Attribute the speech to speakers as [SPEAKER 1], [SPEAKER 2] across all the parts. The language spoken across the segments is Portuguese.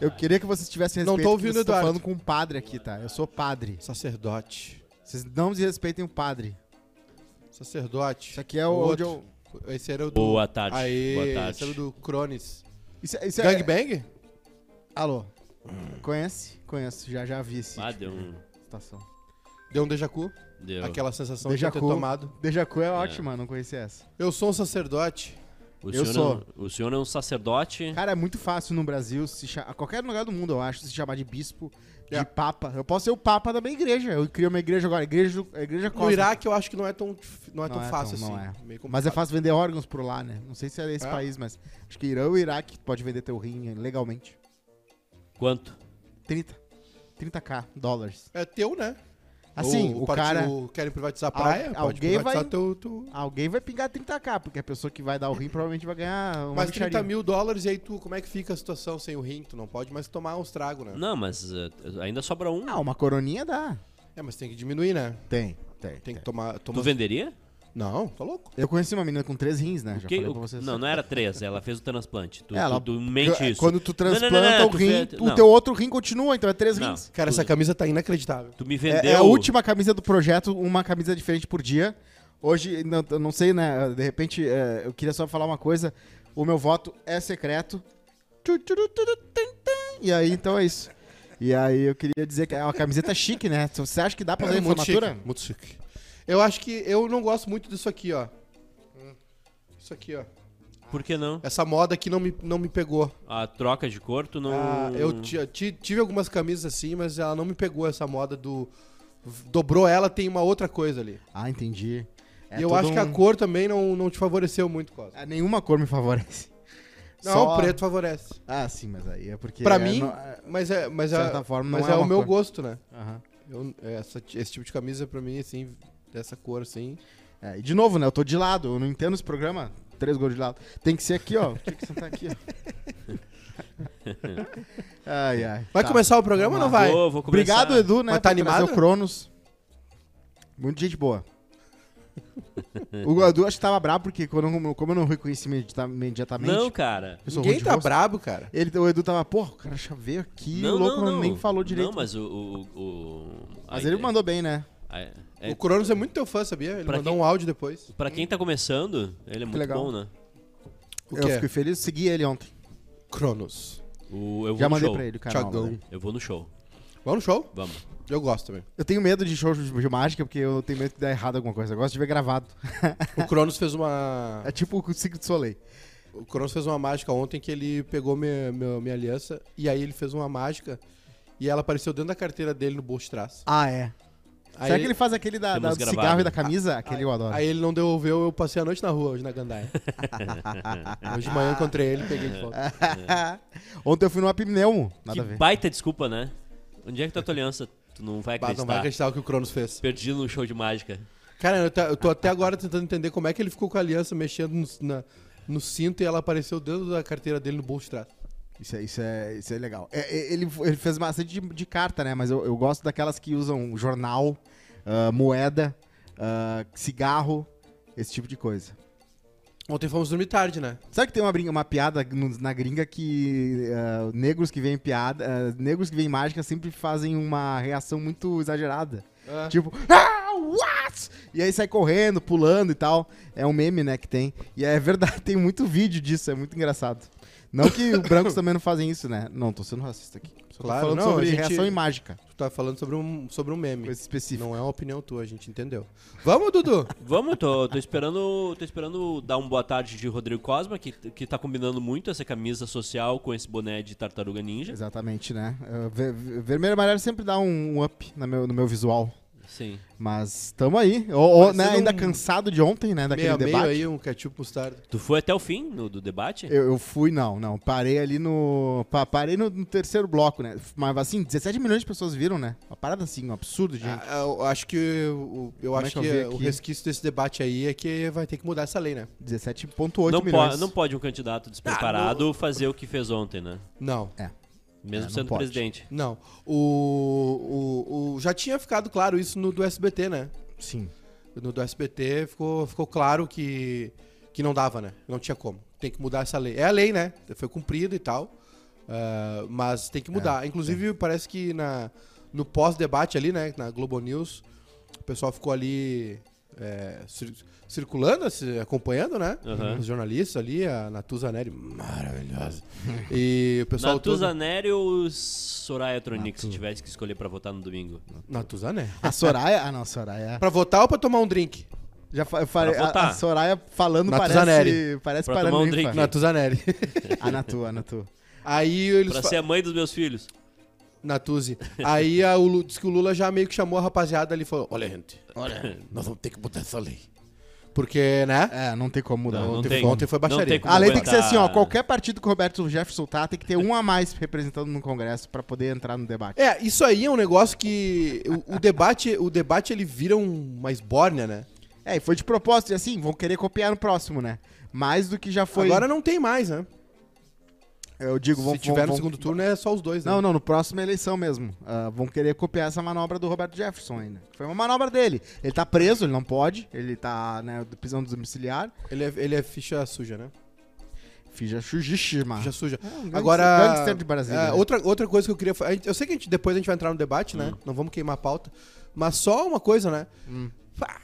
[SPEAKER 1] Eu queria que vocês tivessem
[SPEAKER 2] Não
[SPEAKER 1] respeito.
[SPEAKER 2] tô
[SPEAKER 1] que
[SPEAKER 2] ouvindo,
[SPEAKER 1] vocês tão
[SPEAKER 2] Eduardo.
[SPEAKER 1] falando com um padre aqui, tá? Eu sou padre.
[SPEAKER 2] Sacerdote.
[SPEAKER 1] Vocês não desrespeitem o padre.
[SPEAKER 2] Sacerdote.
[SPEAKER 1] Isso aqui é o...
[SPEAKER 2] outro.
[SPEAKER 1] onde eu-
[SPEAKER 2] Esse era o do.
[SPEAKER 3] Boa tarde.
[SPEAKER 2] Aí,
[SPEAKER 3] Boa
[SPEAKER 2] esse era o
[SPEAKER 3] tarde.
[SPEAKER 2] do Cronis.
[SPEAKER 1] Isso, é- isso é...
[SPEAKER 2] Gangbang?
[SPEAKER 1] Alô. Conhece? Conheço. Já, já vi esse
[SPEAKER 3] Ah,
[SPEAKER 1] tipo
[SPEAKER 3] deu um.
[SPEAKER 1] de situação.
[SPEAKER 2] Deu um déjà vu?
[SPEAKER 3] Deu.
[SPEAKER 2] Aquela sensação
[SPEAKER 1] Déjà
[SPEAKER 2] de eu ter
[SPEAKER 1] vu.
[SPEAKER 2] tomado.
[SPEAKER 1] Deja Cu é ótima, não conhecia essa.
[SPEAKER 2] Eu sou um sacerdote.
[SPEAKER 3] O,
[SPEAKER 1] Eu
[SPEAKER 3] senhor É, um- o senhor é um sacerdote.
[SPEAKER 1] Cara, é muito fácil no Brasil, se cha- a qualquer lugar do mundo, eu acho, se chamar de bispo,
[SPEAKER 2] É.
[SPEAKER 1] de papa. Eu posso ser o papa da minha igreja. Eu crio uma igreja agora, a igreja, do- a igreja
[SPEAKER 2] No
[SPEAKER 1] cósmica.
[SPEAKER 2] Iraque eu acho que não é tão, dif- não é
[SPEAKER 1] Não
[SPEAKER 2] tão
[SPEAKER 1] é
[SPEAKER 2] fácil
[SPEAKER 1] tão- não é.
[SPEAKER 2] assim. Meio
[SPEAKER 1] Mas é
[SPEAKER 2] complicado.
[SPEAKER 1] fácil vender órgãos por lá, né? Não sei se é esse
[SPEAKER 2] É?
[SPEAKER 1] país, mas acho que Irã ou Iraque pode vender teu rim legalmente.
[SPEAKER 3] Quanto?
[SPEAKER 1] 30. 30k dólares.
[SPEAKER 2] É teu, né?
[SPEAKER 1] Assim,
[SPEAKER 2] Ou
[SPEAKER 1] o
[SPEAKER 2] parti-
[SPEAKER 1] cara-
[SPEAKER 2] ou Querem privatizar a praia?
[SPEAKER 1] Al-
[SPEAKER 2] pode
[SPEAKER 1] alguém
[SPEAKER 2] privatizar
[SPEAKER 1] vai-
[SPEAKER 2] teu... teu-
[SPEAKER 1] Ah, Alguém vai pingar 30k, porque a pessoa que vai dar o rim provavelmente vai ganhar uma
[SPEAKER 2] Mais 30
[SPEAKER 1] bicharia.
[SPEAKER 2] mil dólares e aí tu... Como é que fica a situação sem o rim? Tu não pode mais tomar uns tragos, né?
[SPEAKER 3] Não, mas eh, ainda sobra um.
[SPEAKER 1] Ah, uma coroninha dá.
[SPEAKER 2] É, mas tem que diminuir, né?
[SPEAKER 1] Tem, tem.
[SPEAKER 2] Tem que tomar...
[SPEAKER 3] É. Tu
[SPEAKER 2] tomar...
[SPEAKER 3] venderia?
[SPEAKER 2] Não, tá louco.
[SPEAKER 1] Eu conheci uma menina com três rins, né? Já
[SPEAKER 3] Que-
[SPEAKER 1] falei
[SPEAKER 3] o-
[SPEAKER 1] pra vocês.
[SPEAKER 3] não, não era três, ela fez o transplante. Tu,
[SPEAKER 1] Ela-
[SPEAKER 3] tu- tu mente
[SPEAKER 1] Ca-
[SPEAKER 3] isso.
[SPEAKER 1] é, Quando tu
[SPEAKER 3] Não, não,
[SPEAKER 1] transplanta
[SPEAKER 3] não, não,
[SPEAKER 1] o
[SPEAKER 3] tu
[SPEAKER 1] rim,
[SPEAKER 3] fe-
[SPEAKER 1] o
[SPEAKER 3] não.
[SPEAKER 1] teu outro rim continua, então é três
[SPEAKER 3] Não.
[SPEAKER 1] rins.
[SPEAKER 2] Cara, essa camisa tá inacreditável.
[SPEAKER 3] Tu me
[SPEAKER 1] É-
[SPEAKER 3] vendeu.
[SPEAKER 1] É, a última camisa do projeto, uma camisa diferente por dia. Hoje, não, eu não sei, né? De repente, é, eu queria só falar uma coisa. O meu voto é secreto. Tu, tu, tu, tu, tu, tum, tum. E aí, então é isso. E aí, eu queria dizer que é uma camiseta chique, né? Você acha que dá pra
[SPEAKER 2] É,
[SPEAKER 1] fazer em
[SPEAKER 2] muito
[SPEAKER 1] formatura?
[SPEAKER 2] chique, muito chique. Eu acho que eu não gosto muito disso aqui, ó. Hum, Isso aqui, ó.
[SPEAKER 3] Por que não?
[SPEAKER 2] Essa moda aqui não me, não me pegou.
[SPEAKER 3] A troca de cor, tu não.
[SPEAKER 2] Ah, eu ti- ti- tive algumas camisas assim, mas ela não me pegou essa moda do. Dobrou ela, tem uma outra coisa ali.
[SPEAKER 1] Ah, entendi. É
[SPEAKER 2] e eu
[SPEAKER 1] todo
[SPEAKER 2] acho que a
[SPEAKER 1] um-
[SPEAKER 2] cor também não, não te favoreceu muito, Cosa.
[SPEAKER 1] Ah, Nenhuma cor me favorece.
[SPEAKER 2] Não,
[SPEAKER 1] Só-
[SPEAKER 2] o preto favorece.
[SPEAKER 1] Ah, sim, mas aí é porque...
[SPEAKER 2] pra
[SPEAKER 1] é
[SPEAKER 2] mim,
[SPEAKER 1] no-
[SPEAKER 2] mas é, mas
[SPEAKER 1] de certa
[SPEAKER 2] é,
[SPEAKER 1] forma, não
[SPEAKER 2] mas
[SPEAKER 1] é
[SPEAKER 2] é, o
[SPEAKER 1] uma
[SPEAKER 2] meu
[SPEAKER 1] cor.
[SPEAKER 2] gosto, né?
[SPEAKER 1] Aham.
[SPEAKER 2] Eu- essa- esse tipo de camisa pra mim, assim, dessa cor, assim.
[SPEAKER 1] É, e de novo, né? Eu tô de lado, eu não entendo esse programa. Três gols de lado. Tem que ser aqui, ó. Tem que sentar aqui, ó. ai, ai.
[SPEAKER 2] Vai
[SPEAKER 1] Tá.
[SPEAKER 2] começar o programa ou não
[SPEAKER 1] Vamos
[SPEAKER 2] vai?
[SPEAKER 3] Vou, vou começar.
[SPEAKER 1] Obrigado, Edu, né?
[SPEAKER 2] Mas tá
[SPEAKER 1] por trazer
[SPEAKER 2] animado?
[SPEAKER 1] O Cronos. Muito gente boa. o Edu acho que tava bravo, porque quando, eu- como eu não reconheci imediata- imediatamente.
[SPEAKER 3] Não, cara.
[SPEAKER 1] eu sou ruim
[SPEAKER 2] Ninguém
[SPEAKER 1] de
[SPEAKER 2] tá
[SPEAKER 1] rosto,
[SPEAKER 2] brabo, cara.
[SPEAKER 1] Ele, o Edu tava, porra, o cara já veio aqui, o louco não, nem falou direito.
[SPEAKER 3] Não,
[SPEAKER 1] mas
[SPEAKER 3] mas é. o. o- o-
[SPEAKER 1] ele
[SPEAKER 3] a-
[SPEAKER 1] mandou bem, né?
[SPEAKER 3] a- é-
[SPEAKER 2] O Cronos é muito teu fã, sabia? Ele
[SPEAKER 3] Pra
[SPEAKER 2] mandou
[SPEAKER 3] quem-
[SPEAKER 2] um áudio depois.
[SPEAKER 3] pra quem tá começando, ele é muito
[SPEAKER 1] legal.
[SPEAKER 3] bom, né?
[SPEAKER 2] O
[SPEAKER 1] eu
[SPEAKER 2] que é?
[SPEAKER 1] fiquei feliz, segui ele ontem.
[SPEAKER 2] Cronos.
[SPEAKER 3] O, eu vou
[SPEAKER 1] Já
[SPEAKER 3] no
[SPEAKER 1] mandei
[SPEAKER 3] show.
[SPEAKER 1] pra ele, o canal.
[SPEAKER 2] Thiagão.
[SPEAKER 1] né?
[SPEAKER 3] Eu vou no show.
[SPEAKER 2] Vamos no show?
[SPEAKER 3] Vamos.
[SPEAKER 2] Eu gosto também.
[SPEAKER 1] Eu tenho medo de show de, de mágica, porque eu tenho medo que dá errado alguma coisa. Eu gosto de ver gravado.
[SPEAKER 2] O Cronos fez uma.
[SPEAKER 1] É tipo o Ciclo de Soleil.
[SPEAKER 2] O Cronos fez uma mágica ontem que ele pegou minha, minha, minha aliança e aí ele fez uma mágica e ela apareceu dentro da carteira dele no bolso de trás.
[SPEAKER 1] Ah, é.
[SPEAKER 2] Aí
[SPEAKER 1] Será que ele faz aquele da, da-
[SPEAKER 3] Temos
[SPEAKER 1] do
[SPEAKER 3] gravado. Ah,
[SPEAKER 1] cigarro e da camisa? Aquele eu adoro.
[SPEAKER 2] Aí ele não devolveu, eu passei a noite na rua hoje na Gandaia. hoje de manhã eu encontrei ele e peguei de volta.
[SPEAKER 1] Ontem eu fui numa pneu. Nada a
[SPEAKER 3] que
[SPEAKER 1] ver.
[SPEAKER 3] baita desculpa, né? Onde é que tá a tua aliança? Tu não vai
[SPEAKER 2] Bah,
[SPEAKER 3] acreditar.
[SPEAKER 2] não vai acreditar o que o Cronos fez.
[SPEAKER 3] Perdi no show de mágica.
[SPEAKER 2] Cara, eu, tá- eu tô até agora tentando entender como é que ele ficou com a aliança mexendo no, na- no cinto e ela apareceu dentro da carteira dele no bolso de trás.
[SPEAKER 1] Isso é, isso é, isso é legal. É, é, ele, ele fez bastante de, de carta, né? Mas eu, eu gosto daquelas que usam jornal, ah, moeda, ah, cigarro, esse tipo de coisa.
[SPEAKER 2] Ontem fomos dormir tarde, né?
[SPEAKER 1] Sabe que tem uma, brin- uma piada no- na gringa que ah, negros que veem piada, ah, negros que veem mágica sempre fazem uma reação muito exagerada.
[SPEAKER 2] Ah.
[SPEAKER 1] Tipo, ah, what? E aí sai correndo, pulando e tal. É um meme, né, que tem. E é verdade, tem muito vídeo disso, é muito engraçado. Não que brancos também não fazem isso, né? Não, tô sendo racista aqui. Só tô
[SPEAKER 2] Claro,
[SPEAKER 1] falando
[SPEAKER 2] não,
[SPEAKER 1] sobre
[SPEAKER 2] a gente-
[SPEAKER 1] reação e mágica,
[SPEAKER 2] Tu tá falando sobre um, sobre um meme.
[SPEAKER 1] coisa específica.
[SPEAKER 2] Não é uma opinião tua, a gente entendeu. Vamos, Dudu!
[SPEAKER 3] Vamos, tô, tô esperando, tô esperando dar um boa tarde de Rodrigo Cosma, que, que tá combinando muito essa camisa social com esse boné de tartaruga ninja.
[SPEAKER 1] Exatamente, né? Uh, ver- ver- vermelho e amarelo sempre dá um up na meu- no meu visual.
[SPEAKER 3] Sim.
[SPEAKER 1] Mas tamo aí. Ou- ou, né,
[SPEAKER 2] Parecendo
[SPEAKER 1] ainda
[SPEAKER 2] um-
[SPEAKER 1] cansado de ontem, né? Daquele
[SPEAKER 2] Meio a meio
[SPEAKER 1] debate.
[SPEAKER 2] aí, um ketchup mostarda.
[SPEAKER 3] Tu foi até o fim no- do debate?
[SPEAKER 1] Eu, eu fui, não, não. Parei ali no. pa- parei no, no terceiro bloco, né? Mas assim, 17 milhões de pessoas viram, né? Uma parada assim, um absurdo, gente.
[SPEAKER 2] Ah, eu acho que, o- eu,
[SPEAKER 1] é
[SPEAKER 2] acho
[SPEAKER 1] que eu
[SPEAKER 2] que,
[SPEAKER 1] vi
[SPEAKER 2] o
[SPEAKER 1] aqui?
[SPEAKER 2] resquício desse debate aí é que vai ter que mudar essa lei, né?
[SPEAKER 1] 17,8
[SPEAKER 3] não, po-
[SPEAKER 1] milhões. Ah,
[SPEAKER 3] não pode um candidato despreparado fazer o que fez ontem, né?
[SPEAKER 2] Não,
[SPEAKER 3] Mesmo
[SPEAKER 1] É, não
[SPEAKER 3] sendo
[SPEAKER 1] pode.
[SPEAKER 3] presidente.
[SPEAKER 2] não. O, o, o- já tinha ficado claro isso no do SBT, né?
[SPEAKER 1] Sim.
[SPEAKER 2] No do SBT ficou, ficou claro que, que não dava, né? Não tinha como. Tem que mudar essa lei. É a lei, né? Foi cumprida e tal. Ah, mas tem que
[SPEAKER 3] É,
[SPEAKER 2] mudar. Inclusive, parece que na, no pós-debate ali, né, na Globo News, o pessoal ficou ali é, cir- circulando, se- acompanhando, né?
[SPEAKER 3] Aham.
[SPEAKER 2] Os jornalistas ali, a Natuza Neri, maravilhosa. E o pessoal
[SPEAKER 3] Natuza
[SPEAKER 2] todo...
[SPEAKER 3] Neri ou Soraya Tronic, se tivesse que escolher pra votar no domingo?
[SPEAKER 2] Natuza Neri.
[SPEAKER 1] A Soraya. Ah, não, a Soraya.
[SPEAKER 2] Pra votar ou pra tomar um drink?
[SPEAKER 1] Já fa- eu falei,
[SPEAKER 3] Pra
[SPEAKER 1] a,
[SPEAKER 3] votar.
[SPEAKER 1] a Soraya falando
[SPEAKER 2] Natu
[SPEAKER 1] parece,
[SPEAKER 2] Zanelli.
[SPEAKER 1] parece
[SPEAKER 3] Pra tomar um
[SPEAKER 1] Paraninfa.
[SPEAKER 3] drink.
[SPEAKER 2] Natuza Neri.
[SPEAKER 1] Ah, Natu, ah, Natu.
[SPEAKER 2] Aí eles...
[SPEAKER 3] Pra
[SPEAKER 2] fa-
[SPEAKER 3] ser a mãe dos meus filhos.
[SPEAKER 2] Natuzi. Aí a, o, Lu- diz que o Lula já meio que chamou a rapaziada ali e falou: Olha, gente,
[SPEAKER 1] Olha.
[SPEAKER 2] nós vamos ter que botar essa lei. Porque, né?
[SPEAKER 1] É, não tem como mudar.
[SPEAKER 3] Não, não
[SPEAKER 2] ontem,
[SPEAKER 3] tem.
[SPEAKER 2] foi- ontem foi
[SPEAKER 3] Não
[SPEAKER 2] baixaria.
[SPEAKER 3] tem como Tá.
[SPEAKER 1] A lei tem que ser
[SPEAKER 3] aguentar.
[SPEAKER 1] assim, ó. Qualquer partido que o Roberto Jefferson tá, tem que ter um a mais representando no Congresso pra poder entrar no debate.
[SPEAKER 2] É, isso aí é um negócio que. O, o debate, o debate ele vira um, uma esbórnia, né?
[SPEAKER 1] É, e foi de propósito, e assim, vão querer copiar no próximo, né? Mais do que já foi.
[SPEAKER 2] Agora não tem mais, né?
[SPEAKER 1] eu digo, vão
[SPEAKER 2] Se tiver
[SPEAKER 1] vão-
[SPEAKER 2] no
[SPEAKER 1] vão-
[SPEAKER 2] segundo turno é só os dois, né?
[SPEAKER 1] Não, não, no próximo é eleição mesmo. Ah, vão querer copiar essa manobra do Roberto Jefferson ainda. Foi uma manobra dele. Ele tá preso, ele não pode, ele tá, né, prisão domiciliar.
[SPEAKER 2] Ele, é, ele é ficha suja, né?
[SPEAKER 1] Fija
[SPEAKER 3] Ah.
[SPEAKER 1] Shujishima.
[SPEAKER 2] Ficha suja.
[SPEAKER 3] É, um
[SPEAKER 1] gangster-
[SPEAKER 2] Agora.
[SPEAKER 1] gangster de Brasília,
[SPEAKER 2] é,
[SPEAKER 1] né?
[SPEAKER 2] outra, outra coisa que eu queria. fa- a gente- Eu sei que a gente, depois a gente vai entrar no debate,
[SPEAKER 3] Hum.
[SPEAKER 2] né? Não vamos queimar a pauta. Mas só uma coisa, né? Pá,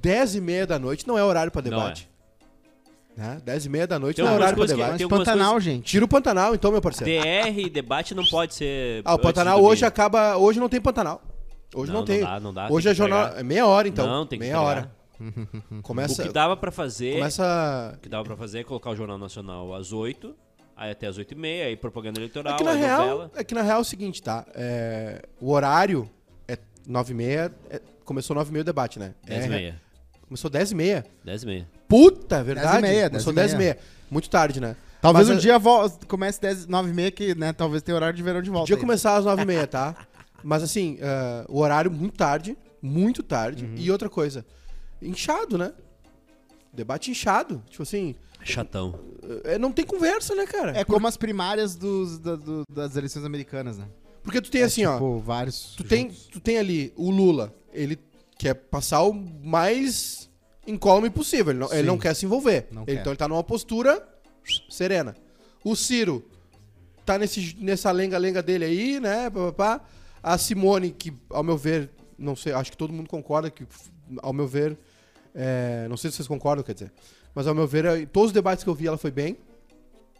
[SPEAKER 2] 10 e meia da noite não é horário pra
[SPEAKER 3] Não é.
[SPEAKER 2] debate. Né? 10 e meia da noite
[SPEAKER 3] Tem
[SPEAKER 2] não é
[SPEAKER 3] algumas
[SPEAKER 2] horário pra
[SPEAKER 3] coisas que-
[SPEAKER 2] debate.
[SPEAKER 1] Mas
[SPEAKER 3] tem algumas
[SPEAKER 1] Pantanal, gente.
[SPEAKER 2] Tira o Pantanal, então, meu parceiro.
[SPEAKER 3] DR e debate não pode ser.
[SPEAKER 2] Ah, o
[SPEAKER 3] antes do
[SPEAKER 2] Pantanal
[SPEAKER 3] domingo.
[SPEAKER 2] hoje acaba. Hoje não tem Pantanal. Hoje não,
[SPEAKER 3] Não, não
[SPEAKER 2] tem.
[SPEAKER 3] dá, não dá,
[SPEAKER 2] Hoje
[SPEAKER 3] tem
[SPEAKER 2] é
[SPEAKER 3] que
[SPEAKER 2] jornal.
[SPEAKER 3] entregar.
[SPEAKER 2] É meia hora, então.
[SPEAKER 3] Não, tem que
[SPEAKER 2] Meia
[SPEAKER 3] entregar.
[SPEAKER 2] hora.
[SPEAKER 3] O que é
[SPEAKER 2] Começa.
[SPEAKER 3] dava pra fazer.
[SPEAKER 2] Começa.
[SPEAKER 3] O que dava pra fazer é colocar o Jornal Nacional às 8, aí até às 8 e meia, aí propaganda eleitoral,
[SPEAKER 2] Aqui na
[SPEAKER 3] aí
[SPEAKER 2] real.
[SPEAKER 3] Tá, novela.
[SPEAKER 2] Aqui na real é o seguinte, tá? É, o horário é 9 e meia. é- começou 9 e meia o debate, né?
[SPEAKER 3] 10
[SPEAKER 2] É,
[SPEAKER 3] e meia.
[SPEAKER 2] Comeou 10 e meia.
[SPEAKER 3] 10 e meia.
[SPEAKER 2] Puta, é verdade.
[SPEAKER 1] 10 e meia,
[SPEAKER 2] Começou
[SPEAKER 1] 10
[SPEAKER 2] 10
[SPEAKER 1] e
[SPEAKER 2] e meia. Muito tarde, né?
[SPEAKER 1] Talvez
[SPEAKER 2] Mas
[SPEAKER 1] um
[SPEAKER 2] é-
[SPEAKER 1] dia vo- comece 10, 9 e meia, que né, talvez tenha horário de verão de volta.
[SPEAKER 2] Podia
[SPEAKER 1] aí.
[SPEAKER 2] começar às nove e meia, tá? Mas assim, eh, o horário muito tarde, muito tarde.
[SPEAKER 1] Uhum.
[SPEAKER 2] E outra coisa, inchado, né? Debate inchado. Tipo assim,
[SPEAKER 3] Chatão.
[SPEAKER 2] eh, não tem conversa, né, cara?
[SPEAKER 1] É como as primárias dos- da- do- das eleições americanas, né?
[SPEAKER 2] Porque tu tem assim, ó.
[SPEAKER 1] Tipo, vários.
[SPEAKER 2] Tu tem, tu tem ali o Lula, ele quer passar o mais incólume possível. Ele não, ele
[SPEAKER 1] Sim.
[SPEAKER 2] não quer se envolver.
[SPEAKER 1] Não
[SPEAKER 2] Ele-
[SPEAKER 1] quer.
[SPEAKER 2] Então ele tá numa postura serena. O Ciro tá nesse, nessa lenga-lenga dele aí, né? pá, pá, pá. A Simone, que, ao meu ver, não sei, acho que todo mundo concorda que, ao meu ver, é, não sei se vocês concordam, quer dizer, mas ao meu ver, em todos os debates que eu vi, ela foi bem.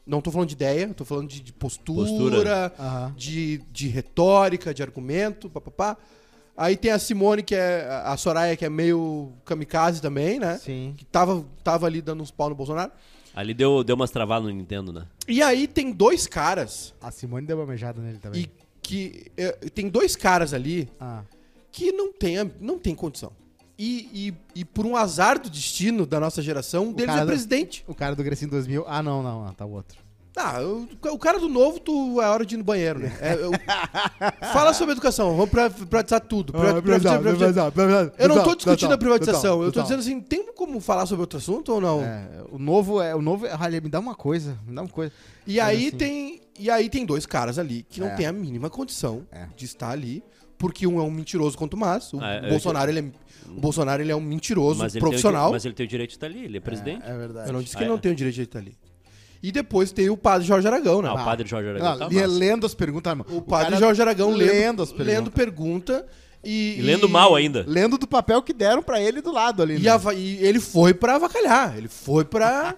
[SPEAKER 2] Não tô falando de ideia, tô falando de, de postura,
[SPEAKER 3] Postura.
[SPEAKER 1] Aham.
[SPEAKER 2] De, de retórica, de argumento, papapá. Aí tem a Simone, que é a Soraya, que é meio kamikaze também, né?
[SPEAKER 1] Sim.
[SPEAKER 2] Que tava, tava ali dando uns pau no Bolsonaro.
[SPEAKER 3] Ali deu, deu umas travadas no Nintendo, né?
[SPEAKER 2] E aí tem dois caras
[SPEAKER 1] A Simone deu uma beijada nele também.
[SPEAKER 2] e que é, tem dois caras ali
[SPEAKER 1] Ah.
[SPEAKER 2] que não tem, am- não tem condição. E, e, e por um azar do destino da nossa geração, um deles
[SPEAKER 1] cara
[SPEAKER 2] é
[SPEAKER 1] do-
[SPEAKER 2] presidente.
[SPEAKER 1] O cara do Grecinho 2000. Ah, não, não, não, tá o outro.
[SPEAKER 2] Ah, o, o cara do novo, tu é hora de ir no banheiro, né? É, eu- fala sobre educação, vamos pra-
[SPEAKER 1] Ah,
[SPEAKER 2] privatizar tudo. Pri- privatizar, privatizar. Eu
[SPEAKER 1] Então,
[SPEAKER 2] não tô discutindo a privatização, eu tô dizendo assim, tem como falar sobre outro assunto ou não?
[SPEAKER 1] É, o novo é. O novo é. Olha, me dá uma coisa. Me dá uma coisa.
[SPEAKER 2] E
[SPEAKER 1] Mas
[SPEAKER 2] aí
[SPEAKER 1] assim-
[SPEAKER 2] tem e aí tem dois caras ali que não
[SPEAKER 1] É.
[SPEAKER 2] tem a mínima condição
[SPEAKER 1] É.
[SPEAKER 2] de estar ali, porque um é um mentiroso quanto mais, o
[SPEAKER 3] Ah, é,
[SPEAKER 2] Bolsonaro ele é, o Bolsonaro ele é um mentiroso profissional.
[SPEAKER 3] Tem o, di- mas ele tem o direito de estar ali, ele é presidente.
[SPEAKER 1] É, verdade.
[SPEAKER 2] Eu não disse que
[SPEAKER 3] Ah,
[SPEAKER 2] ele não
[SPEAKER 3] é.
[SPEAKER 2] tem o direito de estar ali. E depois tem o padre Jorge Aragão, né?
[SPEAKER 3] Ah, o padre Jorge Aragão
[SPEAKER 1] Não,
[SPEAKER 3] tá
[SPEAKER 1] e é
[SPEAKER 3] massa.
[SPEAKER 1] lendo as perguntas, irmão.
[SPEAKER 2] O padre
[SPEAKER 1] cara
[SPEAKER 2] Jorge Aragão lendo,
[SPEAKER 1] lendo as perguntas.
[SPEAKER 2] lendo pergunta e,
[SPEAKER 3] E lendo mal ainda.
[SPEAKER 1] Lendo do papel que deram pra ele do lado ali.
[SPEAKER 2] E,
[SPEAKER 1] né?
[SPEAKER 2] ava- e ele foi pra avacalhar, ele foi pra...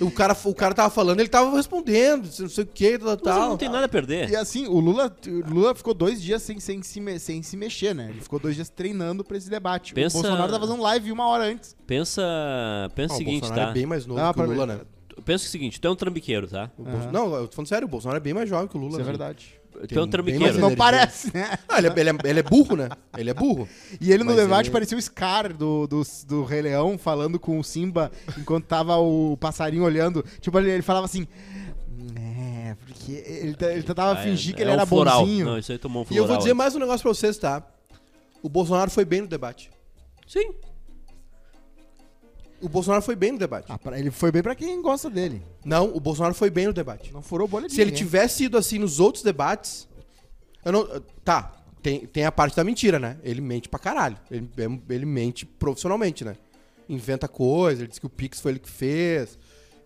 [SPEAKER 2] o, cara, o cara tava falando, ele tava respondendo, não sei o que, tal,
[SPEAKER 3] Mas ele
[SPEAKER 2] tal.
[SPEAKER 3] não tem nada a perder.
[SPEAKER 1] E assim, o Lula, o Lula ficou dois dias sem, sem, se, me- sem se mexer, né? Ele ficou dois dias treinando pra esse debate.
[SPEAKER 3] Pensa-
[SPEAKER 1] O Bolsonaro tava fazendo live uma hora antes.
[SPEAKER 3] Pensa,
[SPEAKER 2] Ah,
[SPEAKER 3] pensa o seguinte,
[SPEAKER 2] Bolsonaro
[SPEAKER 3] tá?
[SPEAKER 2] é bem mais novo
[SPEAKER 1] Ah,
[SPEAKER 2] que o
[SPEAKER 1] pra-
[SPEAKER 2] Lula, né?
[SPEAKER 3] Pensa o seguinte, tu é um trambiqueiro, tá?
[SPEAKER 2] O Bolso- Não, eu tô falando sério, o Bolsonaro é bem mais jovem que o Lula.
[SPEAKER 1] Isso é
[SPEAKER 2] né?
[SPEAKER 1] verdade.
[SPEAKER 3] Tu é um
[SPEAKER 2] bem
[SPEAKER 1] Mas
[SPEAKER 2] mais
[SPEAKER 3] trambiqueiro.
[SPEAKER 1] não
[SPEAKER 2] energia.
[SPEAKER 1] parece, né?
[SPEAKER 2] Ah, ele, é, ele é- ele é burro, né? Ele é burro.
[SPEAKER 1] E ele no
[SPEAKER 2] Mas
[SPEAKER 1] debate
[SPEAKER 2] ele-
[SPEAKER 1] parecia o Scar do, do, do Rei Leão falando com o Simba enquanto tava o passarinho olhando. Tipo, ele, ele falava assim. É, porque ele, ta- ele tentava
[SPEAKER 3] Ah, é-
[SPEAKER 1] fingir que
[SPEAKER 3] é
[SPEAKER 1] ele
[SPEAKER 3] um
[SPEAKER 1] era
[SPEAKER 3] floral.
[SPEAKER 1] bonzinho.
[SPEAKER 3] Não, isso aí tomou um
[SPEAKER 2] E
[SPEAKER 3] floral.
[SPEAKER 2] eu vou dizer
[SPEAKER 3] aí.
[SPEAKER 2] mais um negócio pra vocês, tá? O Bolsonaro foi bem no debate.
[SPEAKER 3] Sim.
[SPEAKER 2] O Bolsonaro foi bem no debate.
[SPEAKER 1] Ah, pra- ele foi bem pra quem gosta dele.
[SPEAKER 2] Não, o Bolsonaro foi bem no debate.
[SPEAKER 1] Não furou bolha de
[SPEAKER 2] Se ele
[SPEAKER 1] ninguém.
[SPEAKER 2] tivesse ido assim nos outros debates. Eu não. Tá, tem, tem a parte da mentira, né? Ele mente pra caralho. Ele, ele mente profissionalmente, né? Inventa coisa, ele diz que o Pix foi ele que fez.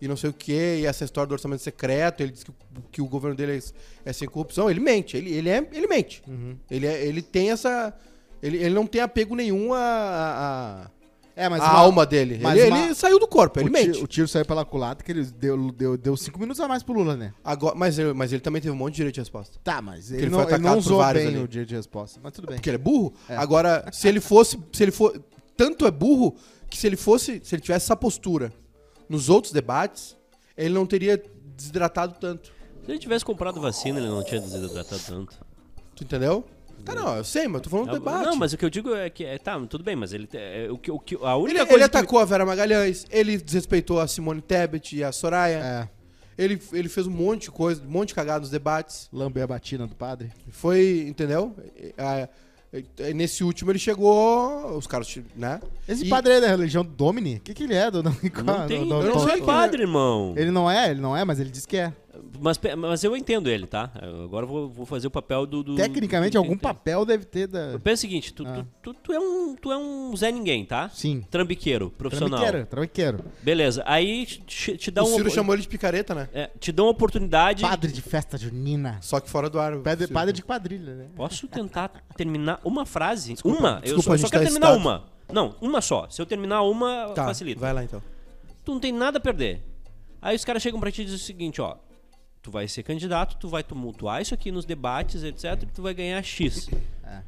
[SPEAKER 2] e não sei o quê, e essa história do orçamento secreto, ele diz que, que o governo dele é, é sem corrupção, ele mente, ele, ele, é, ele mente.
[SPEAKER 1] Uhum.
[SPEAKER 2] Ele, é- ele tem essa. Ele, ele não tem apego nenhum à a,
[SPEAKER 1] É, mas
[SPEAKER 2] a
[SPEAKER 1] uma-
[SPEAKER 2] alma dele.
[SPEAKER 1] mas
[SPEAKER 2] Ele,
[SPEAKER 1] uma-
[SPEAKER 2] ele saiu do corpo, ele
[SPEAKER 1] o,
[SPEAKER 2] mente.
[SPEAKER 1] tiro, o tiro saiu pela culata que ele deu, deu, deu cinco minutos a mais pro Lula, né?
[SPEAKER 2] Agora, mas, ele, mas ele também teve um monte de direito de resposta.
[SPEAKER 1] Tá, mas ele,
[SPEAKER 2] ele
[SPEAKER 1] não,
[SPEAKER 2] foi
[SPEAKER 1] ele não
[SPEAKER 2] atacado por
[SPEAKER 1] usou
[SPEAKER 2] vários
[SPEAKER 1] bem
[SPEAKER 2] ali.
[SPEAKER 1] o dia de resposta, mas tudo bem.
[SPEAKER 2] Porque ele é burro. Agora, se ele fosse. Se ele for. Tanto é burro que se ele fosse. Se ele tivesse essa postura nos outros debates, ele não teria desidratado tanto.
[SPEAKER 3] Se ele tivesse comprado vacina, ele não tinha desidratado tanto.
[SPEAKER 2] Tu entendeu? Tá, não, eu sei, mas eu tô falando do É debate.
[SPEAKER 3] Não, mas o que eu digo é que. É, tá, tudo bem, mas ele. É, o que, o que, a única
[SPEAKER 2] Ele,
[SPEAKER 3] coisa.
[SPEAKER 2] ele
[SPEAKER 3] que-
[SPEAKER 2] atacou a Vera Magalhães, ele desrespeitou a Simone Tebet e a Soraya.
[SPEAKER 1] É,
[SPEAKER 2] Ele, ele fez um monte de coisa, um monte de cagada nos debates.
[SPEAKER 1] lambei a batina do padre.
[SPEAKER 2] Foi, entendeu? E- a- e- nesse último ele chegou. Os caras, né?
[SPEAKER 1] Esse
[SPEAKER 2] E-
[SPEAKER 1] padre aí é da religião do Domini? O que, que ele é, dona
[SPEAKER 3] Não tem.
[SPEAKER 1] Dona-
[SPEAKER 3] eu
[SPEAKER 2] Ah, não
[SPEAKER 3] não
[SPEAKER 2] sei
[SPEAKER 3] sou
[SPEAKER 2] que-
[SPEAKER 3] padre, irmão.
[SPEAKER 1] Ele não é, ele não é, mas ele diz que é.
[SPEAKER 3] Mas, pe- mas eu entendo ele, tá? Eu agora vou, vou fazer o papel do. do-
[SPEAKER 1] Tecnicamente,
[SPEAKER 2] é
[SPEAKER 3] do-
[SPEAKER 1] algum
[SPEAKER 3] do-
[SPEAKER 1] papel deve ter da.
[SPEAKER 3] Pensa o seguinte, tu,
[SPEAKER 2] Ah.
[SPEAKER 3] tu, tu, tu é um, tu é um Zé Ninguém, tá?
[SPEAKER 1] Sim.
[SPEAKER 3] Trambiqueiro, profissional.
[SPEAKER 1] Trambiqueiro, trambiqueiro.
[SPEAKER 3] Beleza. Aí te, te dá
[SPEAKER 2] O
[SPEAKER 3] uma.
[SPEAKER 2] Ciro chamou ele de picareta, né?
[SPEAKER 3] é, te dá uma oportunidade.
[SPEAKER 1] Padre de festa junina.
[SPEAKER 2] Só que fora do ar. o
[SPEAKER 1] Padre,
[SPEAKER 2] Ciro.
[SPEAKER 1] padre de quadrilha, né?
[SPEAKER 3] Posso tentar terminar uma frase? uma? eu
[SPEAKER 2] desculpa,
[SPEAKER 3] só,
[SPEAKER 2] a
[SPEAKER 3] eu
[SPEAKER 2] gente
[SPEAKER 3] só
[SPEAKER 2] tá
[SPEAKER 3] quero terminar
[SPEAKER 2] excitado.
[SPEAKER 3] uma. Não, uma só. Se eu terminar uma,
[SPEAKER 2] Tá,
[SPEAKER 3] facilita.
[SPEAKER 2] vai lá então.
[SPEAKER 3] tu não tem nada a perder. Aí os caras chegam pra ti e dizem o seguinte, ó. Tu vai ser candidato, tu vai tumultuar isso aqui nos debates, etc, e tu vai ganhar X.
[SPEAKER 2] É.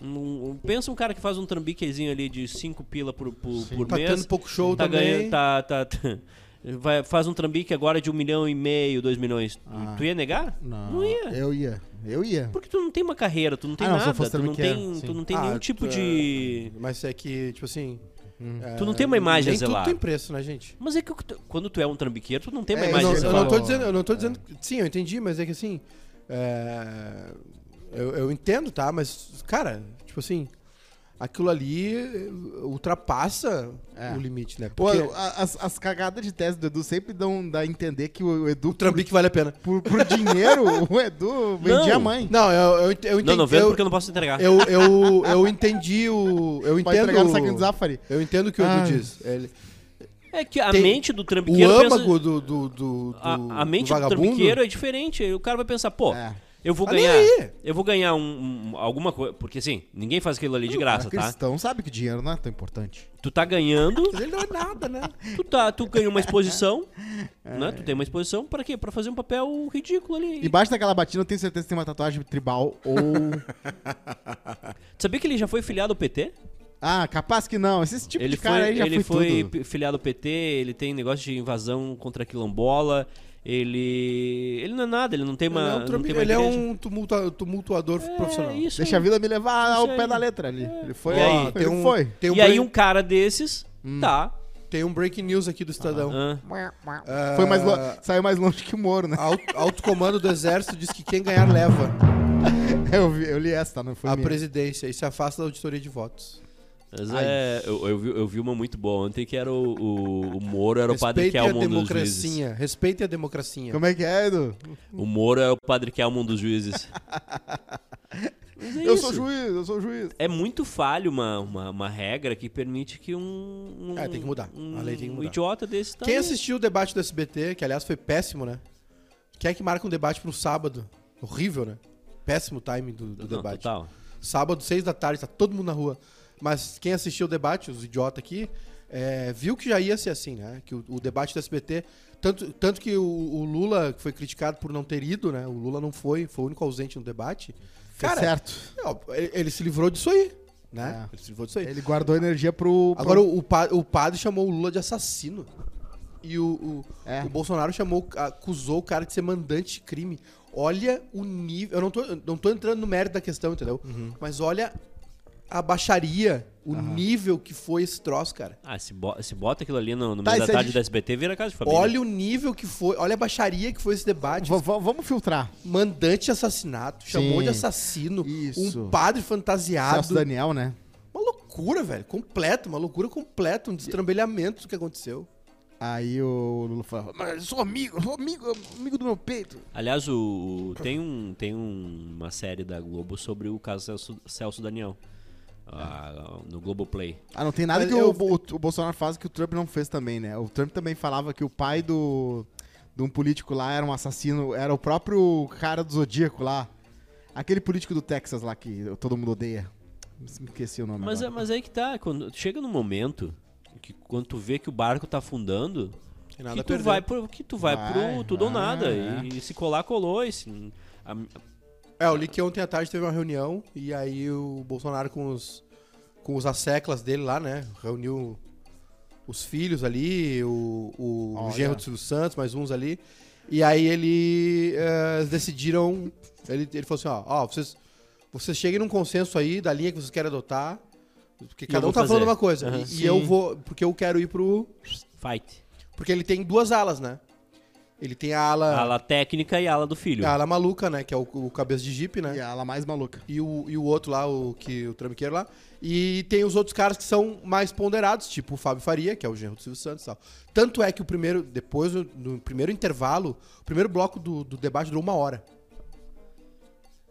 [SPEAKER 3] Um- um- pensa um cara que faz um trambiquezinho ali de 5 pila por, por, por
[SPEAKER 2] Tá
[SPEAKER 3] mês.
[SPEAKER 2] tendo pouco show
[SPEAKER 3] tá
[SPEAKER 2] também.
[SPEAKER 3] ganhando, tá, tá, tá- vai, faz um trambique agora de um milhão e meio, dois milhões.
[SPEAKER 2] Ah.
[SPEAKER 3] Tu ia negar? Não ia.
[SPEAKER 1] Eu ia. Eu ia.
[SPEAKER 3] Porque tu não tem uma carreira, tu não tem
[SPEAKER 1] Ah, não, se eu
[SPEAKER 3] nada,
[SPEAKER 1] fosse
[SPEAKER 3] tu não
[SPEAKER 1] trambiqueiro,
[SPEAKER 3] tem,
[SPEAKER 1] sim.
[SPEAKER 3] tu não tem
[SPEAKER 2] Ah,
[SPEAKER 3] nenhum
[SPEAKER 2] tu
[SPEAKER 3] tipo
[SPEAKER 2] é-
[SPEAKER 3] de...
[SPEAKER 2] Mas é que, tipo assim. é,
[SPEAKER 3] Tu não tem uma imagem a
[SPEAKER 2] nem tudo
[SPEAKER 3] zelar.
[SPEAKER 2] tem preço, né, gente?
[SPEAKER 3] Mas é que o que tu- quando tu é um trambiqueiro, tu não tem
[SPEAKER 1] É,
[SPEAKER 3] uma
[SPEAKER 1] eu
[SPEAKER 2] Eu
[SPEAKER 3] imagem
[SPEAKER 2] não,
[SPEAKER 3] de
[SPEAKER 2] eu
[SPEAKER 1] zelar.
[SPEAKER 2] não tô dizendo. Eu não tô dizendo. Sim, eu entendi, mas é que assim. é, eu, eu entendo, tá? Mas, cara, tipo assim. Aquilo ali eh, ultrapassa o limite, né?
[SPEAKER 1] Pô,
[SPEAKER 2] Porque
[SPEAKER 1] a- as, as cagadas de tese do Edu sempre dão dá a entender que o Edu,
[SPEAKER 2] o trambique vale a pena.
[SPEAKER 1] por, por dinheiro, o Edu vendia a mãe.
[SPEAKER 2] Não, eu, eu, ent- eu entendi.
[SPEAKER 3] Não, não vendo
[SPEAKER 2] eu,
[SPEAKER 3] porque eu não posso entregar.
[SPEAKER 2] eu, eu, eu entendi o. Eu
[SPEAKER 1] Vai entregar no saquinho
[SPEAKER 2] entendo.
[SPEAKER 1] do Zafari.
[SPEAKER 2] Eu entendo o que o
[SPEAKER 1] Ah.
[SPEAKER 2] Edu diz. Ele,
[SPEAKER 3] É que a
[SPEAKER 2] Tem-
[SPEAKER 3] mente do
[SPEAKER 2] o
[SPEAKER 3] trambiqueiro. pensa-
[SPEAKER 2] âmago do, do, do, do-
[SPEAKER 3] a, a
[SPEAKER 2] do
[SPEAKER 3] mente do,
[SPEAKER 2] vagabundo.
[SPEAKER 3] trambiqueiro é diferente. O cara vai pensar, pô,
[SPEAKER 1] É.
[SPEAKER 3] eu vou
[SPEAKER 2] Ah, nem
[SPEAKER 3] ganhar.
[SPEAKER 2] aí.
[SPEAKER 3] Eu vou ganhar um, um- alguma coisa. Porque assim, ninguém faz aquilo ali de
[SPEAKER 2] é
[SPEAKER 3] graça,
[SPEAKER 1] O
[SPEAKER 3] tá?
[SPEAKER 1] cristão sabe que dinheiro não é tão importante.
[SPEAKER 3] Tu tá ganhando,
[SPEAKER 2] Mas ele não é nada, né?
[SPEAKER 3] tu, tá, tu ganha uma exposição.
[SPEAKER 2] É.
[SPEAKER 3] né? Tu tem uma exposição pra quê? Pra fazer um papel ridículo ali.
[SPEAKER 1] Embaixo daquela batina, eu tenho certeza que tem uma tatuagem tribal ou.
[SPEAKER 3] Tu Sabia que ele já foi filiado ao PT?
[SPEAKER 2] tipo
[SPEAKER 1] ah, capaz que não. Esse tipo
[SPEAKER 3] ele
[SPEAKER 1] de cara
[SPEAKER 3] foi,
[SPEAKER 1] aí já
[SPEAKER 3] ele
[SPEAKER 1] foi,
[SPEAKER 3] foi
[SPEAKER 1] tudo.
[SPEAKER 3] pi- filiado ao PT, ele tem negócio de invasão contra a quilombola. Ele. Ele não é nada, ele não tem uma.
[SPEAKER 2] ele é
[SPEAKER 3] não
[SPEAKER 2] um,
[SPEAKER 3] tem
[SPEAKER 2] trambi-
[SPEAKER 3] uma
[SPEAKER 2] ele é
[SPEAKER 3] igreja.
[SPEAKER 2] um tumultua- tumultuador profissional.
[SPEAKER 3] É isso
[SPEAKER 1] Deixa a
[SPEAKER 3] aí.
[SPEAKER 1] vida me levar ao
[SPEAKER 3] Isso aí. É.
[SPEAKER 1] pé da letra ali. Ele foi.
[SPEAKER 3] E aí?
[SPEAKER 1] ele
[SPEAKER 2] Tem um,
[SPEAKER 1] foi.
[SPEAKER 2] Tem Hum. um,
[SPEAKER 3] e aí
[SPEAKER 2] break-
[SPEAKER 3] um cara desses, tá.
[SPEAKER 2] tem um breaking news aqui do Estadão.
[SPEAKER 3] ah,
[SPEAKER 1] Foi mais lo-
[SPEAKER 2] ah,
[SPEAKER 1] Saiu mais longe que o Moro, né?
[SPEAKER 2] Alto, alto comando do exército diz que quem ganhar leva
[SPEAKER 1] Eu, vi- eu li essa, tá? Não foi
[SPEAKER 2] ah, a
[SPEAKER 1] minha.
[SPEAKER 2] presidência e se afasta da auditoria de votos.
[SPEAKER 3] mas é, eu, eu vi, eu vi uma muito boa ontem que era o, o, o Moro era o padre
[SPEAKER 2] Respeitem a
[SPEAKER 3] Kelmon dos juízes.
[SPEAKER 2] democracia. Respeitem a democracia.
[SPEAKER 1] Como é que é, Edu?
[SPEAKER 3] O Moro era o padre Kelmon dos juízes. Mas é
[SPEAKER 1] eu
[SPEAKER 3] isso.
[SPEAKER 1] sou juiz, eu sou juiz.
[SPEAKER 3] É muito falho uma, uma, uma regra que permite que um. um
[SPEAKER 2] É, tem que mudar.
[SPEAKER 3] Um,
[SPEAKER 2] A lei tem que
[SPEAKER 3] um
[SPEAKER 2] mudar.
[SPEAKER 3] idiota desse tá
[SPEAKER 2] Quem
[SPEAKER 3] ali.
[SPEAKER 2] assistiu o debate do SBT, que aliás foi péssimo, né? Quem é que marca um debate pro sábado? Horrível, né? Péssimo timing do, do
[SPEAKER 3] Não,
[SPEAKER 2] debate.
[SPEAKER 3] total.
[SPEAKER 2] Sábado, seis da tarde, tá todo mundo na rua. Mas quem assistiu o debate, os idiotas aqui, é, viu que já ia ser assim, né? Que o, o debate do SBT. Tanto, tanto que o, o Lula foi criticado por não ter ido, né? O Lula não foi, foi o único ausente no debate.
[SPEAKER 1] Foi
[SPEAKER 2] Cara,
[SPEAKER 1] certo.
[SPEAKER 2] é, ó, ele, ele se livrou disso aí, né?
[SPEAKER 1] É.
[SPEAKER 2] Ele se livrou disso aí.
[SPEAKER 1] Ele guardou energia pro. pro-
[SPEAKER 2] Agora o, o pa- o padre chamou o Lula de assassino. E o, o,
[SPEAKER 1] É.
[SPEAKER 2] o Bolsonaro chamou, acusou o cara de ser mandante de crime. Olha o nível. Eu não tô, eu não tô entrando no mérito da questão, entendeu? Mas olha a baixaria, o nível que foi esse troço, cara.
[SPEAKER 3] Ah, se, bo- se bota aquilo ali no, no
[SPEAKER 1] Tá,
[SPEAKER 3] meio
[SPEAKER 1] isso
[SPEAKER 3] da
[SPEAKER 1] é
[SPEAKER 3] tarde
[SPEAKER 1] de-
[SPEAKER 3] da SBT, vira casa de família.
[SPEAKER 2] Olha o nível que foi. Olha a baixaria que foi esse debate.
[SPEAKER 1] V- v- vamos filtrar.
[SPEAKER 2] Mandante de assassinato, chamou
[SPEAKER 1] Sim.
[SPEAKER 2] de assassino,
[SPEAKER 1] Isso.
[SPEAKER 2] um padre
[SPEAKER 1] Celso
[SPEAKER 2] fantasiado.
[SPEAKER 1] Daniel, né?
[SPEAKER 2] Uma loucura, velho. Completo, uma loucura completa, um destrambelhamento do que aconteceu.
[SPEAKER 1] Aí o Lula falou: Mas eu sou amigo, eu sou amigo, amigo do meu peito.
[SPEAKER 3] Aliás, o, o- tem, um, tem um- uma série da Globo sobre o caso Celso, Celso Daniel. ah, no Globoplay.
[SPEAKER 1] Ah, não tem nada
[SPEAKER 2] Mas
[SPEAKER 1] que
[SPEAKER 2] eu-
[SPEAKER 1] o, Bo- o Bolsonaro faz que o Trump não fez também, né? O Trump também falava que o pai do de um político lá era um assassino, era o próprio cara do Zodíaco lá. Aquele político do Texas lá que todo mundo odeia. Me esqueci o nome
[SPEAKER 3] Mas, é-
[SPEAKER 1] agora.
[SPEAKER 3] mas aí que tá, quando chega num momento que quando tu vê que o barco tá afundando,
[SPEAKER 2] Tem nada
[SPEAKER 3] que
[SPEAKER 2] a
[SPEAKER 3] tu
[SPEAKER 2] perder.
[SPEAKER 3] vai pro, que tu vai,
[SPEAKER 1] Vai,
[SPEAKER 3] pro tudo ou
[SPEAKER 1] vai,
[SPEAKER 3] nada.
[SPEAKER 1] é.
[SPEAKER 3] E, se colar, colou. E se- a-
[SPEAKER 2] É, eu li que ontem à tarde teve uma reunião e aí o Bolsonaro com os, com os asseclas dele lá, né? Reuniu os filhos ali, o, o, o
[SPEAKER 1] Olha.
[SPEAKER 2] genro do Silvio Santos, mais uns ali. E aí ele eh, decidiram. Ele, ele falou assim: ó, ó, vocês, vocês cheguem num consenso aí da linha que vocês querem adotar. Porque
[SPEAKER 3] E
[SPEAKER 2] cada
[SPEAKER 3] eu
[SPEAKER 2] um
[SPEAKER 3] vou
[SPEAKER 2] tá falando
[SPEAKER 3] fazer.
[SPEAKER 2] uma coisa.
[SPEAKER 3] Aham.
[SPEAKER 2] e- e
[SPEAKER 1] Sim.
[SPEAKER 2] eu vou. Porque eu quero ir pro.
[SPEAKER 3] fight.
[SPEAKER 2] Porque ele tem duas alas, né? Ele tem a
[SPEAKER 3] A
[SPEAKER 2] ala.
[SPEAKER 3] ala técnica e a ala do filho.
[SPEAKER 2] A ala maluca, né? Que é o, o cabeça de jipe, né?
[SPEAKER 1] E ela mais maluca.
[SPEAKER 2] e o, e o outro lá, o que o trambiqueiro lá. E tem os outros caras que são mais ponderados, tipo o Fábio Faria, que é o genro do Silvio Santos e tal. Tanto é que o primeiro, depois do- do primeiro intervalo, o primeiro bloco do, do debate durou uma hora.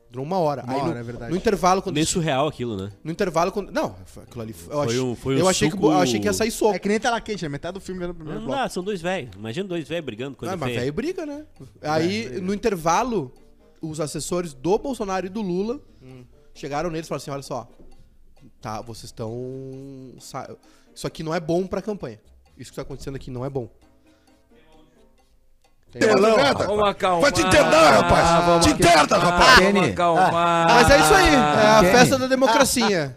[SPEAKER 2] Durou uma hora.
[SPEAKER 1] Uma
[SPEAKER 2] Aí no,
[SPEAKER 1] hora, é verdade.
[SPEAKER 2] No intervalo, quando.
[SPEAKER 3] Meio surreal aquilo, né?
[SPEAKER 2] No intervalo, quando. Não, foi aquilo ali. Eu,
[SPEAKER 3] Foi
[SPEAKER 2] achei,
[SPEAKER 3] um- foi um
[SPEAKER 2] eu, achei que,
[SPEAKER 3] suco-
[SPEAKER 2] eu achei que ia sair soco.
[SPEAKER 1] É que nem tela quente, é metade do filme vendo o primeiro
[SPEAKER 3] Não
[SPEAKER 1] bloco.
[SPEAKER 3] dá, Ah, são dois velhos. Imagina dois velhos brigando, coisa
[SPEAKER 2] Ah, mas
[SPEAKER 3] feia. É,
[SPEAKER 2] velho briga, né? Aí, no intervalo, os assessores do Bolsonaro e do Lula
[SPEAKER 3] Hum.
[SPEAKER 2] chegaram neles e falaram assim: olha só, tá, vocês estão. sa- Isso aqui não é bom pra campanha. Isso que tá acontecendo aqui não é bom.
[SPEAKER 4] Pelão, rapaz.
[SPEAKER 5] Vamos acalmar.
[SPEAKER 4] Vai te internar, rapaz.
[SPEAKER 3] Ah,
[SPEAKER 5] Vamos
[SPEAKER 4] te interna, rapaz.
[SPEAKER 5] Vamos
[SPEAKER 6] Kenny.
[SPEAKER 5] acalmar.
[SPEAKER 2] Mas é isso aí, é a
[SPEAKER 6] Quem?
[SPEAKER 2] festa da democracia.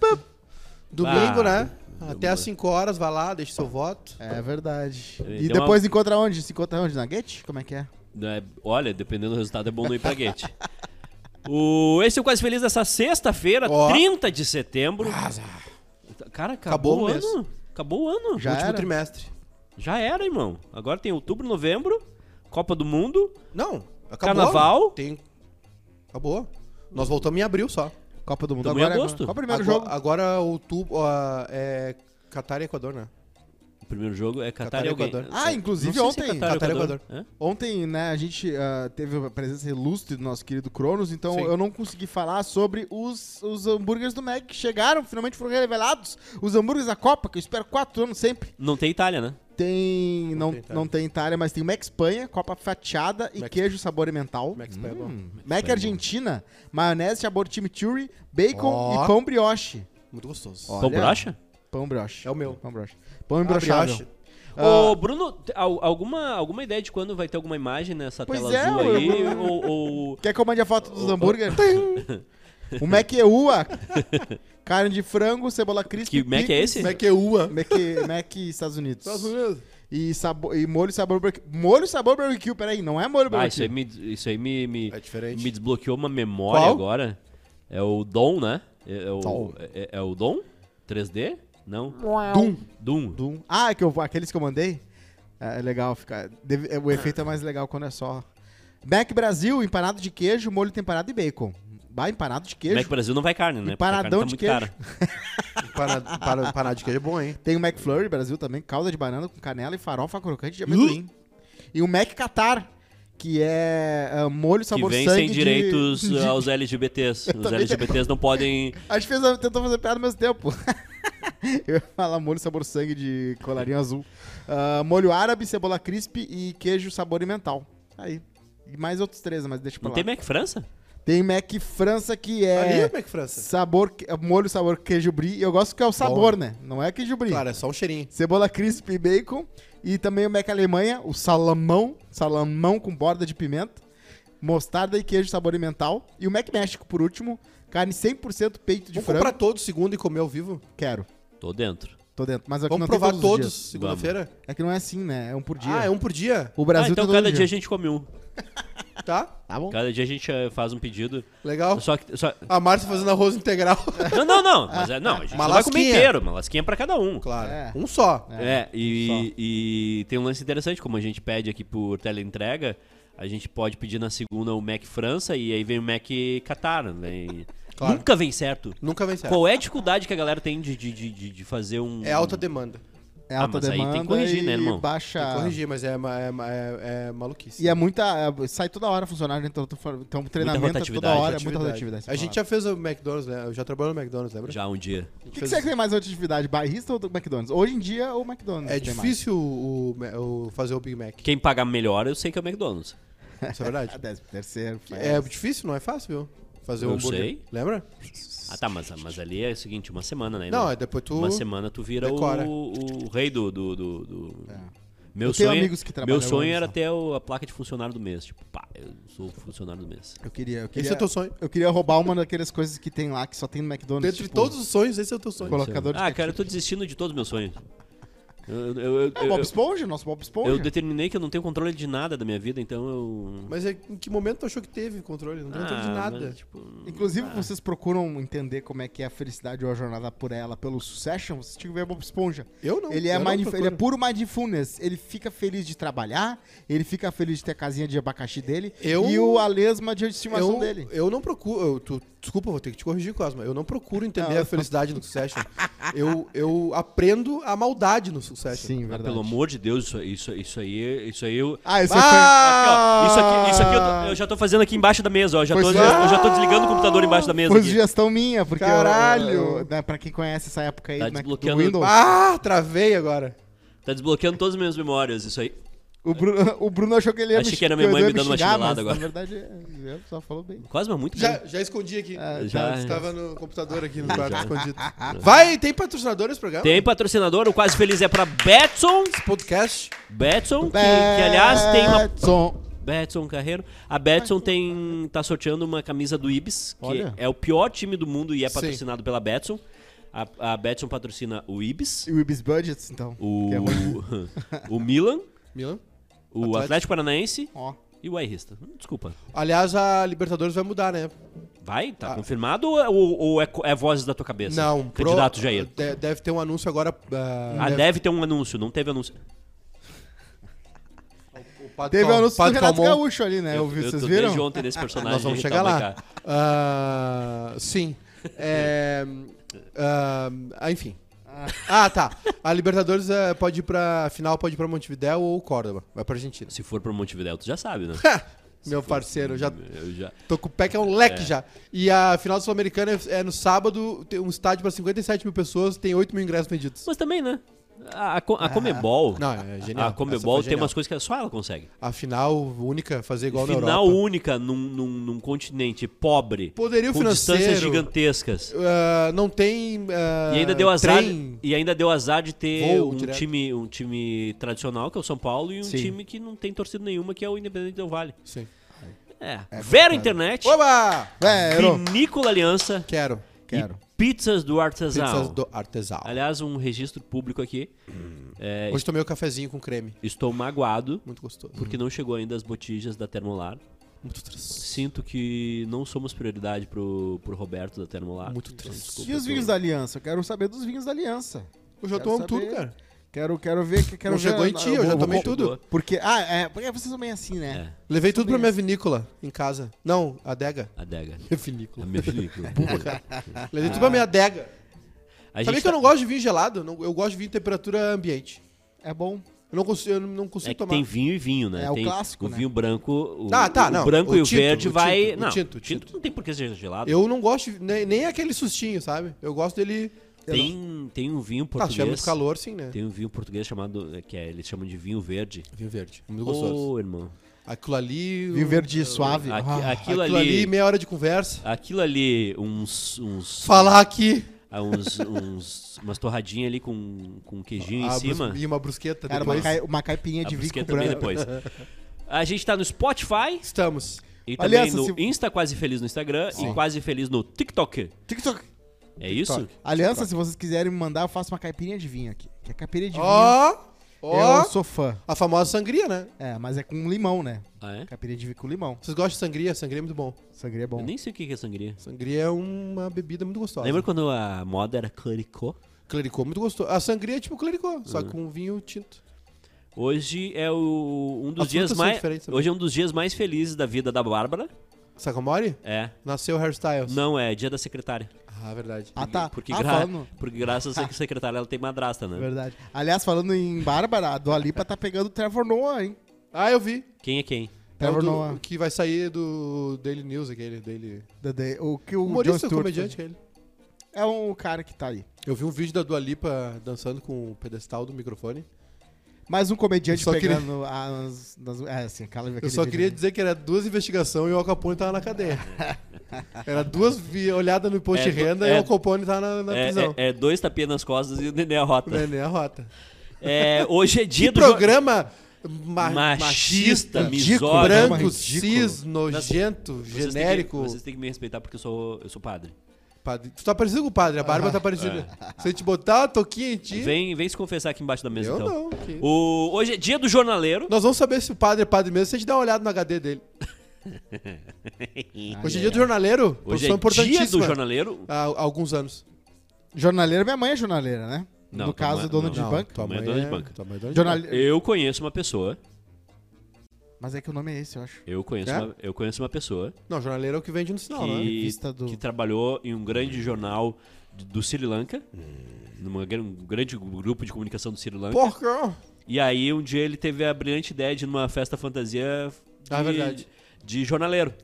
[SPEAKER 2] Domingo,
[SPEAKER 3] Ah,
[SPEAKER 2] né? Até às 5 horas, vai lá, deixa seu voto.
[SPEAKER 1] É verdade.
[SPEAKER 3] Ele
[SPEAKER 1] E
[SPEAKER 3] deu
[SPEAKER 1] depois encontra onde? Se encontra onde? Na Gate? Como é que é?
[SPEAKER 3] Não é- Olha, dependendo do resultado, é bom não ir pra Gate. O... Esse é o Quase Feliz dessa sexta-feira,
[SPEAKER 2] Ó.
[SPEAKER 3] 30 de setembro. Cara,
[SPEAKER 2] Acabou
[SPEAKER 3] acabou,
[SPEAKER 2] o é.
[SPEAKER 3] o ano. Acabou o ano.
[SPEAKER 1] Já
[SPEAKER 2] último
[SPEAKER 1] era?
[SPEAKER 2] trimestre.
[SPEAKER 3] Já era, irmão. Agora tem outubro, novembro, Copa do Mundo.
[SPEAKER 2] Não, acabou.
[SPEAKER 3] Carnaval?
[SPEAKER 2] Tem. Acabou. Nós voltamos em abril só.
[SPEAKER 1] Copa do Mundo
[SPEAKER 3] Tamo em
[SPEAKER 1] agora. é
[SPEAKER 3] agosto.
[SPEAKER 1] Qual o primeiro
[SPEAKER 2] agora,
[SPEAKER 1] jogo?
[SPEAKER 2] Agora outubro. ó, é Catar e Equador, né?
[SPEAKER 3] O primeiro jogo é Catar
[SPEAKER 2] Catar
[SPEAKER 3] e
[SPEAKER 2] e
[SPEAKER 3] alguém.
[SPEAKER 2] Equador.
[SPEAKER 1] Ah, inclusive
[SPEAKER 3] Não sei se é
[SPEAKER 1] ontem-
[SPEAKER 3] Catar,
[SPEAKER 2] Catar e
[SPEAKER 3] e Equador. Hã?
[SPEAKER 1] Ontem, né, a gente ah, teve a presença ilustre do nosso querido Cronos, então
[SPEAKER 2] Sim.
[SPEAKER 1] eu não consegui falar sobre os, os hambúrgueres do Mac que chegaram, finalmente foram revelados. Os hambúrgueres da Copa, que eu espero quatro anos sempre.
[SPEAKER 3] Não tem Itália, né?
[SPEAKER 1] Tem. Não,
[SPEAKER 2] tem Itália.
[SPEAKER 1] não tem Itália, mas tem Mac Espanha, Copa fatiada e
[SPEAKER 2] Mac-
[SPEAKER 1] queijo sabor e mental.
[SPEAKER 2] Mac Espanha é bom.
[SPEAKER 1] Mac, Argentina, maionese sabor chimichurri, bacon
[SPEAKER 2] Ó.
[SPEAKER 1] e pão brioche.
[SPEAKER 2] Muito gostoso.
[SPEAKER 1] Ó.
[SPEAKER 3] Pão
[SPEAKER 1] Olha.
[SPEAKER 3] brocha?
[SPEAKER 1] Pão brioche.
[SPEAKER 2] É o meu.
[SPEAKER 1] Pão brioche. Pão
[SPEAKER 2] Abre,
[SPEAKER 1] brioche.
[SPEAKER 2] acha.
[SPEAKER 1] Ah.
[SPEAKER 3] Ô, Bruno, t- al- alguma, alguma ideia de quando vai ter alguma imagem nessa
[SPEAKER 1] Pois
[SPEAKER 3] tela
[SPEAKER 1] é,
[SPEAKER 3] azul
[SPEAKER 1] eu-
[SPEAKER 3] aí? ou, ou-
[SPEAKER 1] Quer que eu mande a foto dos hambúrgueres? o Mac EUA. Carne de frango, cebola crisp.
[SPEAKER 3] Que Mac é esse?
[SPEAKER 2] Como é que é UA?
[SPEAKER 1] Mac, Mac Estados Unidos.
[SPEAKER 2] Estados Unidos.
[SPEAKER 1] E, sabo, e molho sabor barbecue. Molho sabor barbecue, peraí, não é molho
[SPEAKER 3] Ah, isso aí
[SPEAKER 1] barbecue.
[SPEAKER 3] me, isso aí me, me,
[SPEAKER 2] É diferente.
[SPEAKER 3] me desbloqueou uma memória
[SPEAKER 2] Qual?
[SPEAKER 3] agora. É o Dom, né? É, é o,
[SPEAKER 1] Dom.
[SPEAKER 3] é, é o Dom? 3D? Não.
[SPEAKER 1] Dum,
[SPEAKER 3] Doom.
[SPEAKER 1] dum. Ah, é que eu, aqueles que eu mandei? É é legal ficar. deve- é, o efeito é mais legal quando é só. Mac Brasil, empanado de queijo, molho temperado e bacon. Vai, empanado de queijo.
[SPEAKER 3] Mac Brasil não vai carne, né? Porque a
[SPEAKER 1] Empanadão
[SPEAKER 3] carne
[SPEAKER 1] de
[SPEAKER 3] muito
[SPEAKER 1] queijo.
[SPEAKER 3] cara.
[SPEAKER 2] Paná, paná, paná de queijo é bom, hein?
[SPEAKER 1] Tem o McFlurry Brasil também, calda de banana com canela e farofa crocante de amendoim. E o Mac Catar, que é ah, molho
[SPEAKER 3] Que
[SPEAKER 1] sabor
[SPEAKER 3] vem
[SPEAKER 1] sangue
[SPEAKER 3] sem
[SPEAKER 1] de-
[SPEAKER 3] direitos é.
[SPEAKER 1] de- Tá
[SPEAKER 3] aos LGBTs. Os LGBTs não podem.
[SPEAKER 1] A gente fez, tentou fazer piada ao mesmo tempo. Eu ia falar molho sabor sangue de colarinho azul. Ah, molho árabe, cebola crisp e queijo sabor e mental. Aí. E mais outros três, mas deixa pra
[SPEAKER 3] Não
[SPEAKER 1] lá.
[SPEAKER 3] tem Mac França?
[SPEAKER 1] Tem Mac França que é
[SPEAKER 2] Ali é Mac França.
[SPEAKER 1] sabor, que- molho sabor queijo brie. E eu gosto que é o sabor, né? Não é queijo brie.
[SPEAKER 2] Claro, é só um cheirinho.
[SPEAKER 1] Cebola crisp e bacon. E também o Mac Alemanha, o salamão. Salamão com borda de pimenta. Mostarda e queijo saborimental. E o Mac México, por último. Carne 100% peito de
[SPEAKER 2] Vamos
[SPEAKER 1] frango.
[SPEAKER 2] comprar todos segunda e comer ao vivo?
[SPEAKER 1] Quero.
[SPEAKER 3] Tô dentro.
[SPEAKER 1] Tô dentro. Mas é que
[SPEAKER 2] Vamos
[SPEAKER 1] não
[SPEAKER 2] provar
[SPEAKER 1] tem
[SPEAKER 2] todos,
[SPEAKER 1] todos. os dias.
[SPEAKER 2] segunda-feira?
[SPEAKER 1] É que não é assim, né? É um por dia.
[SPEAKER 2] Ah, é um por dia?
[SPEAKER 1] O
[SPEAKER 3] Ah,
[SPEAKER 1] Brasil
[SPEAKER 3] então
[SPEAKER 1] tem todo
[SPEAKER 3] cada dia. a gente come um.
[SPEAKER 2] Tá,
[SPEAKER 1] Tá bom?
[SPEAKER 3] Cada dia a gente eh, faz um pedido.
[SPEAKER 2] legal.
[SPEAKER 3] Só que. só-
[SPEAKER 2] A Márcia fazendo arroz integral.
[SPEAKER 3] Não, não, não. Mas é, não, a gente
[SPEAKER 2] Uma
[SPEAKER 3] não vai comer
[SPEAKER 2] lasquinha.
[SPEAKER 3] inteiro. Uma lasquinha pra cada um.
[SPEAKER 2] Claro,
[SPEAKER 1] É.
[SPEAKER 2] um só.
[SPEAKER 3] É, e, e tem um lance interessante, como a gente pede aqui por teleentrega, a gente pode pedir na segunda o Mac França e aí vem o Mac Qatar. Né? E
[SPEAKER 2] Claro.
[SPEAKER 3] Nunca vem certo.
[SPEAKER 2] Nunca vem certo.
[SPEAKER 3] Qual é a dificuldade que a galera tem de, de, de, de- de fazer um.
[SPEAKER 2] É alta demanda.
[SPEAKER 1] É
[SPEAKER 3] Ah,
[SPEAKER 1] alta
[SPEAKER 3] mas aí tem que
[SPEAKER 1] demanda e
[SPEAKER 3] corrigir, né, irmão?
[SPEAKER 1] baixa...
[SPEAKER 2] Tem que corrigir, mas é, ma- é, ma- é- é maluquice.
[SPEAKER 1] E é muita... é- sai toda hora funcionário, então, tu for- então treinamento é toda
[SPEAKER 3] rotatividade,
[SPEAKER 1] hora, é muita
[SPEAKER 2] Atividade.
[SPEAKER 1] rotatividade.
[SPEAKER 2] A gente já fez o McDonald's, né? Eu já trabalhou no McDonald's, lembra?
[SPEAKER 3] Já um dia.
[SPEAKER 1] O que, que você tem mais rotatividade? Barrista ou do McDonald's? Hoje em dia, o McDonald's
[SPEAKER 2] É
[SPEAKER 1] tem mais.
[SPEAKER 2] difícil o, o- o fazer o Big Mac,
[SPEAKER 3] Quem paga melhor, eu sei que é o McDonald's.
[SPEAKER 2] isso é
[SPEAKER 1] Ah,
[SPEAKER 2] verdade.
[SPEAKER 1] décimo terceiro. faz.
[SPEAKER 2] é difícil, não é fácil, viu? Fazer o
[SPEAKER 3] Eu
[SPEAKER 2] hambúrguer.
[SPEAKER 3] sei.
[SPEAKER 2] Lembra?
[SPEAKER 3] Ah, tá, mas, mas ali é o seguinte, uma semana, né?
[SPEAKER 2] Não, é depois tu...
[SPEAKER 3] Uma semana tu vira
[SPEAKER 2] decora.
[SPEAKER 3] o, o rei do... do, do, do-
[SPEAKER 1] É.
[SPEAKER 3] Meu
[SPEAKER 1] Eu tenho
[SPEAKER 3] sonho, é-
[SPEAKER 1] amigos que trabalham
[SPEAKER 3] meu sonho
[SPEAKER 1] lá,
[SPEAKER 3] era
[SPEAKER 1] só.
[SPEAKER 3] ter o- a placa de funcionário do mês. Tipo, pá, eu sou o funcionário do mês.
[SPEAKER 1] Eu queria, eu queria...
[SPEAKER 2] Esse é teu sonho.
[SPEAKER 1] Eu queria roubar uma daquelas coisas que tem lá, que só tem no McDonald's.
[SPEAKER 2] Dentre
[SPEAKER 1] tipo,
[SPEAKER 2] todos os sonhos, esse é o teu sonho.
[SPEAKER 1] Colo- Colocador de
[SPEAKER 3] ah, cara, eu tô desistindo de todos os meus sonhos. Eu, eu- eu- eu-
[SPEAKER 1] É, Bob Esponja, nosso Bob Esponja.
[SPEAKER 3] eu determinei que eu não tenho controle de nada da minha vida, então eu...
[SPEAKER 2] Mas é- em que momento tu achou que teve controle? Não tem controle de
[SPEAKER 3] Ah,
[SPEAKER 2] nada.
[SPEAKER 3] mas, tipo,
[SPEAKER 1] Inclusive, vocês procuram entender como é que é a felicidade ou a jornada por ela pelo Succession, vocês tinham que ver Bob Esponja.
[SPEAKER 2] Eu não.
[SPEAKER 1] ele, é
[SPEAKER 2] eu não
[SPEAKER 1] mindf-
[SPEAKER 2] procuro.
[SPEAKER 1] ele é puro mindfulness. Ele fica feliz de trabalhar, ele fica feliz de ter a casinha de abacaxi dele
[SPEAKER 2] Eu-
[SPEAKER 1] e o a lesma de estimação
[SPEAKER 2] eu,
[SPEAKER 1] dele.
[SPEAKER 2] Eu não procuro. eu- tu- desculpa, vou ter que te corrigir, Cosma. Eu não procuro entender a felicidade no Succession. Eu, eu aprendo a maldade no Succession.
[SPEAKER 1] Sim,
[SPEAKER 3] ah,
[SPEAKER 1] verdade.
[SPEAKER 3] pelo amor de Deus, isso, isso, isso aí... Isso aí eu...
[SPEAKER 1] Ah, esse
[SPEAKER 3] Aqui, ó, isso aqui, isso aqui eu, tô- eu já tô fazendo aqui embaixo da mesa, ó. Já tô,
[SPEAKER 1] Pois
[SPEAKER 3] eu
[SPEAKER 1] é.
[SPEAKER 3] já tô desligando o computador embaixo da
[SPEAKER 1] foi,
[SPEAKER 3] mesa
[SPEAKER 1] foi
[SPEAKER 3] aqui.
[SPEAKER 1] sugestão minha, porque. eu-
[SPEAKER 2] Caralho!
[SPEAKER 1] eu- né, pra quem conhece essa época aí
[SPEAKER 3] Tá
[SPEAKER 1] do Mac- do
[SPEAKER 3] desbloqueando-
[SPEAKER 1] Windows.
[SPEAKER 2] Ah, travei agora.
[SPEAKER 1] é.
[SPEAKER 3] Tá desbloqueando todas as minhas memórias, isso aí.
[SPEAKER 1] O Bruno, o Bruno achou que ele ia
[SPEAKER 3] Achei
[SPEAKER 1] me
[SPEAKER 3] que era minha
[SPEAKER 1] eu
[SPEAKER 3] mãe
[SPEAKER 1] ia
[SPEAKER 3] me dando uma
[SPEAKER 1] xingar,
[SPEAKER 3] chinelada
[SPEAKER 1] mas,
[SPEAKER 3] agora.
[SPEAKER 1] Na verdade, é, eu só falou bem.
[SPEAKER 3] Quase, mas muito
[SPEAKER 2] Já,
[SPEAKER 3] bem.
[SPEAKER 2] já escondi aqui.
[SPEAKER 3] já-
[SPEAKER 2] É, tá, Estava no computador aqui no quarto
[SPEAKER 3] Já.
[SPEAKER 2] escondido. Vai, tem patrocinador nesse programa?
[SPEAKER 3] Tem patrocinador, o Quase Feliz é pra Betson.
[SPEAKER 2] Esse podcast.
[SPEAKER 3] Betson, que, que, aliás tem uma...
[SPEAKER 1] Betson.
[SPEAKER 3] Betson Carreiro. A Betson tem, tá sorteando uma camisa do Ibis, que
[SPEAKER 1] Olha.
[SPEAKER 3] é o pior time do mundo e é
[SPEAKER 2] Sim.
[SPEAKER 3] patrocinado pela Betson. A, a Betson patrocina o Ibis,
[SPEAKER 1] E o Ibis Budgets, então.
[SPEAKER 3] o,
[SPEAKER 1] Que é ruim.
[SPEAKER 3] o Milan,
[SPEAKER 2] Milan.
[SPEAKER 3] o
[SPEAKER 2] Atlético.
[SPEAKER 3] Atlético, Paranaense
[SPEAKER 1] Ó.
[SPEAKER 3] e o Airista. Desculpa.
[SPEAKER 2] Aliás, a Libertadores vai mudar, né?
[SPEAKER 3] Vai? Tá confirmado ou, ou- ou é, co- é vozes da tua cabeça?
[SPEAKER 2] Não. pro-
[SPEAKER 3] Candidato Jair.
[SPEAKER 2] de- deve ter um anúncio agora. ah,
[SPEAKER 3] Ah, deve ter um anúncio, não teve anúncio.
[SPEAKER 2] o Padre
[SPEAKER 1] Teve o
[SPEAKER 2] Cal-
[SPEAKER 1] um anúncio do
[SPEAKER 2] Padre
[SPEAKER 1] Renato
[SPEAKER 2] Calmon.
[SPEAKER 1] Gaúcho ali, né? Eu, vi, vocês
[SPEAKER 3] tô
[SPEAKER 1] viram?
[SPEAKER 3] desde ontem desse personagem.
[SPEAKER 2] Nós vamos
[SPEAKER 3] e tal,
[SPEAKER 2] chegar lá.
[SPEAKER 3] vai cá.
[SPEAKER 2] Ah, sim. É, ah, ah, enfim. Ah, tá. A Libertadores eh, pode ir pra. A final pode ir pra Montevidéu ou Córdoba. Vai pra Argentina.
[SPEAKER 3] Se for pro Montevidéu, tu já sabe, né?
[SPEAKER 2] Meu parceiro, eu já
[SPEAKER 3] Eu já...
[SPEAKER 2] tô com o pé que é um leque já. E a final sul-americana é- é no sábado, tem um estádio pra 57 mil pessoas, tem 8 mil ingressos vendidos.
[SPEAKER 3] Mas também, né? A, a, Co- a Comebol.
[SPEAKER 2] Ah, Não, é genial.
[SPEAKER 3] A
[SPEAKER 2] Essa
[SPEAKER 3] Comebol
[SPEAKER 2] foi
[SPEAKER 3] tem
[SPEAKER 2] genial.
[SPEAKER 3] umas coisas que só ela consegue.
[SPEAKER 2] A final única, é fazer igual na
[SPEAKER 3] Final
[SPEAKER 2] Europa.
[SPEAKER 3] única num, num, num continente pobre,
[SPEAKER 2] Poderio
[SPEAKER 3] com distâncias
[SPEAKER 2] financeiro.
[SPEAKER 3] gigantescas.
[SPEAKER 2] Ah, não tem. ah,
[SPEAKER 3] e ainda deu azar.
[SPEAKER 2] trem.
[SPEAKER 3] E ainda deu azar de ter
[SPEAKER 2] Voo
[SPEAKER 3] um
[SPEAKER 2] direto.
[SPEAKER 3] time, um time tradicional, que é o São Paulo, e um
[SPEAKER 1] Sim.
[SPEAKER 3] time que não tem torcida nenhuma, que é o Independente Del Vale.
[SPEAKER 2] Sim.
[SPEAKER 3] É. Vera Internet,
[SPEAKER 2] Oba!
[SPEAKER 1] Vero,
[SPEAKER 3] Vinícola Aliança
[SPEAKER 2] Quero.
[SPEAKER 1] quero.
[SPEAKER 3] e Pizzas do Artesão.
[SPEAKER 2] Pizzas do artesanal.
[SPEAKER 3] Aliás, um registro público aqui. É,
[SPEAKER 2] Hoje tomei um cafezinho com creme.
[SPEAKER 3] estou magoado
[SPEAKER 2] Muito gostoso.
[SPEAKER 3] porque não chegou ainda as botijas da Termolar.
[SPEAKER 2] Muito triste.
[SPEAKER 3] Sinto que não somos prioridade pro, pro Roberto da Termolar.
[SPEAKER 2] Muito
[SPEAKER 3] Então,
[SPEAKER 2] triste.
[SPEAKER 3] desculpa,
[SPEAKER 1] E os
[SPEAKER 3] tô-
[SPEAKER 1] vinhos da Aliança? Eu quero saber dos vinhos da Aliança.
[SPEAKER 2] Eu já
[SPEAKER 1] Quero
[SPEAKER 2] tomamos
[SPEAKER 1] saber.
[SPEAKER 2] tudo, cara.
[SPEAKER 1] Quero, quero ver. que- Quero
[SPEAKER 2] Não
[SPEAKER 1] ver
[SPEAKER 2] chegou em ti, eu já
[SPEAKER 1] vou-
[SPEAKER 2] tomei
[SPEAKER 1] vou-
[SPEAKER 2] tudo.
[SPEAKER 1] Porque. Ah, é. Porque vocês são bem assim, né?
[SPEAKER 2] Levei tudo pra minha vinícola em casa. Não, adega.
[SPEAKER 3] Adega.
[SPEAKER 2] Minha
[SPEAKER 3] A
[SPEAKER 2] vinícola.
[SPEAKER 3] minha vinícola.
[SPEAKER 2] Levei tudo pra minha adega.
[SPEAKER 3] Ah. A
[SPEAKER 2] Sabia
[SPEAKER 3] gente
[SPEAKER 2] que eu
[SPEAKER 3] tá-
[SPEAKER 2] não gosto de vinho gelado? Não- Eu gosto de vinho em temperatura ambiente.
[SPEAKER 1] É, bom.
[SPEAKER 2] Eu não consigo, eu não
[SPEAKER 3] é
[SPEAKER 2] consigo
[SPEAKER 3] que
[SPEAKER 2] tomar.
[SPEAKER 3] tem vinho e vinho, né?
[SPEAKER 1] É, o
[SPEAKER 3] Tem
[SPEAKER 1] clássico,
[SPEAKER 3] O
[SPEAKER 1] né?
[SPEAKER 3] vinho branco, o,
[SPEAKER 2] Ah, tá,
[SPEAKER 3] o
[SPEAKER 2] não,
[SPEAKER 3] branco
[SPEAKER 2] o
[SPEAKER 3] e o
[SPEAKER 2] tinto,
[SPEAKER 3] verde
[SPEAKER 2] o
[SPEAKER 3] vai...
[SPEAKER 2] tinto, o
[SPEAKER 3] não,
[SPEAKER 2] tinto, o
[SPEAKER 3] tinto,
[SPEAKER 2] tinto.
[SPEAKER 3] não tem por que ser gelado.
[SPEAKER 2] Eu não gosto, de- nem, nem aquele sustinho, sabe? Eu gosto dele.
[SPEAKER 3] Tem, tem um vinho
[SPEAKER 2] Ah, se tiver muito
[SPEAKER 3] português...
[SPEAKER 2] calor, sim, né?
[SPEAKER 3] tem um vinho português chamado... é, Que é, eles chamam de vinho verde.
[SPEAKER 2] Vinho verde. Muito gostoso.
[SPEAKER 3] Ô, irmão.
[SPEAKER 2] Aquilo ali.
[SPEAKER 1] Vinho verde suave.
[SPEAKER 3] Aqui-
[SPEAKER 1] Ah,
[SPEAKER 2] aquilo
[SPEAKER 3] aquilo, ali...
[SPEAKER 2] ali, meia hora de conversa.
[SPEAKER 3] Aquilo ali, uns... uns
[SPEAKER 2] Falar aqui.
[SPEAKER 3] ah, uns, uns- umas torradinhas ali com, com queijinho
[SPEAKER 2] Ah,
[SPEAKER 3] em
[SPEAKER 2] brus-
[SPEAKER 3] cima.
[SPEAKER 2] E uma brusqueta
[SPEAKER 1] Cara, uma,
[SPEAKER 2] depois.
[SPEAKER 1] cai- uma caipinha
[SPEAKER 3] é A é
[SPEAKER 1] de vinho
[SPEAKER 3] brusqueta
[SPEAKER 1] com
[SPEAKER 3] também
[SPEAKER 1] branco.
[SPEAKER 3] depois. A gente tá no Spotify
[SPEAKER 2] Estamos.
[SPEAKER 3] e
[SPEAKER 1] Aliás,
[SPEAKER 3] também no
[SPEAKER 1] se-
[SPEAKER 3] Insta Quase Feliz no Instagram e Quase Feliz no TikTok.
[SPEAKER 1] TikTok.
[SPEAKER 3] É isso?
[SPEAKER 1] Aliança, se vocês quiserem me mandar, eu faço uma caipirinha de vinho aqui. Que é caipirinha de vinho. É
[SPEAKER 2] Ó! Ó!
[SPEAKER 1] Eu sou fã.
[SPEAKER 2] A famosa sangria, né?
[SPEAKER 1] É, mas é com limão, né?
[SPEAKER 3] Ah, é?
[SPEAKER 1] Caipirinha de vinho com limão.
[SPEAKER 2] Vocês gostam de sangria? Sangria é muito bom.
[SPEAKER 1] Sangria é
[SPEAKER 3] Eu
[SPEAKER 1] bom.
[SPEAKER 3] nem sei o que é sangria.
[SPEAKER 2] Sangria é uma bebida muito gostosa.
[SPEAKER 3] Lembra quando a moda era clericô?
[SPEAKER 2] Clericô, muito gostoso. A sangria é tipo clericô, só
[SPEAKER 3] Hum.
[SPEAKER 2] com vinho tinto.
[SPEAKER 3] Hoje é o, um dos
[SPEAKER 2] As frutas
[SPEAKER 3] dias
[SPEAKER 2] são
[SPEAKER 3] mais
[SPEAKER 2] diferentes também.
[SPEAKER 3] um hoje é um dos dias mais felizes da vida da Bárbara.
[SPEAKER 2] Sakamori?
[SPEAKER 3] É.
[SPEAKER 2] Nasceu hairstyles.
[SPEAKER 3] Não, é dia da secretária.
[SPEAKER 2] Ah, verdade.
[SPEAKER 1] Ah, tá.
[SPEAKER 3] Porque,
[SPEAKER 1] ah,
[SPEAKER 3] gra-
[SPEAKER 1] falando.
[SPEAKER 3] porque graças à secretária ela tem madrasta, né?
[SPEAKER 1] Verdade. Aliás, falando em Bárbara, a Dua Lipa tá pegando o Trevor Noah, hein?
[SPEAKER 2] Ah, eu vi.
[SPEAKER 3] Quem é quem?
[SPEAKER 2] É o
[SPEAKER 1] Trevor
[SPEAKER 2] do-
[SPEAKER 1] Noah.
[SPEAKER 2] que vai sair do Daily News, aquele Daily...
[SPEAKER 1] Da- da- né? O que o Jon
[SPEAKER 2] Humorista,
[SPEAKER 1] Stewart né?
[SPEAKER 2] comediante, aquele.
[SPEAKER 1] fez. É um cara que tá aí.
[SPEAKER 2] Eu vi um vídeo da Dua Lipa dançando com o pedestal do microfone.
[SPEAKER 1] Mais um comediante
[SPEAKER 2] Eu só queria-
[SPEAKER 1] pegando as, nas- É, assim, aquela
[SPEAKER 2] Eu só queria dizer que era duas investigações e o Al Capone tava na cadeia. Era duas vi- olhadas no imposto
[SPEAKER 3] É,
[SPEAKER 2] de renda
[SPEAKER 3] é-
[SPEAKER 2] e o Al Capone tava na, na
[SPEAKER 3] É,
[SPEAKER 2] prisão.
[SPEAKER 3] é- é dois tapinhas nas costas e o Nenê a rota.
[SPEAKER 2] Não é nem a rota.
[SPEAKER 3] É, hoje é dia
[SPEAKER 2] Que
[SPEAKER 3] do. jo-
[SPEAKER 2] programa ma- machista,
[SPEAKER 3] Machista, misógino.
[SPEAKER 2] branco,
[SPEAKER 1] Ridículo.
[SPEAKER 2] cis, nojento,
[SPEAKER 3] Vocês têm que-
[SPEAKER 2] genérico.
[SPEAKER 3] vocês têm que me respeitar porque eu sou, eu sou padre.
[SPEAKER 2] Padre- Tu tá parecido com o padre, a barba tá parecida. Se eu te botar uma toquinha em ti,
[SPEAKER 3] É. Vem, vem se confessar aqui embaixo da mesa,
[SPEAKER 2] eu
[SPEAKER 3] então.
[SPEAKER 2] não. que-
[SPEAKER 3] O, hoje é dia do jornaleiro.
[SPEAKER 2] Nós vamos saber se o padre é padre mesmo se a gente dá uma olhada no HD dele. Hoje é dia do jornaleiro,
[SPEAKER 3] Hoje
[SPEAKER 2] profissão
[SPEAKER 3] é dia do
[SPEAKER 2] importantíssima.
[SPEAKER 3] jornaleiro.
[SPEAKER 2] Há há alguns anos.
[SPEAKER 1] Jornaleira, minha mãe é jornaleira, né?
[SPEAKER 3] Não,
[SPEAKER 1] no
[SPEAKER 3] tua
[SPEAKER 1] caso,
[SPEAKER 3] mãe-
[SPEAKER 1] dono
[SPEAKER 3] não,
[SPEAKER 1] de
[SPEAKER 3] não.
[SPEAKER 1] banco.
[SPEAKER 3] Tua mãe é dona de banca.
[SPEAKER 2] Tua mãe é dona de banca.
[SPEAKER 1] Jornale...
[SPEAKER 3] Eu conheço uma pessoa.
[SPEAKER 1] Mas é que o nome é esse, eu acho.
[SPEAKER 3] Eu conheço,
[SPEAKER 2] É?
[SPEAKER 3] uma, eu conheço uma pessoa
[SPEAKER 2] Não, jornaleiro é o que vende no sinal, né?
[SPEAKER 3] que,
[SPEAKER 1] Revista do-
[SPEAKER 3] que trabalhou em um grande jornal d- do Sri Lanka, numa gran- um grande grupo de comunicação do Sri Lanka.
[SPEAKER 2] Porca!
[SPEAKER 3] E aí um dia ele teve a brilhante ideia de ir numa festa fantasia de,
[SPEAKER 2] Ah, verdade.
[SPEAKER 3] de jornaleiro.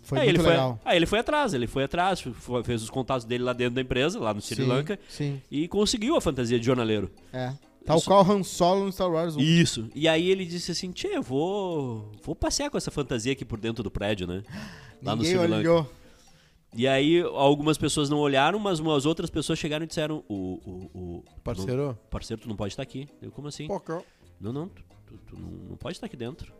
[SPEAKER 1] Foi
[SPEAKER 3] aí
[SPEAKER 1] muito
[SPEAKER 3] É, ele
[SPEAKER 1] legal.
[SPEAKER 3] Foi, aí ele foi atrás, ele foi atrás, foi- fez os contatos dele lá dentro da empresa, lá no Sri
[SPEAKER 1] Sim,
[SPEAKER 3] Lanka,
[SPEAKER 1] Sim,
[SPEAKER 3] e conseguiu a fantasia de jornaleiro.
[SPEAKER 1] é. Tal qual Han Solo no Star Wars 1.
[SPEAKER 3] Isso. E aí ele disse assim: Tchê, eu vou, vou passear com essa fantasia aqui por dentro do prédio, né? Lá no
[SPEAKER 1] Ninguém
[SPEAKER 3] Sri Lanka.
[SPEAKER 1] olhou.
[SPEAKER 3] E aí algumas pessoas não olharam, mas umas outras pessoas chegaram e disseram: O, o, o-
[SPEAKER 2] Parceiro?
[SPEAKER 3] não- parceiro, tu não pode estar aqui. Eu, como assim?
[SPEAKER 2] Porca!
[SPEAKER 3] Não, não, tu, tu- tu não, não pode estar aqui dentro.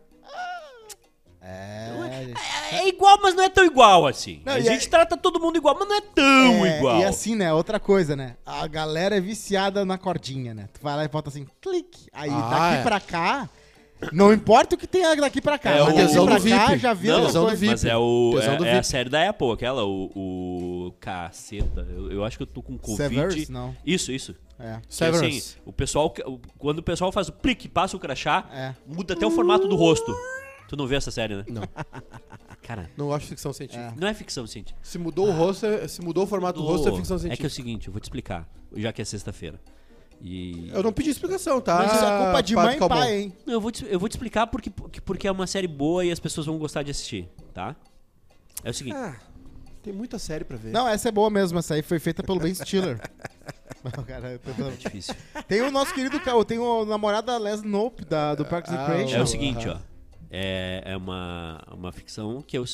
[SPEAKER 1] É, gente.
[SPEAKER 3] É igual, mas não é tão igual assim.
[SPEAKER 1] Não,
[SPEAKER 3] a
[SPEAKER 1] e
[SPEAKER 3] gente trata todo mundo igual, mas não é tão
[SPEAKER 1] É,
[SPEAKER 3] igual.
[SPEAKER 1] E assim, né? Outra coisa, né? A galera é viciada na cordinha, né? Tu vai lá e bota assim, clique. Aí
[SPEAKER 2] Ah,
[SPEAKER 1] daqui
[SPEAKER 2] é.
[SPEAKER 1] pra cá. Não importa o que tem daqui pra cá.
[SPEAKER 3] É
[SPEAKER 1] mas
[SPEAKER 3] o-
[SPEAKER 1] daqui
[SPEAKER 3] tesão
[SPEAKER 1] pra
[SPEAKER 2] do
[SPEAKER 1] cá
[SPEAKER 2] VIP.
[SPEAKER 1] já vira
[SPEAKER 3] não,
[SPEAKER 1] outra
[SPEAKER 2] tesão do
[SPEAKER 1] coisa.
[SPEAKER 2] VIP.
[SPEAKER 3] mas é, o,
[SPEAKER 2] Tesão do
[SPEAKER 3] é, é a
[SPEAKER 2] VIP.
[SPEAKER 3] série da Apple, aquela, o, o caceta. Eu, eu acho que eu tô com convite.
[SPEAKER 1] Severus, não.
[SPEAKER 3] Isso, isso.
[SPEAKER 1] É.
[SPEAKER 3] Que, assim,
[SPEAKER 2] Severance.
[SPEAKER 3] o pessoal, que- o- quando o pessoal faz o plique, passa o crachá,
[SPEAKER 1] É.
[SPEAKER 3] muda até o formato do rosto. Tu não vê essa série, né?
[SPEAKER 2] Não.
[SPEAKER 3] Cara,
[SPEAKER 2] Não acho ficção científica.
[SPEAKER 3] não é ficção científica.
[SPEAKER 2] Se mudou o rosto, é- se mudou o formato do rosto, é ficção
[SPEAKER 3] É que é
[SPEAKER 2] científica.
[SPEAKER 3] o seguinte, eu vou te explicar, já que é sexta-feira. E
[SPEAKER 2] Eu não pedi explicação, tá?
[SPEAKER 1] Mas
[SPEAKER 3] Ah,
[SPEAKER 1] isso é culpa de mãe
[SPEAKER 2] Padre
[SPEAKER 1] e
[SPEAKER 2] Calmon.
[SPEAKER 1] pai, hein?
[SPEAKER 3] Não, eu vou te, eu vou te explicar porque, porque é uma série boa e as pessoas vão gostar de assistir, tá? É o seguinte,
[SPEAKER 2] Ah, tem muita série pra ver.
[SPEAKER 1] Não, essa é boa mesmo. Essa aí foi feita pelo Ben Stiller. O cara, eu tô falando-
[SPEAKER 3] difícil.
[SPEAKER 1] Tem o nosso querido, ca- tem o namorado da Les Nope, da, do Parks and
[SPEAKER 2] Ah,
[SPEAKER 1] Recreation.
[SPEAKER 3] É
[SPEAKER 2] Não,
[SPEAKER 3] o seguinte,
[SPEAKER 2] aham.
[SPEAKER 3] ó. É, é uma, uma ficção que eu,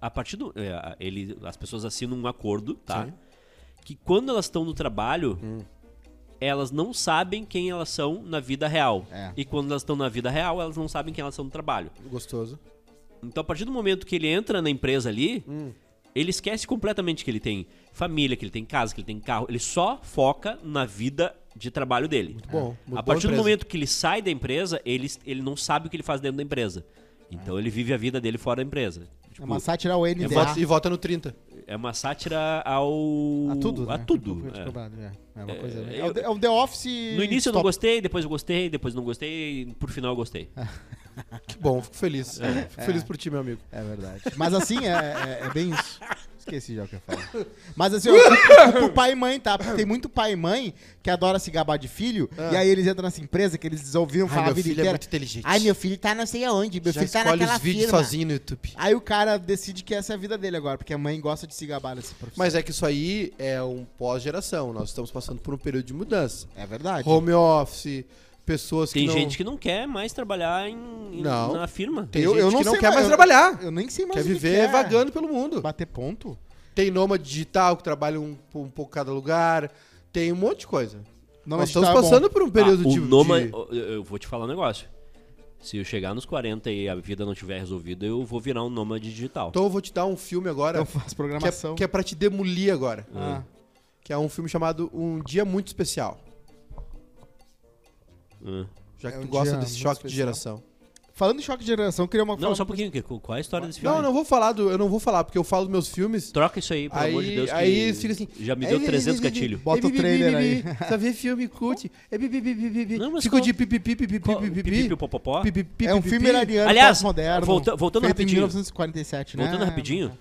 [SPEAKER 3] a partir do é, a- ele as pessoas assinam um acordo, tá?
[SPEAKER 2] Sim. Hum.
[SPEAKER 3] Que quando elas estão no trabalho, elas não sabem quem elas são na vida real.
[SPEAKER 1] É.
[SPEAKER 3] E quando elas estão na vida real, elas não sabem quem elas são no trabalho.
[SPEAKER 2] Gostoso.
[SPEAKER 3] Então, a partir do momento que ele entra na empresa ali, ele esquece completamente que ele tem família, que ele tem casa, que ele tem carro. Ele só foca na vida de trabalho dele. Muito
[SPEAKER 2] bom, muito
[SPEAKER 3] a partir
[SPEAKER 2] boa
[SPEAKER 3] do
[SPEAKER 2] empresa.
[SPEAKER 3] momento que ele sai da empresa, ele, ele não sabe o que ele faz dentro da empresa. Então, ele vive a vida dele fora da empresa.
[SPEAKER 1] É
[SPEAKER 3] Tipo,
[SPEAKER 1] uma sátira ao
[SPEAKER 2] E
[SPEAKER 1] NDA.
[SPEAKER 2] vota, e vota no 30.
[SPEAKER 3] é uma sátira ao...
[SPEAKER 1] A tudo,
[SPEAKER 3] A
[SPEAKER 1] né?
[SPEAKER 3] tudo.
[SPEAKER 1] Culpa de
[SPEAKER 3] é.
[SPEAKER 1] cobrado, é. É uma coisa-
[SPEAKER 3] É,
[SPEAKER 1] é o The- é o The Office...
[SPEAKER 3] No início eu não
[SPEAKER 1] stop.
[SPEAKER 3] gostei, depois eu gostei, depois não gostei, e por final eu gostei.
[SPEAKER 2] Que bom, fico feliz. Fico feliz por ti, meu amigo.
[SPEAKER 1] É verdade. Mas assim, é, é- é bem isso. Esqueci já o que eu falei. Mas assim, ó, culpa o pai e mãe, tá? Porque tem muito pai e mãe que adora se gabar de filho,
[SPEAKER 2] Ah.
[SPEAKER 1] e aí eles entram nessa empresa que eles ouviram falar a vida inteira.
[SPEAKER 2] é inteligente.
[SPEAKER 1] Ai, meu filho tá não sei aonde, meu
[SPEAKER 2] Já
[SPEAKER 1] filho tá
[SPEAKER 2] escolhe
[SPEAKER 1] naquela
[SPEAKER 2] os vídeos
[SPEAKER 1] firma.
[SPEAKER 2] sozinho no YouTube.
[SPEAKER 1] Aí o cara decide que essa é a vida dele agora, porque a mãe gosta de se gabar nessa profissão.
[SPEAKER 2] Mas é que isso aí é um pós-geração. Nós estamos passando por um período de mudança.
[SPEAKER 1] É verdade.
[SPEAKER 2] Home office, pessoas que
[SPEAKER 3] Tem
[SPEAKER 2] não...
[SPEAKER 3] gente que não quer mais trabalhar em, em-
[SPEAKER 2] Não.
[SPEAKER 3] na firma.
[SPEAKER 2] Tem
[SPEAKER 1] Eu-
[SPEAKER 2] gente
[SPEAKER 1] eu não
[SPEAKER 2] que não
[SPEAKER 1] sei
[SPEAKER 2] quer
[SPEAKER 1] mais-
[SPEAKER 2] mais
[SPEAKER 1] eu-
[SPEAKER 2] trabalhar.
[SPEAKER 1] Eu nem sei mais
[SPEAKER 2] Quer
[SPEAKER 1] o que
[SPEAKER 2] viver
[SPEAKER 1] que é.
[SPEAKER 2] vagando pelo mundo.
[SPEAKER 1] Bater ponto?
[SPEAKER 2] Tem nômade digital que trabalha um, um pouco cada lugar. Tem um monte de coisa.
[SPEAKER 1] Não,
[SPEAKER 2] Nós
[SPEAKER 1] mas
[SPEAKER 2] estamos
[SPEAKER 1] tá bom.
[SPEAKER 2] passando por um período
[SPEAKER 3] Ah,
[SPEAKER 2] de,
[SPEAKER 3] o Noma,
[SPEAKER 2] de-
[SPEAKER 3] eu- Eu vou te falar um negócio. Se eu chegar nos 40 e a vida não tiver resolvida, eu vou virar um nômade digital.
[SPEAKER 2] Então eu vou te dar um filme agora
[SPEAKER 1] Então faz
[SPEAKER 2] que é,
[SPEAKER 1] programação.
[SPEAKER 2] que é pra te demolir agora.
[SPEAKER 1] Ah,
[SPEAKER 2] Que é um filme chamado Um Dia Muito Especial.
[SPEAKER 3] Hum.
[SPEAKER 2] Já que
[SPEAKER 1] É
[SPEAKER 2] tu
[SPEAKER 1] um
[SPEAKER 2] gosta
[SPEAKER 1] dia
[SPEAKER 2] desse
[SPEAKER 1] muito
[SPEAKER 2] choque de
[SPEAKER 1] especial.
[SPEAKER 2] geração.
[SPEAKER 1] Falando em choque de geração, eu queria uma
[SPEAKER 3] Não,
[SPEAKER 1] falar-
[SPEAKER 3] só um pouquinho. que- Qual é a história desse filme?
[SPEAKER 2] Não, não vou falar do. Eu não vou falar, porque eu falo dos meus filmes.
[SPEAKER 3] Troca isso aí, pelo amor de Deus. que
[SPEAKER 2] aí fica assim.
[SPEAKER 3] Já me deu
[SPEAKER 2] "Ai,
[SPEAKER 3] 300
[SPEAKER 2] bi, bi, bi,
[SPEAKER 3] gatilhos.
[SPEAKER 1] Bota o
[SPEAKER 2] bi, bi,
[SPEAKER 1] trailer
[SPEAKER 2] bi,
[SPEAKER 1] aí.
[SPEAKER 2] bi, Só vê filme, curte. É bi, bi, bi, bi, bi, bi.
[SPEAKER 3] Não, mas
[SPEAKER 2] Fico
[SPEAKER 3] qual-
[SPEAKER 2] de pipi, pipi, pipi,
[SPEAKER 3] Qual-
[SPEAKER 2] pipi,
[SPEAKER 3] pipi,
[SPEAKER 2] pipi.
[SPEAKER 3] pipi, pipi,
[SPEAKER 2] pipi, pipi,
[SPEAKER 1] É um
[SPEAKER 2] pipi.
[SPEAKER 1] filme iraniano,
[SPEAKER 3] Aliás,
[SPEAKER 1] moderno.
[SPEAKER 3] volta- voltando
[SPEAKER 1] feito em
[SPEAKER 3] rapidinho.
[SPEAKER 1] 1947, né?
[SPEAKER 3] Voltando rapidinho.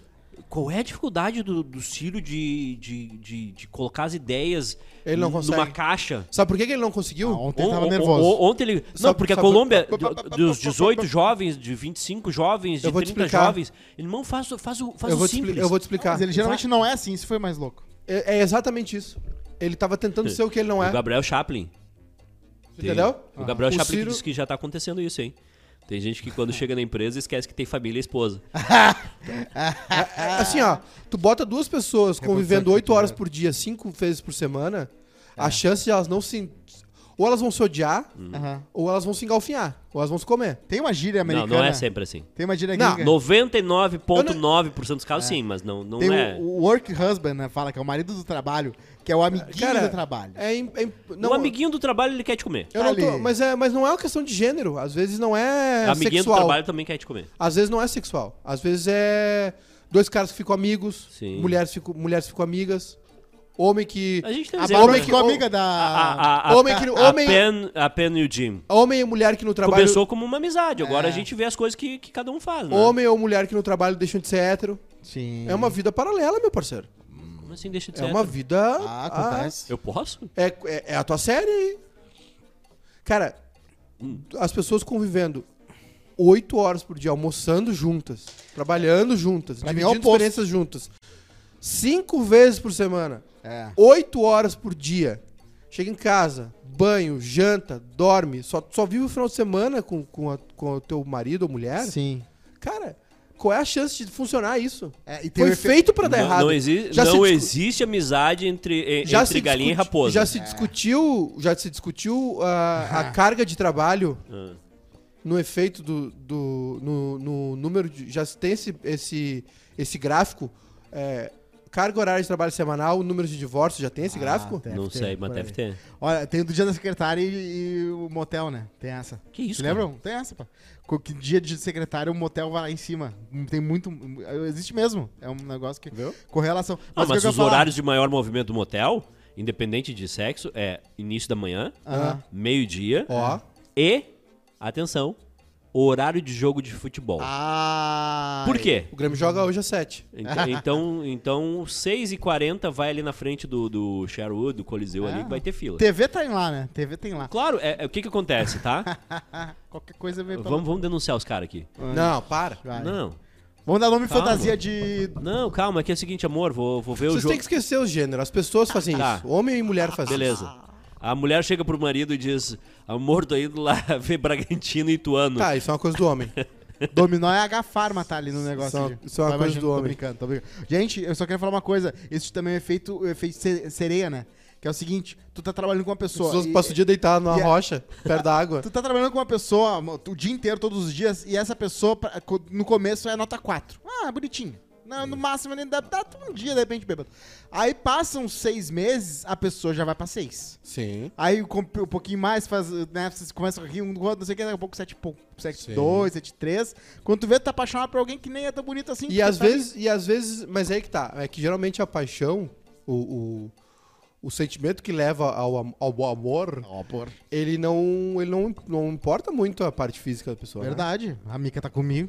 [SPEAKER 3] Qual é a dificuldade do, do Ciro de, de, de, de colocar as ideias
[SPEAKER 2] Ele não
[SPEAKER 3] numa
[SPEAKER 2] consegue.
[SPEAKER 3] caixa?
[SPEAKER 2] Sabe por que, que ele não conseguiu?
[SPEAKER 1] Ah, ontem ele tava
[SPEAKER 3] On- on-
[SPEAKER 1] nervoso.
[SPEAKER 3] on- ontem ele.
[SPEAKER 2] Só-
[SPEAKER 3] não, porque
[SPEAKER 2] só-
[SPEAKER 3] a Colômbia,
[SPEAKER 2] pa- pa-
[SPEAKER 3] do-
[SPEAKER 2] pa- pa-
[SPEAKER 3] dos
[SPEAKER 2] pa- pa-
[SPEAKER 3] 18
[SPEAKER 2] pa-
[SPEAKER 3] jovens, de 25 jovens, de
[SPEAKER 2] Eu vou te
[SPEAKER 3] 30
[SPEAKER 2] explicar.
[SPEAKER 3] jovens, irmão, faz, o- faz, o- faz
[SPEAKER 2] eu,
[SPEAKER 3] o
[SPEAKER 2] vou te expli-
[SPEAKER 3] simples.
[SPEAKER 2] eu vou te explicar.
[SPEAKER 1] Mas ele geralmente não é assim, isso foi mais louco.
[SPEAKER 2] É, é exatamente isso. Ele tava tentando ser o que ele não é.
[SPEAKER 3] O Gabriel Chaplin.
[SPEAKER 2] Entendeu?
[SPEAKER 3] O Gabriel
[SPEAKER 2] O
[SPEAKER 3] Chaplin
[SPEAKER 2] Ciro-
[SPEAKER 3] disse que já tá acontecendo isso, hein? Tem gente que quando chega na empresa esquece que tem família e esposa.
[SPEAKER 2] É, é, assim, ó, tu bota duas
[SPEAKER 3] É
[SPEAKER 2] pessoas convivendo oito horas
[SPEAKER 3] né?
[SPEAKER 2] por dia, cinco vezes por semana,
[SPEAKER 3] É.
[SPEAKER 2] a chance de elas não se. Ou elas vão se odiar,
[SPEAKER 3] Uhum.
[SPEAKER 1] Aham.
[SPEAKER 2] ou elas vão se engalfinhar, ou elas vão se comer.
[SPEAKER 1] Tem uma gíria
[SPEAKER 3] Não,
[SPEAKER 1] americana.
[SPEAKER 3] não é sempre assim.
[SPEAKER 1] Tem uma gíria
[SPEAKER 2] Não,
[SPEAKER 1] gringa.
[SPEAKER 3] 99,9% dos casos sim, mas não, não
[SPEAKER 1] Tem
[SPEAKER 3] é.
[SPEAKER 1] o, o work husband, né? Fala que é o marido do trabalho, que é o amiguinho
[SPEAKER 2] Cara,
[SPEAKER 1] do trabalho.
[SPEAKER 2] É, im- é im- não,
[SPEAKER 3] o amiguinho do trabalho ele quer te comer.
[SPEAKER 2] eu não tô-
[SPEAKER 1] tá ali.
[SPEAKER 2] mas, é, mas não é uma questão de gênero. Às vezes não é
[SPEAKER 3] amiguinho do
[SPEAKER 2] sexual.
[SPEAKER 3] trabalho também quer te comer.
[SPEAKER 2] Às vezes não é sexual. Às vezes é dois caras que ficam amigos,
[SPEAKER 3] Sim.
[SPEAKER 2] mulheres ficam, mulheres ficam amigas, homem é que.
[SPEAKER 3] A gente tem
[SPEAKER 1] A
[SPEAKER 3] exemplo.
[SPEAKER 1] Paloma
[SPEAKER 3] né?
[SPEAKER 1] ficou
[SPEAKER 2] o-
[SPEAKER 1] é amiga da.
[SPEAKER 3] A, a, a,
[SPEAKER 2] Homem que-
[SPEAKER 3] a,
[SPEAKER 2] homem-
[SPEAKER 3] Pen, a Pen e o Jim.
[SPEAKER 2] Homem e mulher que no trabalho. É.
[SPEAKER 3] Começou como uma amizade, agora a gente vê as coisas que, que cada um faz, né? Uhum.
[SPEAKER 2] Homem ou mulher que no trabalho deixam de ser hétero.
[SPEAKER 1] Sim.
[SPEAKER 2] É uma vida paralela, meu parceiro.
[SPEAKER 3] Como assim deixa de
[SPEAKER 2] É
[SPEAKER 3] ser?
[SPEAKER 2] uma
[SPEAKER 3] hétero?
[SPEAKER 2] vida.
[SPEAKER 1] Ah,
[SPEAKER 2] ah,
[SPEAKER 1] acontece.
[SPEAKER 3] Eu posso?
[SPEAKER 2] é, é- é a tua série aí. Cara, as pessoas convivendo oito horas por dia, almoçando juntas, trabalhando juntas,
[SPEAKER 1] Pra mim é o
[SPEAKER 2] dividindo
[SPEAKER 1] oposto.
[SPEAKER 2] experiências juntas. Cinco vezes por semana.
[SPEAKER 1] É.
[SPEAKER 2] Oito horas por dia. Chega em casa, banho, janta, dorme. Só, só vive o final de semana com, com, a- com o teu marido ou mulher.
[SPEAKER 1] Sim.
[SPEAKER 2] Cara, qual é a chance de funcionar isso?
[SPEAKER 1] É, e tem
[SPEAKER 2] Foi
[SPEAKER 1] o efe-
[SPEAKER 2] feito pra dar
[SPEAKER 3] Não,
[SPEAKER 2] errado.
[SPEAKER 3] não, exi
[SPEAKER 2] Já se
[SPEAKER 3] não
[SPEAKER 2] discu-
[SPEAKER 3] existe amizade entre, e-
[SPEAKER 2] já
[SPEAKER 3] entre
[SPEAKER 2] se
[SPEAKER 3] galinha e
[SPEAKER 2] discuti-
[SPEAKER 3] raposa.
[SPEAKER 2] Já
[SPEAKER 1] É.
[SPEAKER 2] se discutiu, já se discutiu ah, a, a carga de trabalho
[SPEAKER 3] Ah.
[SPEAKER 2] no efeito do, do no, no número de, já se tem esse esse esse gráfico é, carga horária de trabalho semanal, número de divórcios, já tem esse
[SPEAKER 1] Ah,
[SPEAKER 2] gráfico?
[SPEAKER 1] tem.
[SPEAKER 3] Não
[SPEAKER 1] Deve ter,
[SPEAKER 3] sei, mas
[SPEAKER 1] por
[SPEAKER 3] deve
[SPEAKER 1] aí.
[SPEAKER 3] ter.
[SPEAKER 1] Olha, tem o do dia da secretária e, e o motel, né? Tem essa.
[SPEAKER 3] Que isso,
[SPEAKER 1] Se lembram? Tem essa, pá. Co- Que dia de secretária o motel vai lá em cima. Tem muito. Existe mesmo. É um negócio que.
[SPEAKER 2] Viu?
[SPEAKER 1] Correlação.
[SPEAKER 3] Ah,
[SPEAKER 1] o
[SPEAKER 3] mas
[SPEAKER 1] que eu ia
[SPEAKER 3] os
[SPEAKER 1] falar-
[SPEAKER 3] horários de maior movimento do motel, independente de sexo, é início da manhã,
[SPEAKER 1] Aham.
[SPEAKER 3] meio-dia
[SPEAKER 2] Ah.
[SPEAKER 1] É.
[SPEAKER 2] Ó,
[SPEAKER 3] e, atenção, horário de jogo de futebol.
[SPEAKER 1] Ah.
[SPEAKER 3] Por quê?
[SPEAKER 2] o Grêmio joga hoje às 7.
[SPEAKER 3] Ent- Então, então 6h40 vai ali na frente do, do Sherwood, do Coliseu
[SPEAKER 2] Ah.
[SPEAKER 3] ali, que vai ter fila.
[SPEAKER 1] TV tem lá, né? TV tem lá. Ah,
[SPEAKER 3] Claro, é, é o que que acontece, tá?
[SPEAKER 1] Qualquer coisa vem pra
[SPEAKER 3] vamos, vamos denunciar os caras aqui.
[SPEAKER 2] Não, para.
[SPEAKER 1] Vai.
[SPEAKER 3] Não, Tá,
[SPEAKER 1] Vamos dar nome
[SPEAKER 3] Calma.
[SPEAKER 1] fantasia de.
[SPEAKER 3] não, calma, aqui é o seguinte, amor, vou, vou ver o
[SPEAKER 2] Vocês
[SPEAKER 3] jogo.
[SPEAKER 2] têm que esquecer o gênero. As pessoas fazem
[SPEAKER 3] Tá.
[SPEAKER 2] isso. Homem e mulher fazem isso.
[SPEAKER 3] Beleza. A mulher chega pro marido e diz, amor, tô indo lá ver Bragantino e Ituano.
[SPEAKER 2] Tá, isso é uma coisa do homem.
[SPEAKER 1] Dominó é H Farma, tá ali no negócio.
[SPEAKER 2] Só-
[SPEAKER 1] de-
[SPEAKER 2] só é uma
[SPEAKER 1] Vai
[SPEAKER 2] coisa
[SPEAKER 1] imaginando,
[SPEAKER 2] do
[SPEAKER 1] tô
[SPEAKER 2] homem.
[SPEAKER 1] brincando, tô brincando. Gente, eu só quero falar uma coisa. Isso também é feito, é feito se- sereia, né? Que é o seguinte: tu tá trabalhando com uma
[SPEAKER 2] As
[SPEAKER 1] pessoa.
[SPEAKER 2] pessoas
[SPEAKER 1] e-
[SPEAKER 2] passam o dia deitado numa
[SPEAKER 1] e- é-
[SPEAKER 2] rocha, perto da água.
[SPEAKER 1] Tu tá trabalhando com uma pessoa o dia inteiro, todos os dias, e essa pessoa, pra- co- no começo, é nota 4. Ah, bonitinho. Não, no máximo, nem dá, dá um dia, de repente, bêbado. Aí passam seis meses, a pessoa já vai pra seis.
[SPEAKER 2] Sim.
[SPEAKER 1] Aí com- um pouquinho mais, faz, né, vocês começam a rir um do outro, não sei o que, daqui a pouco 7, 7 2, 7, 3. Quando tu vê, tu tá apaixonado por alguém que nem é tão bonito assim.
[SPEAKER 2] E
[SPEAKER 1] tu
[SPEAKER 2] às
[SPEAKER 1] sabe-
[SPEAKER 2] vezes, e às vezes, mas aí que tá, é que geralmente a paixão, o, o, o sentimento que leva ao, am- ao amor,
[SPEAKER 1] Ó, por.
[SPEAKER 2] ele não, ele não, não importa muito a parte física da pessoa. né?
[SPEAKER 1] Verdade, a Mica tá comigo.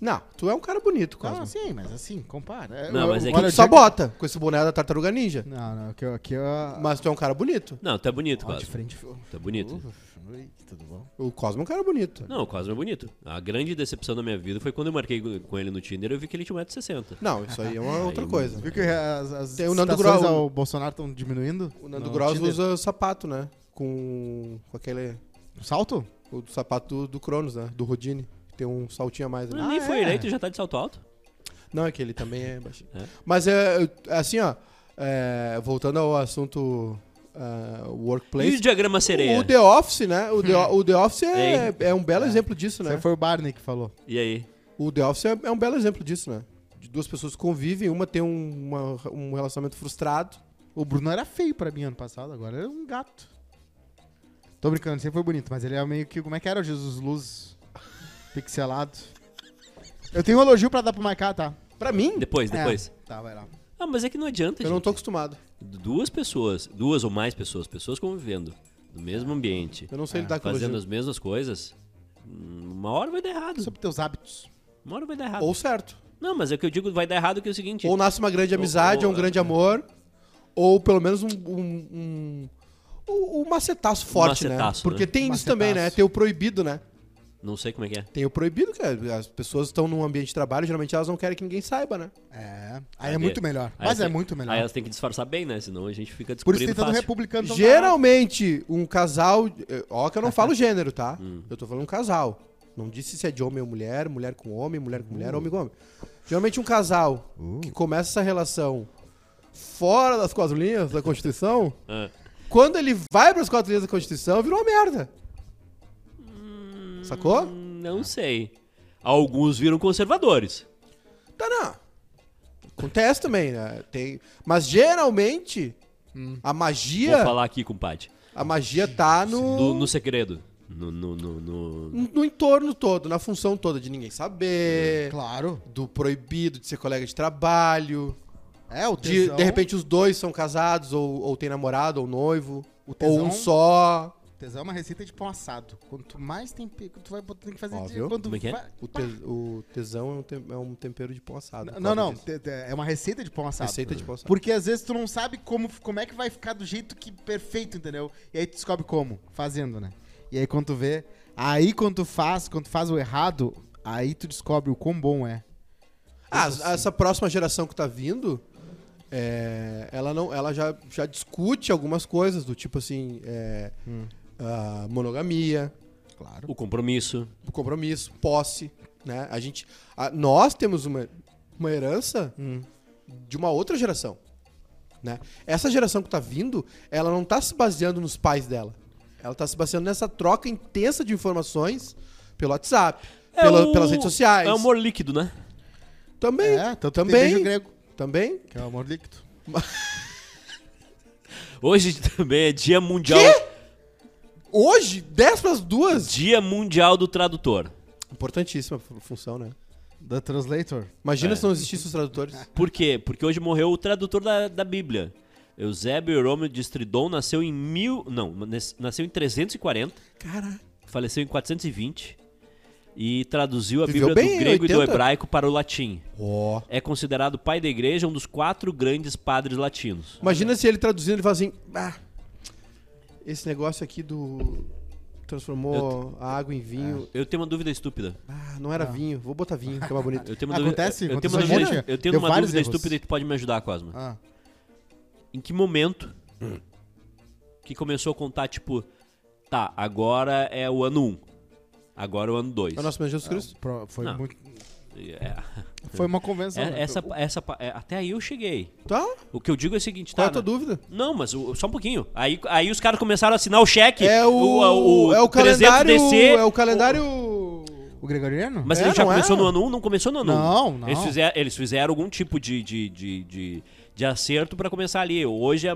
[SPEAKER 2] Não, tu é um cara bonito,
[SPEAKER 1] Não,
[SPEAKER 2] cara.
[SPEAKER 1] sim, mas assim, compara. É,
[SPEAKER 3] Não,
[SPEAKER 1] eu-
[SPEAKER 3] mas é que-
[SPEAKER 1] olha, eu
[SPEAKER 2] Tu
[SPEAKER 1] digo-
[SPEAKER 2] sabota com esse boné da tartaruga ninja.
[SPEAKER 1] Não, não, aqui, eu- aqui ó.
[SPEAKER 2] Mas tu é um cara bonito.
[SPEAKER 3] Não, tá bonito,
[SPEAKER 1] Ó, de
[SPEAKER 3] Cosmo.
[SPEAKER 1] frente. ó.
[SPEAKER 3] Tá bonito.
[SPEAKER 1] Oi, tudo bom?
[SPEAKER 2] O Cosmo é um cara bonito.
[SPEAKER 3] Não, o Cosmo é bonito. A grande decepção da minha vida foi quando eu marquei com ele no Tinder, eu vi que ele tinha 1,60m.
[SPEAKER 2] Não, isso aí é uma outra coisa.
[SPEAKER 1] Viu que as, as
[SPEAKER 2] Tem o Nando
[SPEAKER 1] citações
[SPEAKER 2] Gross.
[SPEAKER 1] ao Bolsonaro estão diminuindo?
[SPEAKER 2] O Nando
[SPEAKER 1] No
[SPEAKER 2] Gross
[SPEAKER 1] Tinder?
[SPEAKER 2] usa sapato, né? Com, com aquele.
[SPEAKER 1] Salto?
[SPEAKER 2] O do sapato do Cronos, né? Do Rodine. Tem um saltinho a mais ali.
[SPEAKER 3] Ele nem foi eleito e já tá de salto alto.
[SPEAKER 2] Não, é que ele também é baixinho.
[SPEAKER 3] É.
[SPEAKER 2] Mas é, é, assim, ó, é, voltando ao assunto é,
[SPEAKER 3] E o
[SPEAKER 2] workplace.
[SPEAKER 3] diagrama sereia?
[SPEAKER 2] O The Office, né? O The, o The Office é,
[SPEAKER 3] Ei.
[SPEAKER 2] é um belo exemplo disso, né?
[SPEAKER 1] Esse Foi o Barney que falou.
[SPEAKER 3] E aí?
[SPEAKER 2] O The Office é, é um belo exemplo disso, né? De duas pessoas que convivem, uma tem um, uma- um relacionamento frustrado.
[SPEAKER 1] O Bruno era feio pra mim ano passado, agora ele é um gato. Tô brincando, sempre foi bonito, mas ele é meio que. Como é que era o Jesus Luz? Pixelado. Eu tenho um elogio pra dar pro Maiká, tá?
[SPEAKER 2] Pra mim,
[SPEAKER 3] Depois, depois.
[SPEAKER 1] É. Tá, vai lá.
[SPEAKER 3] Ah, mas é que não adianta,
[SPEAKER 2] eu
[SPEAKER 3] gente.
[SPEAKER 2] não tô acostumado.
[SPEAKER 3] Duas pessoas, duas ou mais pessoas, pessoas convivendo no mesmo ambiente,
[SPEAKER 2] é Eu não sei lidar com
[SPEAKER 3] É, fazendo
[SPEAKER 2] elogio.
[SPEAKER 3] as mesmas coisas, hum, uma hora vai dar errado.
[SPEAKER 1] Sobre teus hábitos.
[SPEAKER 3] Uma hora vai dar errado.
[SPEAKER 2] Ou certo.
[SPEAKER 3] Não, mas é o que eu digo, vai dar errado que né? é o seguinte.
[SPEAKER 2] Ou nasce uma grande amizade,
[SPEAKER 3] ou-
[SPEAKER 2] ou um grande amor, ou pelo menos um. um, um, um macetaço forte, né?
[SPEAKER 3] macetaço,
[SPEAKER 2] Porque
[SPEAKER 3] né?
[SPEAKER 2] tem isso
[SPEAKER 1] Macetaço.
[SPEAKER 2] também, né? Tem o proibido, né?
[SPEAKER 3] Não sei como é que é.
[SPEAKER 2] Tem o proibido, que as pessoas estão num ambiente de trabalho, geralmente elas não querem que ninguém saiba, né?
[SPEAKER 1] É. Aí é
[SPEAKER 3] Cadê?
[SPEAKER 1] muito melhor.
[SPEAKER 3] Aí
[SPEAKER 1] Mas é
[SPEAKER 3] tem-
[SPEAKER 1] muito
[SPEAKER 3] Aí
[SPEAKER 1] melhor.
[SPEAKER 3] elas têm que disfarçar bem, né? Senão a gente fica
[SPEAKER 1] Por isso
[SPEAKER 3] descobrindo
[SPEAKER 1] tentando
[SPEAKER 3] fácil.
[SPEAKER 1] republicano. tão barato.
[SPEAKER 2] Geralmente, um casal. eh, Ó, que eu não falo gênero, tá? Eu tô falando um casal. Não disse se é de homem ou mulher, mulher com homem, mulher com mulher, homem com homem. Geralmente, um casal que começa essa relação fora das quatro linhas da Constituição,
[SPEAKER 3] Ah.
[SPEAKER 2] quando ele vai pras quatro linhas da Constituição, virou uma merda. Sacou?
[SPEAKER 3] Hum, Não sei. Alguns viram conservadores.
[SPEAKER 2] Tá, não. Acontece também, né? Tem... Mas geralmente,
[SPEAKER 1] Hum.
[SPEAKER 2] a magia.
[SPEAKER 3] Vou falar aqui, compadre.
[SPEAKER 2] A magia tá no.
[SPEAKER 3] Do, no segredo. No, no, no, no-
[SPEAKER 2] no entorno todo, na função toda de ninguém saber,
[SPEAKER 1] É, Claro.
[SPEAKER 2] do proibido de ser colega de trabalho,
[SPEAKER 1] É, o
[SPEAKER 2] de,
[SPEAKER 1] tesão,
[SPEAKER 2] de repente os dois são casados ou, ou tem namorado ou noivo,
[SPEAKER 1] O tesão-
[SPEAKER 2] ou um só.
[SPEAKER 1] tesão é uma receita de pão assado. Quanto mais tem pico, tu vai botar, tem que fazer...
[SPEAKER 2] Ó,
[SPEAKER 1] de-
[SPEAKER 2] viu?
[SPEAKER 1] Quanto
[SPEAKER 3] Como é que é?
[SPEAKER 1] vai-
[SPEAKER 2] O, te- o tesão é um, tem- é um tempero de pão assado.
[SPEAKER 1] Não, não.
[SPEAKER 2] Receita
[SPEAKER 1] te- te- É uma receita de pão assado.
[SPEAKER 2] Receita de pão assado.
[SPEAKER 1] Porque às vezes tu não sabe como, como é que vai ficar do jeito que perfeito, entendeu? E aí tu descobre como, fazendo, né? E aí quando tu vê, aí quando tu faz, quando tu faz o errado, aí tu descobre o quão bom é.
[SPEAKER 2] Ah,
[SPEAKER 3] assim.
[SPEAKER 2] essa próxima geração que tá vindo, é, ela não, ela já, já discute algumas coisas do tipo assim, é,
[SPEAKER 3] Hum.
[SPEAKER 2] ah, monogamia,
[SPEAKER 1] Claro.
[SPEAKER 3] o compromisso.
[SPEAKER 2] compromisso, posse, né? A gente, a- nós temos uma, uma herança
[SPEAKER 3] Hum.
[SPEAKER 2] de uma outra geração, né? Essa geração que tá vindo, ela não tá se baseando nos pais dela. Ela tá se baseando nessa troca intensa de informações pelo WhatsApp,
[SPEAKER 3] É
[SPEAKER 2] pela-
[SPEAKER 3] o-
[SPEAKER 2] pelas redes sociais.
[SPEAKER 3] É amor então líquido, né?
[SPEAKER 2] Também,
[SPEAKER 1] É, tanto que tem beijo
[SPEAKER 2] também,
[SPEAKER 1] grego,
[SPEAKER 2] também.
[SPEAKER 1] que é o amor líquido.
[SPEAKER 3] Hoje também é dia mundial.
[SPEAKER 2] Hoje, 10 para as duas.
[SPEAKER 3] Dia mundial do tradutor.
[SPEAKER 2] Importantíssima fu- função, né?
[SPEAKER 1] Da Translator.
[SPEAKER 2] Imagina
[SPEAKER 3] É.
[SPEAKER 2] se não existissem os tradutores.
[SPEAKER 3] Por quê? Porque hoje morreu o tradutor da, da Bíblia. Eusébio Romeu de Stridon nasceu em mil. Não, nes- nasceu em 340,
[SPEAKER 2] Caraca.
[SPEAKER 3] faleceu em 420 e traduziu a
[SPEAKER 2] Viveu
[SPEAKER 3] Bíblia
[SPEAKER 2] bem,
[SPEAKER 3] do grego e do
[SPEAKER 2] 80?
[SPEAKER 3] hebraico para o latim.
[SPEAKER 2] Ó.
[SPEAKER 3] É considerado pai da igreja, um dos quatro grandes padres latinos.
[SPEAKER 2] Imagina se ele traduzindo, ele fala assim: ah, esse negócio aqui do. transformou a água em vinho.
[SPEAKER 3] Eu tenho uma dúvida estúpida.
[SPEAKER 2] Ah, não era vinho, vou botar vinho, que é mais bonito.
[SPEAKER 3] Eu tenho uma
[SPEAKER 1] Acontece,
[SPEAKER 3] dúvida, eu
[SPEAKER 1] acontece
[SPEAKER 3] tenho uma
[SPEAKER 1] um
[SPEAKER 3] dúvida,
[SPEAKER 1] monte.
[SPEAKER 3] eu tenho
[SPEAKER 1] Deu
[SPEAKER 3] uma
[SPEAKER 1] vários
[SPEAKER 3] dúvida
[SPEAKER 1] erros.
[SPEAKER 3] estúpida e tu pode me ajudar, Cosma.
[SPEAKER 1] Ah.
[SPEAKER 3] Em que momento que começou a contar, tipo, tá, agora é o ano 1, um, agora é o ano 2.
[SPEAKER 2] É o nosso Senhor Jesus Cristo.
[SPEAKER 1] Pro- foi,
[SPEAKER 3] Não.
[SPEAKER 1] muito-
[SPEAKER 3] É,
[SPEAKER 1] foi uma convenção.
[SPEAKER 3] É,
[SPEAKER 1] né?
[SPEAKER 3] essa, essa, é, até aí eu cheguei.
[SPEAKER 2] Tá?
[SPEAKER 3] O que eu digo é o seguinte,
[SPEAKER 2] Qual é
[SPEAKER 3] tá?
[SPEAKER 2] a tua
[SPEAKER 3] não-
[SPEAKER 2] dúvida?
[SPEAKER 3] Não, mas o- só um pouquinho. Aí, aí os caras começaram a assinar o cheque.
[SPEAKER 2] É o, é o
[SPEAKER 3] 300
[SPEAKER 2] calendário.
[SPEAKER 3] DC,
[SPEAKER 2] É o calendário.
[SPEAKER 1] O Gregoriano?
[SPEAKER 3] Mas
[SPEAKER 2] É,
[SPEAKER 3] ele já
[SPEAKER 2] não é?
[SPEAKER 3] começou no ano 1? Não começou no ano 1.
[SPEAKER 1] Não, não.
[SPEAKER 3] Eles fizeram, eles fizeram algum tipo de, de, de, de, de acerto pra começar ali. Hoje é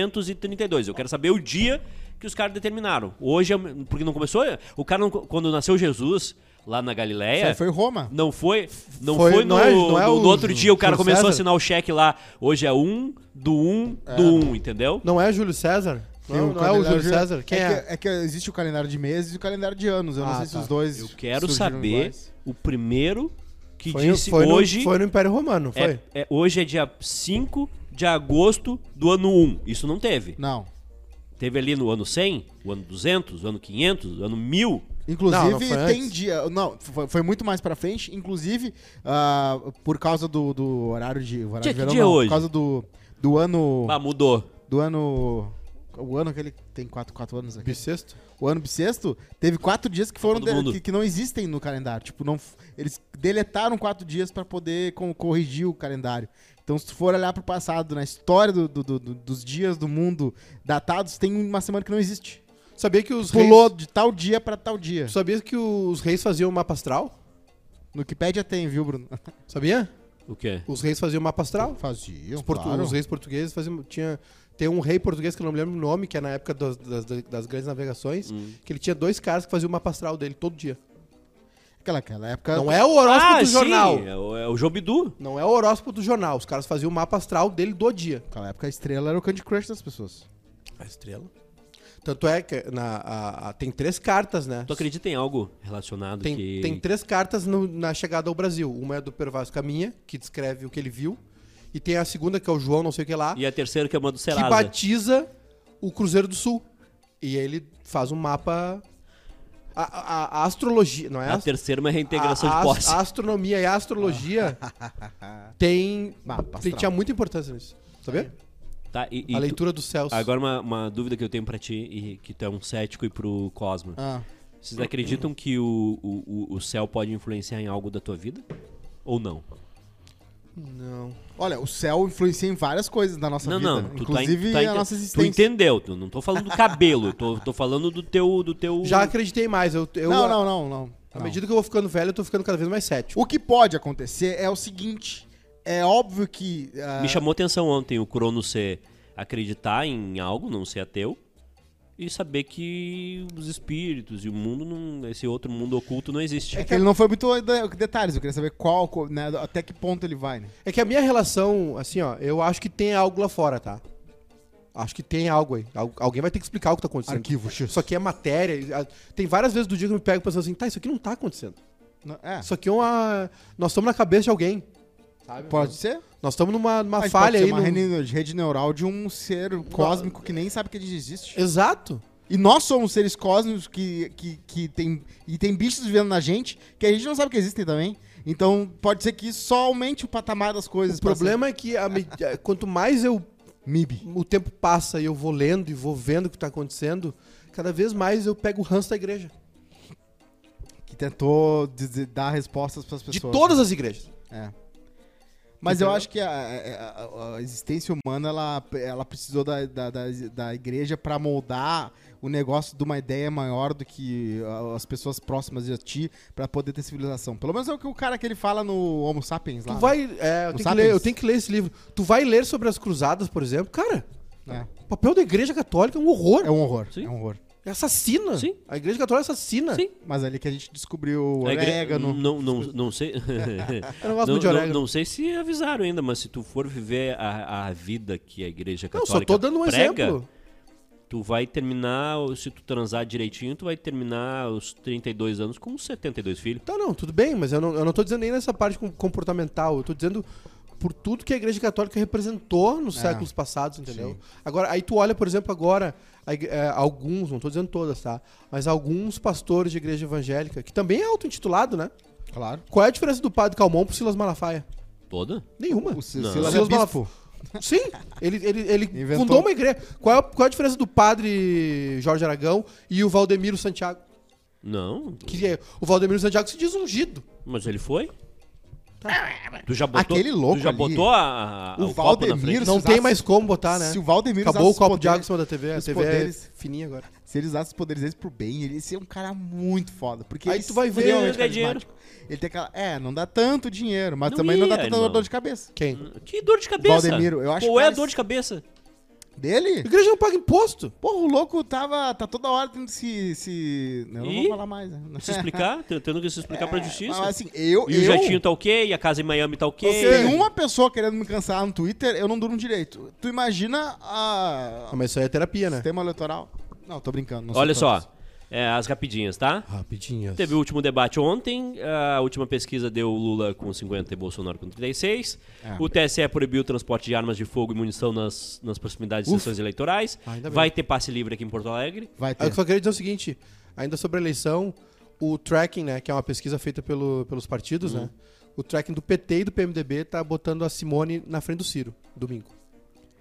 [SPEAKER 3] 1532. Eu quero saber o dia que os caras determinaram. Hoje é... Porque não começou... O cara, não- quando nasceu Jesus, lá
[SPEAKER 1] Isso
[SPEAKER 3] na
[SPEAKER 1] aí
[SPEAKER 3] Galileia...
[SPEAKER 1] foi Roma.
[SPEAKER 3] Não foi, não
[SPEAKER 2] Foi-
[SPEAKER 3] foi,
[SPEAKER 2] não
[SPEAKER 3] no,
[SPEAKER 2] é- não é
[SPEAKER 3] no-
[SPEAKER 2] o-
[SPEAKER 3] no outro dia o cara
[SPEAKER 2] Júlio
[SPEAKER 3] começou a
[SPEAKER 2] César? É.
[SPEAKER 3] assinar o cheque lá. Hoje é um, do um, do um, entendeu?
[SPEAKER 2] Não é Júlio César?
[SPEAKER 1] Tem
[SPEAKER 2] Não,
[SPEAKER 1] o
[SPEAKER 2] não é o
[SPEAKER 1] calendário
[SPEAKER 2] Júlio
[SPEAKER 1] de-
[SPEAKER 2] César? Quem é?
[SPEAKER 1] que, é que existe o calendário de meses e o calendário de anos. Eu não
[SPEAKER 2] Ah,
[SPEAKER 1] sei se
[SPEAKER 2] tá.
[SPEAKER 1] os dois.
[SPEAKER 3] Eu quero
[SPEAKER 1] surgiram
[SPEAKER 3] saber
[SPEAKER 1] iguais.
[SPEAKER 3] o primeiro que
[SPEAKER 2] Foi,
[SPEAKER 3] disse
[SPEAKER 2] foi
[SPEAKER 3] hoje...
[SPEAKER 2] No, foi no Império Romano, não foi?
[SPEAKER 3] É, é- hoje é dia 5 de agosto do ano 1. Isso não teve.
[SPEAKER 1] Não.
[SPEAKER 3] Teve ali no ano 100, o ano 200, o ano 500, o ano 1000.
[SPEAKER 1] Inclusive,
[SPEAKER 2] Não, não foi
[SPEAKER 1] tem
[SPEAKER 2] antes.
[SPEAKER 1] dia. Não, foi, foi muito mais pra frente. Inclusive, ah, por causa do, do horário de. Horário
[SPEAKER 3] Dia-
[SPEAKER 1] de
[SPEAKER 3] que
[SPEAKER 1] verão,
[SPEAKER 3] dia é
[SPEAKER 1] não,
[SPEAKER 3] hoje?
[SPEAKER 1] Por causa do, do ano.
[SPEAKER 3] Ah, mudou.
[SPEAKER 1] Do ano. O ano que ele tem 4 quatro anos aqui.
[SPEAKER 2] Bissexto?
[SPEAKER 1] O ano bissexto, teve quatro dias que foram
[SPEAKER 3] Copa do
[SPEAKER 1] de-
[SPEAKER 3] Mundo.
[SPEAKER 1] que, que não existem no calendário. Tipo, não, f- eles deletaram quatro dias pra poder co- corrigir o calendário. Então, se tu for olhar pro passado, na história do- do- do- do- dos dias do mundo datados, tem uma semana que não existe.
[SPEAKER 2] Sabia que os
[SPEAKER 1] Pulou
[SPEAKER 2] reis.
[SPEAKER 1] de tal dia pra tal dia.
[SPEAKER 2] Tu Sabia que os reis faziam mapa astral?
[SPEAKER 1] No Wikipedia tem, viu, Bruno?
[SPEAKER 2] Sabia?
[SPEAKER 3] O quê?
[SPEAKER 2] Os reis faziam mapa astral.
[SPEAKER 1] Faziam,
[SPEAKER 2] Os, portu- os reis portugueses faziam, tinha tem um rei português que eu não me lembro o nome, que é na época das, das- das grandes navegações,
[SPEAKER 3] Hum.
[SPEAKER 2] que ele tinha dois caras que faziam o mapa astral dele todo dia.
[SPEAKER 1] Aquela, aquela época...
[SPEAKER 2] Não é o horóscopo do jornal.
[SPEAKER 3] sim, é o, é o Jobidu.
[SPEAKER 2] Não é o horóscopo do jornal. Os caras faziam o mapa astral dele do dia.
[SPEAKER 1] Aquela época a estrela era o Candy Crush das pessoas.
[SPEAKER 2] A estrela? Tanto é que na, a- a- tem três cartas, né?
[SPEAKER 3] Tu acredita em algo relacionado
[SPEAKER 2] Tem,
[SPEAKER 3] que...
[SPEAKER 2] tem três cartas no- na chegada ao Brasil. Uma é do Pervaz Caminha, que descreve o que ele viu. E tem a segunda, que é o João, não sei o que lá,
[SPEAKER 3] E a terceira que é uma do
[SPEAKER 2] que
[SPEAKER 3] Serasa.
[SPEAKER 2] batiza o Cruzeiro do Sul. E ele faz um mapa. A, a- a astrologia, não é?
[SPEAKER 3] A
[SPEAKER 2] ast-
[SPEAKER 3] terceira é uma reintegração
[SPEAKER 2] a- a-
[SPEAKER 3] de posse.
[SPEAKER 2] A astronomia e a astrologia tem,
[SPEAKER 1] Mapa
[SPEAKER 2] tem-
[SPEAKER 1] astral.
[SPEAKER 2] tinha muita importância nisso. Sabia?
[SPEAKER 3] Tá, e, e
[SPEAKER 2] a
[SPEAKER 3] tu-
[SPEAKER 2] leitura dos céus.
[SPEAKER 3] Agora uma, uma dúvida que eu tenho pra ti, e que tu é um cético, e pro Cosma.
[SPEAKER 1] Ah,
[SPEAKER 3] Vocês acreditam que o, o, o- o céu pode influenciar em algo da tua vida? Ou não?
[SPEAKER 2] Não.
[SPEAKER 1] Olha, o céu influencia em várias coisas da nossa
[SPEAKER 3] não,
[SPEAKER 1] vida.
[SPEAKER 3] não. Tu tá en-
[SPEAKER 1] inclusive
[SPEAKER 3] tá
[SPEAKER 1] a
[SPEAKER 3] ente-
[SPEAKER 1] nossa
[SPEAKER 3] Tu
[SPEAKER 1] existência.
[SPEAKER 3] entendeu, tu, não tô falando do cabelo, eu tô, tô falando do teu... Do teu...
[SPEAKER 2] Já acreditei mais. Eu, eu,
[SPEAKER 1] não, não, não, não.
[SPEAKER 2] À
[SPEAKER 1] não.
[SPEAKER 2] medida que eu vou ficando velho, eu tô ficando cada vez mais cético.
[SPEAKER 1] O que pode acontecer é o seguinte: é óbvio que. ah,
[SPEAKER 3] Me chamou atenção ontem o Crono ser acreditar em algo, não ser ateu, e saber que os espíritos e o mundo, não, esse outro mundo oculto não existe.
[SPEAKER 1] é que ele não foi muito de- detalhes, eu queria saber qual, co- né, até que ponto ele vai, né?
[SPEAKER 2] É que a minha relação, assim, ó, eu acho que tem algo lá fora, tá? Acho que tem algo aí. Al- alguém vai ter que explicar o que tá acontecendo.
[SPEAKER 1] Arquivo X.
[SPEAKER 2] Isso aqui é matéria. e, ah, Tem várias vezes do dia que eu me pego pensando assim, tá, isso aqui não tá acontecendo.
[SPEAKER 1] Não- É,
[SPEAKER 2] Isso aqui é uma. Nós estamos na cabeça de alguém.
[SPEAKER 1] pode ser.
[SPEAKER 2] Nós estamos numa, numa
[SPEAKER 1] Mas
[SPEAKER 2] falha
[SPEAKER 1] pode
[SPEAKER 2] aí.
[SPEAKER 1] ser uma
[SPEAKER 2] num-
[SPEAKER 1] rene- rede neural de um ser cósmico que nem sabe que ele existe.
[SPEAKER 2] Exato.
[SPEAKER 1] E nós somos seres cósmicos que, que, que tem. E tem bichos vivendo na gente que a gente não sabe que existem também. Então pode ser que isso só aumente o patamar das coisas.
[SPEAKER 2] O problema é que a me- eh, quanto mais eu
[SPEAKER 1] MIB.
[SPEAKER 2] o tempo passa e eu vou lendo e vou vendo o que tá acontecendo, cada vez mais eu pego o ranço da igreja.
[SPEAKER 1] Que tentou dizer- dar respostas para as
[SPEAKER 2] De
[SPEAKER 1] pessoas.
[SPEAKER 2] todas as igrejas.
[SPEAKER 1] É. Mas eu
[SPEAKER 2] Entendeu?
[SPEAKER 1] acho que a, a- a- a existência humana ela, ela precisou da, da, da, da igreja para moldar o negócio de uma ideia maior do que a- as pessoas próximas de ti para poder ter civilização. Pelo menos é o que o cara que ele fala no Homo Sapiens lá.
[SPEAKER 2] Tu
[SPEAKER 1] né?
[SPEAKER 2] vai. é, eu,
[SPEAKER 1] Os
[SPEAKER 2] tenho que ler, eu
[SPEAKER 1] sapiens.
[SPEAKER 2] tenho que ler esse livro. Tu vai ler sobre as cruzadas, por exemplo. Cara,
[SPEAKER 1] É,
[SPEAKER 2] o papel da igreja católica é um horror.
[SPEAKER 1] é um horror.
[SPEAKER 3] Sim.
[SPEAKER 1] É um horror.
[SPEAKER 2] É assassina.
[SPEAKER 3] Sim.
[SPEAKER 2] A igreja católica é assassina.
[SPEAKER 3] Sim.
[SPEAKER 1] Mas ali que a gente descobriu o
[SPEAKER 2] é
[SPEAKER 3] A igre-
[SPEAKER 1] orégano.
[SPEAKER 3] Não, não, não sei.
[SPEAKER 2] Eu não gosto muito de
[SPEAKER 3] não,
[SPEAKER 2] orégano.
[SPEAKER 3] não sei se avisaram ainda, mas se tu for viver a, a vida que a igreja
[SPEAKER 2] Não,
[SPEAKER 3] católica
[SPEAKER 2] só tô dando um
[SPEAKER 3] prega,
[SPEAKER 2] exemplo.
[SPEAKER 3] tu vai terminar, se tu transar direitinho, tu vai terminar os 32 anos com 72 filhos.
[SPEAKER 2] Tá, não, tudo bem, mas eu não, eu não tô dizendo nem nessa parte com- comportamental. Eu tô dizendo por tudo que a igreja católica representou nos
[SPEAKER 1] É.
[SPEAKER 2] séculos passados, entendeu? Agora, aí tu olha, por exemplo, agora, a igre- é, alguns, não tô dizendo todas, tá? Mas alguns pastores de igreja evangélica, que também é auto-intitulado, né?
[SPEAKER 1] Claro.
[SPEAKER 2] Qual é a diferença do padre Calmon pro Silas Malafaia?
[SPEAKER 3] Toda?
[SPEAKER 2] Nenhuma.
[SPEAKER 1] O Sil-
[SPEAKER 3] Não.
[SPEAKER 1] Silas é
[SPEAKER 2] Silas
[SPEAKER 1] bispo.
[SPEAKER 2] Sim, ele, ele, ele
[SPEAKER 1] Inventou.
[SPEAKER 2] fundou uma igreja. Qual é, a- qual é a diferença do padre Jorge Aragão e o Valdemiro Santiago?
[SPEAKER 3] Não.
[SPEAKER 2] Que é- o Valdemiro Santiago se diz ungido.
[SPEAKER 3] Mas ele foi? Tu já botou,
[SPEAKER 1] Aquele louco
[SPEAKER 3] tu já
[SPEAKER 1] ali.
[SPEAKER 3] botou a, a-
[SPEAKER 1] O
[SPEAKER 3] o copo na
[SPEAKER 1] Valdemir-
[SPEAKER 3] frente?
[SPEAKER 2] Não
[SPEAKER 1] se
[SPEAKER 2] tem
[SPEAKER 1] usasse-
[SPEAKER 2] mais como botar, né?
[SPEAKER 1] Se o Valdemiro
[SPEAKER 2] Acabou o
[SPEAKER 1] usasse
[SPEAKER 2] copo
[SPEAKER 1] os
[SPEAKER 2] de água em
[SPEAKER 1] poderes-
[SPEAKER 2] cima da TV. A
[SPEAKER 1] os
[SPEAKER 2] TV
[SPEAKER 1] poderes-
[SPEAKER 2] é fininha agora.
[SPEAKER 1] Se ele usasse os poderes deles pro bem, ele ia ser um cara muito foda. Porque
[SPEAKER 2] Aí
[SPEAKER 1] ele é
[SPEAKER 2] tu vai ver,
[SPEAKER 1] extremamente
[SPEAKER 3] ganha dinheiro.
[SPEAKER 1] carismático. Ele tem aquela. É, não dá tanto dinheiro, mas
[SPEAKER 3] Não
[SPEAKER 1] também não
[SPEAKER 3] ia,
[SPEAKER 1] dá tanta
[SPEAKER 3] irmão.
[SPEAKER 1] dor de cabeça.
[SPEAKER 2] Quem?
[SPEAKER 3] Que dor de cabeça.
[SPEAKER 1] Valdemiro, eu acho
[SPEAKER 3] Qual
[SPEAKER 1] que
[SPEAKER 3] é a
[SPEAKER 1] parece-
[SPEAKER 3] dor de cabeça?
[SPEAKER 2] A
[SPEAKER 1] Dele?
[SPEAKER 2] igreja não paga imposto.
[SPEAKER 1] Porra, o louco tava. Tá toda hora tendo que se. se... Eu não
[SPEAKER 3] Ih,
[SPEAKER 1] vou falar mais, né?
[SPEAKER 3] Se explicar, tentando que se explicar pra justiça.
[SPEAKER 1] Mas assim, eu.
[SPEAKER 3] E o
[SPEAKER 1] eu...
[SPEAKER 3] jatinho tá ok, e a casa em Miami tá ok.
[SPEAKER 1] Se tem uma pessoa querendo me cancelar no Twitter, eu não durmo direito. Tu imagina a.
[SPEAKER 2] Ah, mas isso aí é terapia,
[SPEAKER 1] o
[SPEAKER 2] né?
[SPEAKER 1] sistema eleitoral? Não, tô brincando. não sou
[SPEAKER 3] Olha
[SPEAKER 1] tantos.
[SPEAKER 3] só, é, as rapidinhas, tá?
[SPEAKER 2] Rapidinho.
[SPEAKER 3] Teve o último debate ontem, a última pesquisa deu o Lula com 50 e Bolsonaro com 36.
[SPEAKER 1] É.
[SPEAKER 3] O TSE proibiu o transporte de armas de fogo e munição nas, nas proximidades de sessões eleitorais.
[SPEAKER 2] Ainda bem.
[SPEAKER 3] Vai ter passe livre aqui em Porto Alegre.
[SPEAKER 1] Vai ter.
[SPEAKER 2] Eu só queria dizer o seguinte, ainda sobre a eleição, o tracking, né, que é uma pesquisa feita pelo, pelos
[SPEAKER 1] Uhum.
[SPEAKER 2] partidos, né? O tracking do PT e do PMDB tá botando a Simone na frente do Ciro, domingo.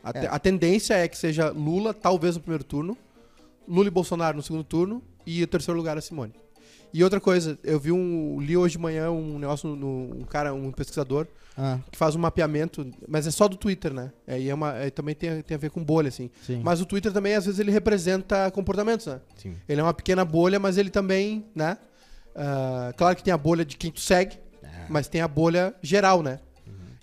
[SPEAKER 2] A, te-
[SPEAKER 1] É.
[SPEAKER 2] a tendência é que seja Lula, talvez no primeiro turno, Lula e Bolsonaro no segundo turno e o terceiro lugar a Simone. E outra coisa, eu vi um li hoje de manhã um negócio no- no- um cara, um pesquisador
[SPEAKER 1] Ah,
[SPEAKER 2] que faz um mapeamento, mas é só do Twitter, né? É, e é uma, é, também tem, a- tem a ver com bolha, assim.
[SPEAKER 1] Sim.
[SPEAKER 2] Mas o Twitter também, às vezes, ele representa comportamentos, né?
[SPEAKER 1] sim.
[SPEAKER 2] Ele é uma pequena bolha, mas ele também, né? ah, claro que tem a bolha de quem tu segue, mas tem a bolha geral, né?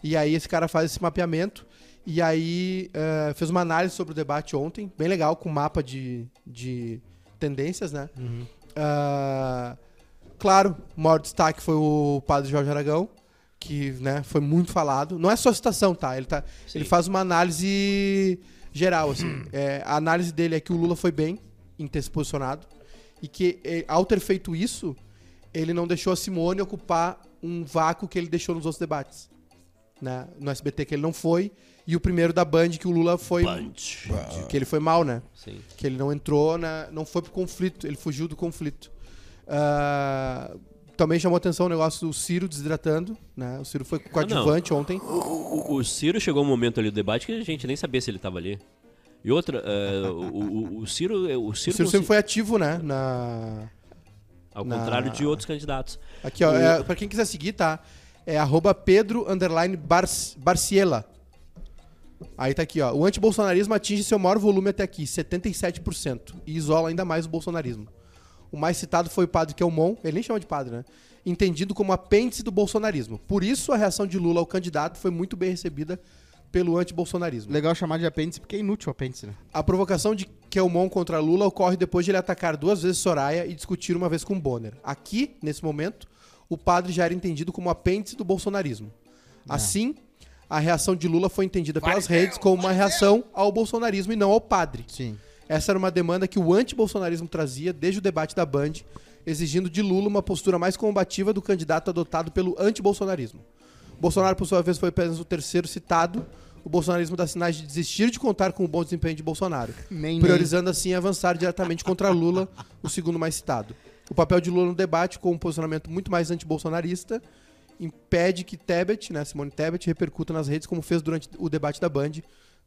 [SPEAKER 2] E aí esse cara faz esse mapeamento e aí ah, fez uma análise sobre o debate ontem, bem legal, com mapa de, de tendências, né? Ah, claro, o maior destaque foi o padre Jorge Aragão, que né, foi muito falado. Não é só citação, tá? Ele, tá,
[SPEAKER 3] Sim.
[SPEAKER 2] ele faz uma análise geral, assim. É, a análise dele é que o Lula foi bem, em ter se posicionado e que, eh, ao ter feito isso, ele não deixou a Simone ocupar um vácuo que ele deixou nos outros debates. Né? No SBT que ele não foi e o primeiro da Band que o Lula foi...
[SPEAKER 3] Punch.
[SPEAKER 2] Que ele foi mal, né?
[SPEAKER 3] Sim.
[SPEAKER 2] que ele não entrou na, não foi pro conflito, ele fugiu do conflito. Ah, também chamou atenção o negócio do Ciro desidratando, né? O Ciro foi coadjuvante ontem.
[SPEAKER 3] O, o Ciro chegou um momento ali do debate que a gente nem sabia se ele tava ali. E outra, eh, o- o, o Ciro. eh, O
[SPEAKER 2] O
[SPEAKER 3] Ciro,
[SPEAKER 2] Ciro
[SPEAKER 3] consegui-
[SPEAKER 2] sempre foi ativo, né? Na...
[SPEAKER 3] Ao
[SPEAKER 2] na-
[SPEAKER 3] contrário de outros candidatos.
[SPEAKER 2] Aqui, ó, é, pra quem quiser seguir, tá? É arroba Pedro underline Bar- Barciela. Aí tá aqui, ó. O antibolsonarismo atinge seu maior volume até aqui, 77%, e isola ainda mais o bolsonarismo. O mais citado foi o padre Kelmon, ele nem chama de padre, né? Entendido como apêndice do bolsonarismo. Por isso, a reação de Lula ao candidato foi muito bem recebida pelo antibolsonarismo.
[SPEAKER 1] Legal chamar de apêndice, porque é inútil o apêndice, né?
[SPEAKER 2] A provocação de Kelmon contra Lula ocorre depois de ele atacar duas vezes Soraya e discutir uma vez com Bonner. Aqui, nesse momento, o padre já era entendido como apêndice do bolsonarismo. Assim, a reação de Lula foi entendida pelas redes como uma reação ao bolsonarismo e não ao padre.
[SPEAKER 1] Sim.
[SPEAKER 2] Essa era uma demanda que o antibolsonarismo trazia desde o debate da Band, exigindo de Lula uma postura mais combativa do candidato adotado pelo antibolsonarismo. Bolsonaro, por sua vez, foi apenas o terceiro citado. O bolsonarismo dá sinais de desistir de contar com o bom desempenho de Bolsonaro,
[SPEAKER 3] né?
[SPEAKER 1] Nem,
[SPEAKER 2] priorizando assim avançar diretamente contra Lula, o segundo mais citado. O papel de Lula no debate, com um posicionamento muito mais antibolsonarista, impede que Tebet, né, Simone Tebet, repercuta nas redes como fez durante o debate da Band,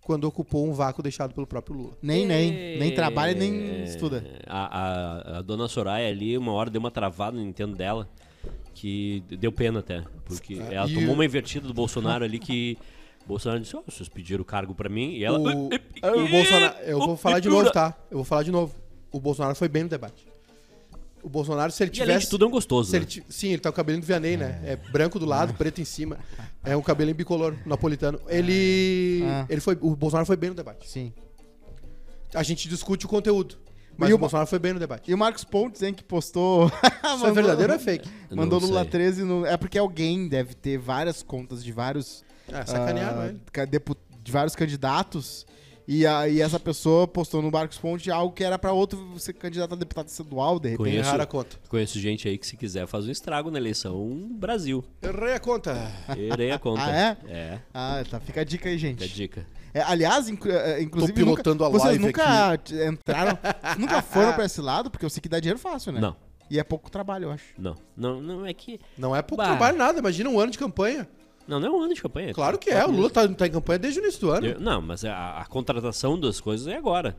[SPEAKER 2] quando ocupou um vácuo deixado pelo próprio Lula.
[SPEAKER 1] Nem, nem. Nem trabalha,
[SPEAKER 3] Eh,
[SPEAKER 1] nem estuda.
[SPEAKER 3] A, a- a dona Soraya ali, uma hora deu uma travada no Nintendo dela, que deu pena até. Porque ela
[SPEAKER 2] Ah, e-
[SPEAKER 3] tomou uma invertida do Bolsonaro ali que. Bolsonaro disse: Ó, vocês pediram cargo pra mim. E ela. "Ah,
[SPEAKER 2] O, é, o Bolsonaro. Eu vou falar de novo, tá? Eu vou falar de novo. O Bolsonaro foi bem no debate. O Bolsonaro, se ele
[SPEAKER 3] E além de
[SPEAKER 2] tivesse.
[SPEAKER 3] tudo, é um gostoso.
[SPEAKER 2] se ele
[SPEAKER 3] né?
[SPEAKER 2] ti- Sim, ele tá com o cabelinho do Vianney, né? É branco do lado, preto em cima. É um cabelinho bicolor napolitano. Ele.
[SPEAKER 1] Ah.
[SPEAKER 2] Ele foi. O Bolsonaro foi bem no debate.
[SPEAKER 1] Sim.
[SPEAKER 2] A gente discute o conteúdo. Mas
[SPEAKER 1] E
[SPEAKER 2] o
[SPEAKER 1] o Bo-
[SPEAKER 2] Bolsonaro foi bem no debate.
[SPEAKER 1] E o Marcos Pontes, hein, que postou.
[SPEAKER 3] Ah,
[SPEAKER 2] Isso é verdadeiro ou é fake?
[SPEAKER 3] Eu
[SPEAKER 1] Mandou
[SPEAKER 3] não
[SPEAKER 1] Lula
[SPEAKER 3] sei.
[SPEAKER 1] 13 no. É porque alguém deve ter várias contas de vários.
[SPEAKER 2] Ah, sacanearam
[SPEAKER 1] ah,
[SPEAKER 2] ele.
[SPEAKER 1] ca- depu- De vários candidatos. E, aí essa pessoa postou no Marcos Pontes algo que era pra outro ser candidato a deputado estadual, de repente.
[SPEAKER 3] Conhe- Conheço-
[SPEAKER 2] Erraram a conta.
[SPEAKER 3] Conheço gente aí que, se quiser, faz um estrago na eleição Brasil.
[SPEAKER 2] Errei a conta.
[SPEAKER 3] Erei a conta.
[SPEAKER 1] Ah, é?
[SPEAKER 3] É.
[SPEAKER 1] Ah, tá. Fica a dica aí, gente.
[SPEAKER 3] Fica a dica.
[SPEAKER 1] É, aliás, inclu- é, inclusive.
[SPEAKER 2] pilotando a
[SPEAKER 1] nunca,
[SPEAKER 2] live
[SPEAKER 1] Vocês nunca t- entraram. nunca foram pra esse lado, porque eu sei que dá dinheiro fácil, né?
[SPEAKER 3] Não,
[SPEAKER 1] E é pouco trabalho, eu acho.
[SPEAKER 3] não. Não, não é que.
[SPEAKER 2] Não é pouco
[SPEAKER 3] Bah.
[SPEAKER 2] trabalho nada. Imagina um ano de campanha.
[SPEAKER 3] Não, não é um ano de campanha.
[SPEAKER 2] Claro que é. O Lula tá, tá em campanha desde o início do ano.
[SPEAKER 3] Eu- não, mas é, a, a contratação das coisas é agora.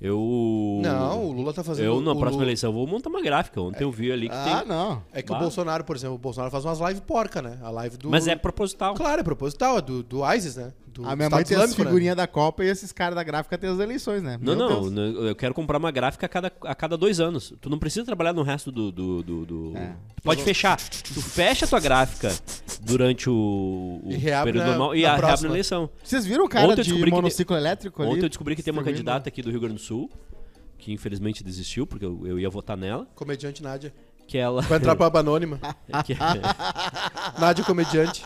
[SPEAKER 3] Eu.
[SPEAKER 2] Não, o Lula tá fazendo.
[SPEAKER 3] Eu, na
[SPEAKER 2] o
[SPEAKER 3] próxima
[SPEAKER 2] Lula-
[SPEAKER 3] eleição, vou montar uma gráfica. Ontem eu vi ali que
[SPEAKER 1] Ah,
[SPEAKER 3] tem.
[SPEAKER 1] não.
[SPEAKER 2] É que o
[SPEAKER 3] Bah.
[SPEAKER 2] Bolsonaro, por exemplo, o Bolsonaro faz umas lives porca, né? A live do.
[SPEAKER 3] Mas é proposital.
[SPEAKER 2] Claro, é proposital, é do, do ISIS, né? Do
[SPEAKER 1] A minha
[SPEAKER 2] Estado
[SPEAKER 1] mãe tem as
[SPEAKER 2] Islâmico, né?
[SPEAKER 1] figurinhas da Copa e esses caras da gráfica têm as eleições, né?
[SPEAKER 3] é Não,
[SPEAKER 1] Meu
[SPEAKER 3] não,
[SPEAKER 1] Deus.
[SPEAKER 3] n- eu quero comprar uma gráfica a cada, a cada dois anos. Tu não precisa trabalhar no resto do. do, do- do-
[SPEAKER 2] É.
[SPEAKER 3] Tu pode fechar. Tu fecha a tua gráfica durante o, o
[SPEAKER 2] E reabre
[SPEAKER 3] período
[SPEAKER 2] na-
[SPEAKER 3] normal e
[SPEAKER 2] na
[SPEAKER 3] a, reabre
[SPEAKER 2] próxima.
[SPEAKER 3] na eleição.
[SPEAKER 1] Vocês viram o cara
[SPEAKER 3] Ontem eu
[SPEAKER 1] de
[SPEAKER 3] descobri que
[SPEAKER 1] monociclo elétrico ali?
[SPEAKER 3] Ontem eu descobri que tem uma
[SPEAKER 1] distribuindo?
[SPEAKER 3] candidata aqui do Rio Grande do Sul, que infelizmente desistiu, porque eu, eu ia votar nela,
[SPEAKER 2] Comediante Nádia.
[SPEAKER 3] que ela.
[SPEAKER 2] Vai entrar pra aba anônima.
[SPEAKER 3] que-
[SPEAKER 2] Nádia comediante.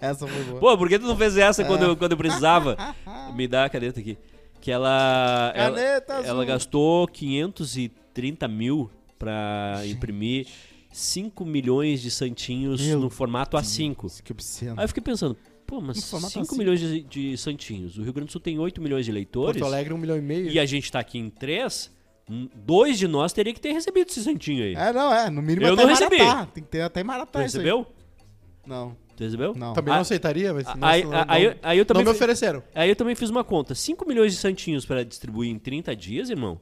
[SPEAKER 1] Essa foi boa.
[SPEAKER 3] Pô, por que tu não fez essa
[SPEAKER 2] É.
[SPEAKER 3] quando, eu, quando eu precisava? Me dá a caneta aqui. Que ela. ela-
[SPEAKER 1] Caneta
[SPEAKER 3] ela,
[SPEAKER 1] azul.
[SPEAKER 3] gastou 530 mil pra imprimir 5 milhões de santinhos
[SPEAKER 1] Meu
[SPEAKER 3] no formato A5.
[SPEAKER 1] Que obsceno.
[SPEAKER 3] Aí eu fiquei pensando, pô, mas
[SPEAKER 1] No formato
[SPEAKER 3] 5
[SPEAKER 1] A5?
[SPEAKER 3] milhões de, de santinhos. O Rio Grande do Sul tem 8 milhões de leitores.
[SPEAKER 2] Porto Alegre, um milhão e meio.
[SPEAKER 3] E a gente tá aqui em 3. Dois de nós teria que ter recebido esse santinho aí.
[SPEAKER 1] É, não, é. No mínimo
[SPEAKER 3] Eu
[SPEAKER 1] até
[SPEAKER 3] não
[SPEAKER 1] Maratá.
[SPEAKER 3] recebi.
[SPEAKER 1] Tem que ter até Maratá
[SPEAKER 3] tu
[SPEAKER 1] isso aí.
[SPEAKER 3] recebeu?
[SPEAKER 1] Não,
[SPEAKER 3] Tu recebeu?
[SPEAKER 1] não.
[SPEAKER 2] Também
[SPEAKER 3] Ah,
[SPEAKER 2] não aceitaria, mas.
[SPEAKER 3] Aí,
[SPEAKER 2] nossa,
[SPEAKER 3] aí, ah,
[SPEAKER 2] não,
[SPEAKER 3] aí eu-
[SPEAKER 2] não
[SPEAKER 3] aí eu também
[SPEAKER 2] me
[SPEAKER 3] fui-
[SPEAKER 2] ofereceram.
[SPEAKER 3] Aí eu também fiz uma conta. 5 milhões de santinhos pra distribuir em 30 dias, irmão.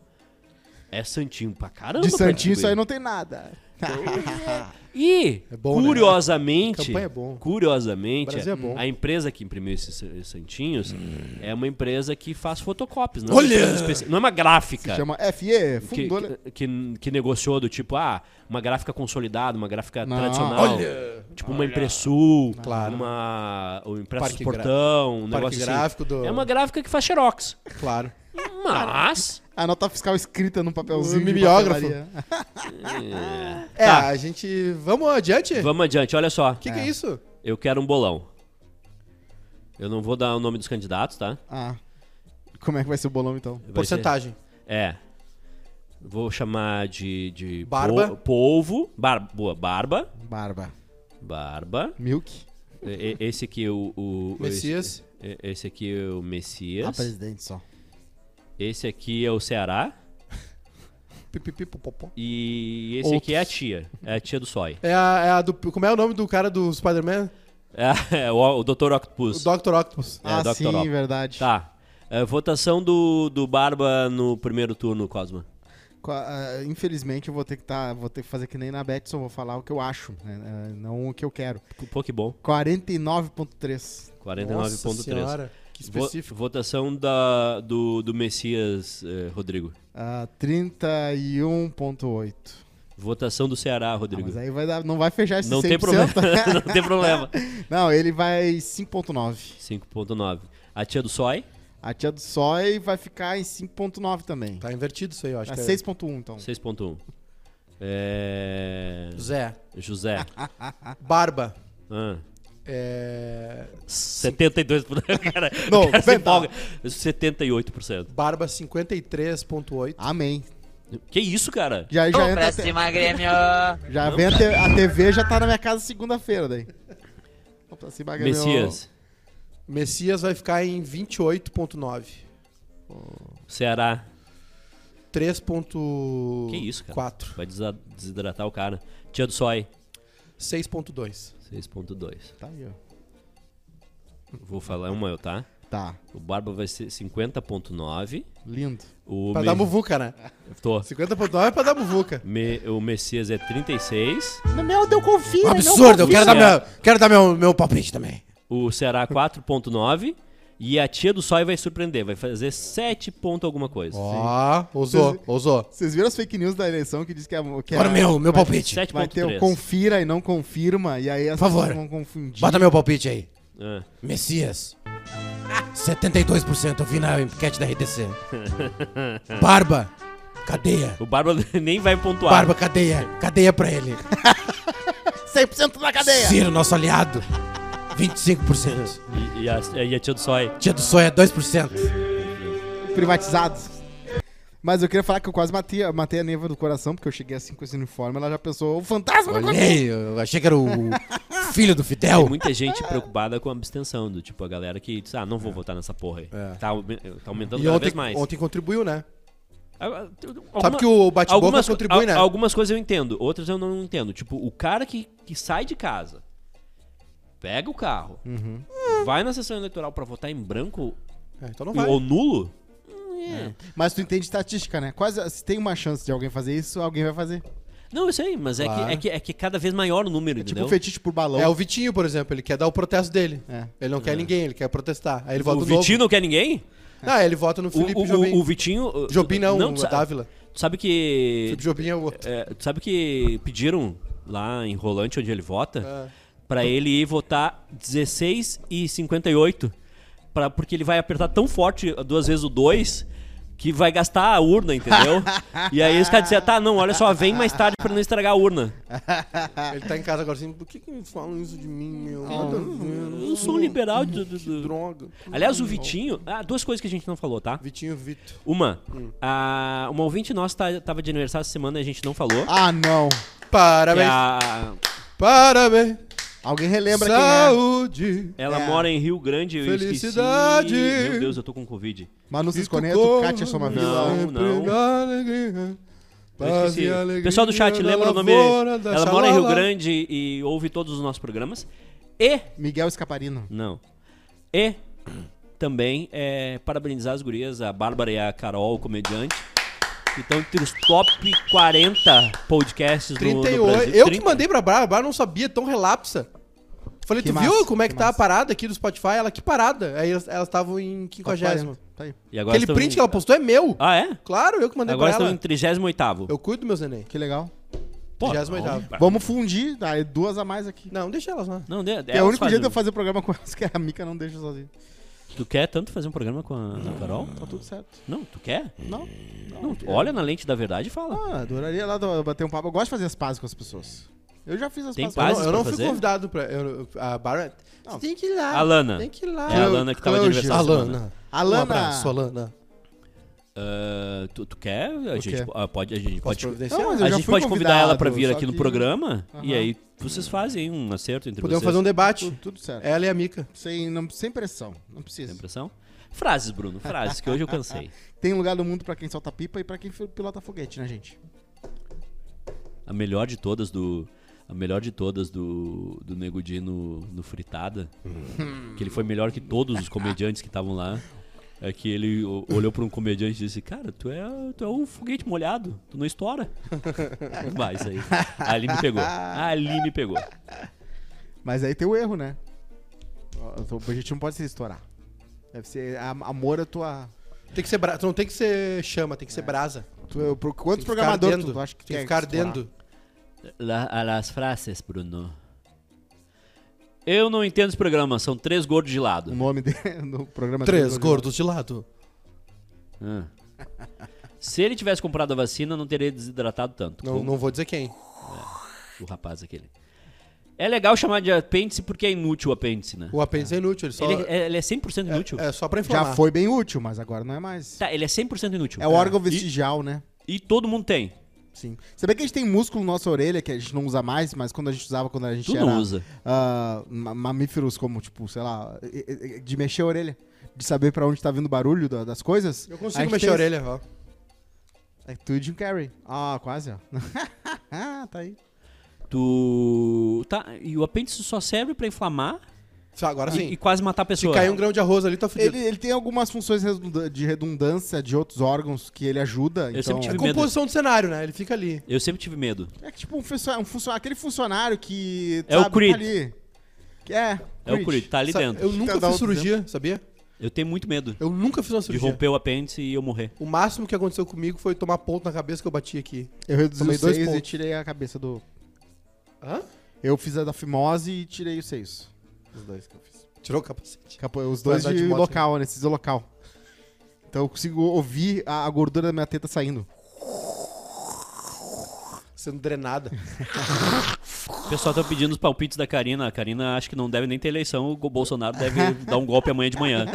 [SPEAKER 3] É santinho pra caramba.
[SPEAKER 1] De
[SPEAKER 3] pra
[SPEAKER 1] Santinho isso aí
[SPEAKER 3] distribuir.
[SPEAKER 1] não tem nada.
[SPEAKER 3] E,
[SPEAKER 2] É bom, né?
[SPEAKER 3] curiosamente,
[SPEAKER 2] Campanha é bom.
[SPEAKER 3] curiosamente,
[SPEAKER 2] Brasil é bom.
[SPEAKER 3] a empresa que imprimiu esses san- esses santinhos é uma empresa que faz fotocópias. Não, é uma
[SPEAKER 2] Olha!
[SPEAKER 3] empresa especi- não é uma gráfica.
[SPEAKER 1] Chama FE,
[SPEAKER 3] Que,
[SPEAKER 1] fundou... né?
[SPEAKER 3] que, que- que negociou do tipo, ah, uma gráfica consolidada, uma gráfica
[SPEAKER 1] Não.
[SPEAKER 3] tradicional.
[SPEAKER 2] Olha!
[SPEAKER 3] Tipo uma Impressul,
[SPEAKER 2] Claro.
[SPEAKER 3] uma o Impressos
[SPEAKER 2] Parque
[SPEAKER 3] Portão, um
[SPEAKER 2] Parque
[SPEAKER 3] negócio assim.
[SPEAKER 2] gráfico do-
[SPEAKER 3] É uma gráfica que faz xerox.
[SPEAKER 2] Claro.
[SPEAKER 3] Mas...
[SPEAKER 1] A nota fiscal escrita num papelzinho
[SPEAKER 2] O
[SPEAKER 1] de
[SPEAKER 2] mimeógrafo.
[SPEAKER 1] papelaria.
[SPEAKER 2] É,
[SPEAKER 3] Tá.
[SPEAKER 2] a gente. Vamos adiante? O
[SPEAKER 3] Vamos adiante, olha só.
[SPEAKER 2] É. que, que é isso?
[SPEAKER 3] Eu quero um bolão. Eu não vou dar o nome dos candidatos, tá?
[SPEAKER 1] Ah. Como é que vai ser o bolão, então?
[SPEAKER 3] Vai ser-
[SPEAKER 2] Porcentagem.
[SPEAKER 3] É. Vou chamar de. de
[SPEAKER 2] Barba.
[SPEAKER 3] po- polvo. Bar, boa, barba.
[SPEAKER 1] Barba.
[SPEAKER 3] Barba.
[SPEAKER 1] Milk.
[SPEAKER 3] E- e- Esse aqui é o. o
[SPEAKER 2] Messias.
[SPEAKER 3] Esse, e- esse aqui é o Messias.
[SPEAKER 1] Ah, presidente só.
[SPEAKER 3] Esse aqui é o Ceará.
[SPEAKER 2] Pipipipopopó.
[SPEAKER 3] E esse aqui é a tia. É a tia do Sói.
[SPEAKER 2] É a, é a do. Como é o nome do cara do Spider-Man?
[SPEAKER 3] É, é o, o Dr.
[SPEAKER 2] O
[SPEAKER 3] Octopus.
[SPEAKER 2] Dr. Octopus.
[SPEAKER 3] É,
[SPEAKER 1] ah,
[SPEAKER 3] Dr.
[SPEAKER 1] sim,
[SPEAKER 3] Octopus.
[SPEAKER 1] verdade.
[SPEAKER 3] Tá. É, votação do, do Barba no primeiro turno, Cosma.
[SPEAKER 1] Co- ah, infelizmente eu vou ter que tá, vou ter que fazer que nem na Betson, vou falar o que eu acho, né? Ah, não o que eu quero.
[SPEAKER 3] Pô, que bom.
[SPEAKER 1] 49.3.
[SPEAKER 2] Nossa
[SPEAKER 3] 49,3.
[SPEAKER 2] senhora, Que
[SPEAKER 3] Vo-
[SPEAKER 2] específico.
[SPEAKER 3] Votação da, do, do Messias, eh, Rodrigo.
[SPEAKER 1] ah, 31.8.
[SPEAKER 3] Votação do Ceará,
[SPEAKER 1] Ah,
[SPEAKER 3] Rodrigo.
[SPEAKER 1] mas
[SPEAKER 2] é
[SPEAKER 1] aí vai dar, não vai fechar esse
[SPEAKER 3] não,
[SPEAKER 1] 100%.
[SPEAKER 3] tem problema. não tem problema.
[SPEAKER 1] não, ele vai 5.9.
[SPEAKER 3] 5,9. A tia do Sói,
[SPEAKER 1] A tia do Sói vai ficar em 5.9 também.
[SPEAKER 2] Tá invertido isso aí, eu acho.
[SPEAKER 1] é
[SPEAKER 2] que
[SPEAKER 1] 6.1, então.
[SPEAKER 3] 6,1. É,
[SPEAKER 2] É. Zé.
[SPEAKER 3] José,
[SPEAKER 2] Barba.
[SPEAKER 3] ah,
[SPEAKER 2] É...
[SPEAKER 3] 72%. O cara,
[SPEAKER 2] Não,
[SPEAKER 3] o cara se
[SPEAKER 2] verdade.
[SPEAKER 3] empolga. 78%.
[SPEAKER 2] Barba 53.8.
[SPEAKER 1] Amém.
[SPEAKER 3] Que isso, cara?
[SPEAKER 1] Já, já, entra a,
[SPEAKER 5] pra
[SPEAKER 1] te-
[SPEAKER 5] cima, Grêmio!
[SPEAKER 1] já vem a, te- a TV, já tá na minha casa segunda-feira daí. tá Vou pra cima, Gabriel.
[SPEAKER 3] Messias,
[SPEAKER 2] Messias vai ficar em 28.9.
[SPEAKER 3] Ceará.
[SPEAKER 2] 3.4.
[SPEAKER 3] Que isso, cara? Vai desa- desidratar o cara. Tia do Sói,
[SPEAKER 2] 6.2.
[SPEAKER 3] 6,2.
[SPEAKER 1] Tá aí, ó.
[SPEAKER 3] Vou falar uma eu, tá?
[SPEAKER 1] Tá,
[SPEAKER 3] O Barba vai ser 50.9.
[SPEAKER 1] lindo.
[SPEAKER 3] O,
[SPEAKER 2] Pra
[SPEAKER 3] me...
[SPEAKER 2] dar muvuca, né?
[SPEAKER 3] Tô.
[SPEAKER 2] 50.9 é pra dar muvuca.
[SPEAKER 3] Me- o Messias é 36.
[SPEAKER 1] No meu, deu confia.
[SPEAKER 2] Absurdo, eu quero dar,
[SPEAKER 3] confia.
[SPEAKER 2] meu, quero dar meu, meu palpite também.
[SPEAKER 3] O Ceará 4.9. E a tia do Sói vai surpreender. Vai fazer 7 ponto alguma coisa.
[SPEAKER 2] Ó, ousou, ousou.
[SPEAKER 1] Vocês viram as fake news da eleição que diz que é. Que
[SPEAKER 2] Bora
[SPEAKER 1] é-
[SPEAKER 2] meu, meu
[SPEAKER 1] vai-
[SPEAKER 2] palpite.
[SPEAKER 1] Vai ter o
[SPEAKER 3] 7.3.
[SPEAKER 1] confira e não confirma, e aí as
[SPEAKER 2] Por favor.
[SPEAKER 1] pessoas vão confundir.
[SPEAKER 2] Bota meu palpite aí.
[SPEAKER 3] Ah,
[SPEAKER 2] Messias. 72% eu vi na enquete da RTC. Barba. Cadeia.
[SPEAKER 3] O Barba nem vai pontuar.
[SPEAKER 2] Barba, cadeia. Cadeia pra ele.
[SPEAKER 1] 100% na cadeia!
[SPEAKER 2] Ciro, nosso aliado. 25%.
[SPEAKER 3] E, e a, e a tia do Sói.
[SPEAKER 2] Dia do sonho é 2%.
[SPEAKER 1] Privatizados. Mas eu queria falar que eu quase matei, matei a Neva do coração, porque eu cheguei assim com esse uniforme, ela já pensou, o fantasma do coração!
[SPEAKER 2] Olhei, eu achei que era o filho do
[SPEAKER 3] Tem
[SPEAKER 2] Fidel.
[SPEAKER 3] muita gente preocupada com a abstenção. Do, tipo, a galera que diz, ah, não vou votar nessa porra aí.
[SPEAKER 2] É.
[SPEAKER 3] Tá, aume- tá aumentando cada vez mais.
[SPEAKER 2] contribuiu, né?
[SPEAKER 3] Agora, tu-
[SPEAKER 2] Sabe
[SPEAKER 3] alguma-
[SPEAKER 2] que o bate-boca
[SPEAKER 3] algumas, co-
[SPEAKER 2] contribui,
[SPEAKER 3] al-
[SPEAKER 2] né?
[SPEAKER 3] Algumas coisas eu entendo, outras eu não entendo. Tipo, o cara que, que sai de casa, pega o carro,
[SPEAKER 2] Uhum.
[SPEAKER 3] vai na sessão eleitoral pra votar em branco
[SPEAKER 2] É, então não
[SPEAKER 3] ou nulo,
[SPEAKER 1] Mas tu entende estatística, né? Quase, se tem uma chance de alguém fazer isso, alguém vai fazer.
[SPEAKER 3] Não, eu sei, mas
[SPEAKER 2] Claro.
[SPEAKER 3] é, que, é, que, é que é cada vez maior o
[SPEAKER 1] É
[SPEAKER 3] número,
[SPEAKER 1] tipo
[SPEAKER 3] entendeu?
[SPEAKER 1] um fetiche por balão.
[SPEAKER 2] É o Vitinho, por exemplo, ele quer dar o protesto dele.
[SPEAKER 1] É.
[SPEAKER 2] Ele não quer ninguém, ele quer protestar. Aí ele
[SPEAKER 3] o
[SPEAKER 2] vota no
[SPEAKER 3] Vitinho não quer ninguém?
[SPEAKER 2] Novo. Ah, ele vota no
[SPEAKER 3] O,
[SPEAKER 2] Felipe
[SPEAKER 3] o- o-
[SPEAKER 2] Jobim.
[SPEAKER 3] o Vitinho. uh,
[SPEAKER 2] Jobim não,
[SPEAKER 3] tu
[SPEAKER 2] o
[SPEAKER 3] sa-
[SPEAKER 2] Dávila.
[SPEAKER 3] tu sabe que.
[SPEAKER 2] Felipe Jobim é o outro.
[SPEAKER 3] é, tu sabe que pediram lá em Rolante, onde ele vota,
[SPEAKER 2] É.
[SPEAKER 3] pra ele ir votar 16 e 58. Pra, porque ele vai apertar tão forte ah, duas vezes o 2 que vai gastar a urna, entendeu? e aí os caras disseram, tá, não, olha só, vem mais tarde pra não estragar a urna.
[SPEAKER 1] Ah.
[SPEAKER 2] Ele tá em casa agora assim, por que, que me falam isso de mim, meu? Nada a ver,
[SPEAKER 3] Eu não sou um liberal. do- do- do-
[SPEAKER 2] droga.
[SPEAKER 3] Aliás, o Vitinho. Ah, duas coisas que a gente não falou, tá?
[SPEAKER 2] Vitinho Vito.
[SPEAKER 3] Uma, a, uma ouvinte nossa tá- tava de aniversário essa semana e a gente não falou.
[SPEAKER 1] Ah, não.
[SPEAKER 3] Que é
[SPEAKER 2] Parabéns,
[SPEAKER 3] a-
[SPEAKER 2] parabéns.
[SPEAKER 1] Alguém relembra quem é.
[SPEAKER 2] Saúde.
[SPEAKER 3] ela
[SPEAKER 1] É.
[SPEAKER 3] mora em Rio Grande, eu
[SPEAKER 2] Felicidade.
[SPEAKER 3] esqueci. Meu Deus, eu tô com Covid.
[SPEAKER 1] Manu Cisconeto,
[SPEAKER 2] Vitor
[SPEAKER 1] Kátia Somavila.
[SPEAKER 3] Não,
[SPEAKER 2] sempre
[SPEAKER 3] não.
[SPEAKER 2] na alegria,
[SPEAKER 3] Eu
[SPEAKER 2] paz e
[SPEAKER 3] esqueci.
[SPEAKER 2] alegria
[SPEAKER 3] Pessoal do chat,
[SPEAKER 2] da
[SPEAKER 3] lembra o nome?
[SPEAKER 2] lavoura, da
[SPEAKER 3] Ela mora em Rio
[SPEAKER 2] xalala.
[SPEAKER 3] Grande e ouve todos os nossos programas. E,
[SPEAKER 1] Miguel Escaparino.
[SPEAKER 3] não, e também é, parabenizar as gurias, a Bárbara e a Carol, comediante. que Estão entre os top 40 podcasts do- do
[SPEAKER 2] 38.
[SPEAKER 3] Brasil.
[SPEAKER 2] Eu que
[SPEAKER 3] 30.
[SPEAKER 2] mandei pra Bárbara, a Bárbara não sabia, tão relapsa. Falei,
[SPEAKER 1] Que
[SPEAKER 2] tu
[SPEAKER 1] massa,
[SPEAKER 2] viu como é que,
[SPEAKER 1] que
[SPEAKER 2] tá a
[SPEAKER 1] massa.
[SPEAKER 2] parada aqui do Spotify? Ela, que parada? Aí elas elas estavam em 50.
[SPEAKER 1] Tá aí.
[SPEAKER 3] E agora
[SPEAKER 2] Aquele
[SPEAKER 3] estão-
[SPEAKER 2] print que ela postou é meu.
[SPEAKER 3] Ah, é?
[SPEAKER 2] Claro, eu que mandei
[SPEAKER 3] Agora
[SPEAKER 2] pra
[SPEAKER 3] estão
[SPEAKER 2] ela.
[SPEAKER 3] em 38º.
[SPEAKER 2] Eu cuido do meu neném.
[SPEAKER 1] Que legal.
[SPEAKER 3] Pô,
[SPEAKER 2] 38º.
[SPEAKER 3] não,
[SPEAKER 1] Vamos fundir, tá? É duas a mais aqui.
[SPEAKER 2] Não, deixa elas lá.
[SPEAKER 3] Não, de,
[SPEAKER 1] É o único jeito de eu fazer programa com elas, que a Mica não deixa sozinha.
[SPEAKER 3] Tu quer tanto fazer um programa com a a Carol?
[SPEAKER 1] Tá tudo certo.
[SPEAKER 3] Não, tu quer?
[SPEAKER 1] Não?
[SPEAKER 3] Não, tu olha na lente da verdade e fala.
[SPEAKER 1] Ah, adoraria lá do- bater um papo. Eu gosto de fazer as pazes com as pessoas. Eu já fiz as
[SPEAKER 3] Tem
[SPEAKER 1] pazes.
[SPEAKER 2] Eu
[SPEAKER 3] pazes?
[SPEAKER 2] não, eu
[SPEAKER 3] pra
[SPEAKER 2] não fui
[SPEAKER 3] fazer?
[SPEAKER 2] convidado pra. eu- a Bárbara.
[SPEAKER 1] Não.
[SPEAKER 2] Tem que ir lá.
[SPEAKER 3] Alana.
[SPEAKER 2] Tem que ir lá.
[SPEAKER 3] É a Alana que tava de
[SPEAKER 1] Cleuge.
[SPEAKER 3] aniversário. essa semana.
[SPEAKER 2] Um Alana.
[SPEAKER 1] Alana.
[SPEAKER 2] Um abraço, Alana.
[SPEAKER 3] ah, tu, tu quer? A gente,
[SPEAKER 1] quê?
[SPEAKER 3] ah, pode, a gente
[SPEAKER 2] Posso
[SPEAKER 3] pode, é.
[SPEAKER 2] providenciar?
[SPEAKER 1] Não, mas eu
[SPEAKER 3] a
[SPEAKER 1] já
[SPEAKER 3] gente
[SPEAKER 1] fui
[SPEAKER 3] pode convidar ela pra
[SPEAKER 1] convidado,
[SPEAKER 3] vir
[SPEAKER 1] só
[SPEAKER 3] aqui no
[SPEAKER 1] que-
[SPEAKER 3] programa e
[SPEAKER 1] Aham.
[SPEAKER 3] aí vocês fazem um acerto entre
[SPEAKER 2] Podemos
[SPEAKER 3] vocês.
[SPEAKER 2] fazer um debate.
[SPEAKER 1] Tudo, tudo certo. É,
[SPEAKER 2] Ela e a Mica.
[SPEAKER 1] Sem, não, sem pressão. Não precisa.
[SPEAKER 3] Tem impressão? Frases, Bruno, frases, que hoje eu cansei.
[SPEAKER 1] Tem um lugar no mundo pra quem solta pipa e pra quem pilota foguete, né, gente?
[SPEAKER 3] A melhor de todas do. A melhor de todas do, do Nego Di no, no Fritada. Que ele foi melhor que todos os comediantes que estavam lá. É que ele o- olhou pra um comediante e disse: Cara, tu é, tu é um foguete molhado, tu não estoura. Vai, isso aí. Ali me pegou. Ali me pegou.
[SPEAKER 1] Mas aí tem o erro, né? O objetivo não pode ser estourar. Deve ser a- amor à tua.
[SPEAKER 2] Tem que ser bra... Não tem que ser chama, tem que ser brasa.
[SPEAKER 1] tu- pro-
[SPEAKER 2] Tem
[SPEAKER 1] quantos
[SPEAKER 2] que ficar
[SPEAKER 1] programadores tu,
[SPEAKER 2] ardendo.
[SPEAKER 1] É. tu acha que
[SPEAKER 2] tem que
[SPEAKER 1] quer
[SPEAKER 2] ficar
[SPEAKER 1] estourar?
[SPEAKER 2] dentro?
[SPEAKER 3] La, as frases, Bruno. Eu não entendo esse programa, são três gordos de
[SPEAKER 1] O
[SPEAKER 3] lado.
[SPEAKER 1] nome dele no programa
[SPEAKER 2] Três
[SPEAKER 1] dele.
[SPEAKER 2] gordos de lado.
[SPEAKER 3] Ah. Se ele tivesse comprado a vacina, não teria desidratado tanto.
[SPEAKER 2] Não, não vou dizer quem.
[SPEAKER 3] O rapaz aquele. É legal chamar de apêndice porque é inútil o apêndice, né?
[SPEAKER 2] O apêndice é inútil, ele só.
[SPEAKER 3] Ele, é- ele é 100% inútil.
[SPEAKER 2] É só pra inflamar.
[SPEAKER 1] Já foi bem útil, mas agora não é mais.
[SPEAKER 3] Tá, ele é 100% inútil.
[SPEAKER 1] É o órgão vestigial, né?
[SPEAKER 3] E todo mundo tem.
[SPEAKER 1] Sim. Você vê que a gente tem músculo na nossa orelha, que a gente não usa mais, mas quando a gente usava, quando a gente
[SPEAKER 3] Tu
[SPEAKER 1] era...
[SPEAKER 3] não usa.
[SPEAKER 1] ah, ma- mamíferos como, tipo, sei lá, e- e- e- de mexer a orelha. De saber pra onde tá vindo o barulho da- das coisas.
[SPEAKER 2] Eu
[SPEAKER 1] A
[SPEAKER 2] consigo
[SPEAKER 1] gente
[SPEAKER 2] mexer
[SPEAKER 1] tem
[SPEAKER 2] a orelha, ó.
[SPEAKER 1] esse- É tudo Jim Carrey. Ah, quase, ó. Ah, tá aí.
[SPEAKER 3] Tu. Tá, e o apêndice só serve pra inflamar
[SPEAKER 2] Só Agora
[SPEAKER 3] e-
[SPEAKER 2] sim.
[SPEAKER 3] e, quase matar a
[SPEAKER 2] Se
[SPEAKER 3] pessoa.
[SPEAKER 2] cair um grão de arroz ali, tá fudido.
[SPEAKER 1] Ele, ele tem algumas funções redunda- de redundância de outros órgãos que ele ajuda.
[SPEAKER 3] Eu
[SPEAKER 1] então...
[SPEAKER 3] sempre tive
[SPEAKER 2] É
[SPEAKER 3] medo.
[SPEAKER 2] composição do cenário, né? Ele fica ali.
[SPEAKER 3] Eu sempre tive medo.
[SPEAKER 1] É que tipo um funcionário, um funcionário- aquele funcionário que
[SPEAKER 3] É o Creed.
[SPEAKER 1] tá ali. Que é,
[SPEAKER 3] É o Curit, tá ali
[SPEAKER 2] Sa-
[SPEAKER 3] dentro. Eu...
[SPEAKER 2] Eu nunca
[SPEAKER 1] Cada um
[SPEAKER 2] fiz cirurgia, sabia?
[SPEAKER 3] tenho muito medo
[SPEAKER 2] Eu nunca fiz uma
[SPEAKER 3] de
[SPEAKER 2] cirurgia.
[SPEAKER 3] romper o apêndice e eu morrer.
[SPEAKER 2] O máximo que aconteceu comigo foi tomar ponto na cabeça que eu bati aqui.
[SPEAKER 1] Eu reduzi
[SPEAKER 2] Tomei
[SPEAKER 1] os
[SPEAKER 2] dois
[SPEAKER 1] seios e
[SPEAKER 2] pontos.
[SPEAKER 1] tirei a cabeça do.
[SPEAKER 2] Hã?
[SPEAKER 1] Eu fiz a da fimose e tirei os seios. Os dois que eu fiz.
[SPEAKER 2] Tirou o capacete.
[SPEAKER 1] Capo- Os dois
[SPEAKER 2] andar
[SPEAKER 1] de, né?
[SPEAKER 2] de moto,
[SPEAKER 1] local, anestesia local. Então eu consigo ouvir a, a gordura da minha teta saindo.
[SPEAKER 2] Sendo drenada.
[SPEAKER 3] O pessoal tá pedindo os palpites da Karina. A Karina acho que não deve nem ter eleição. O Bolsonaro deve dar um golpe amanhã de manhã.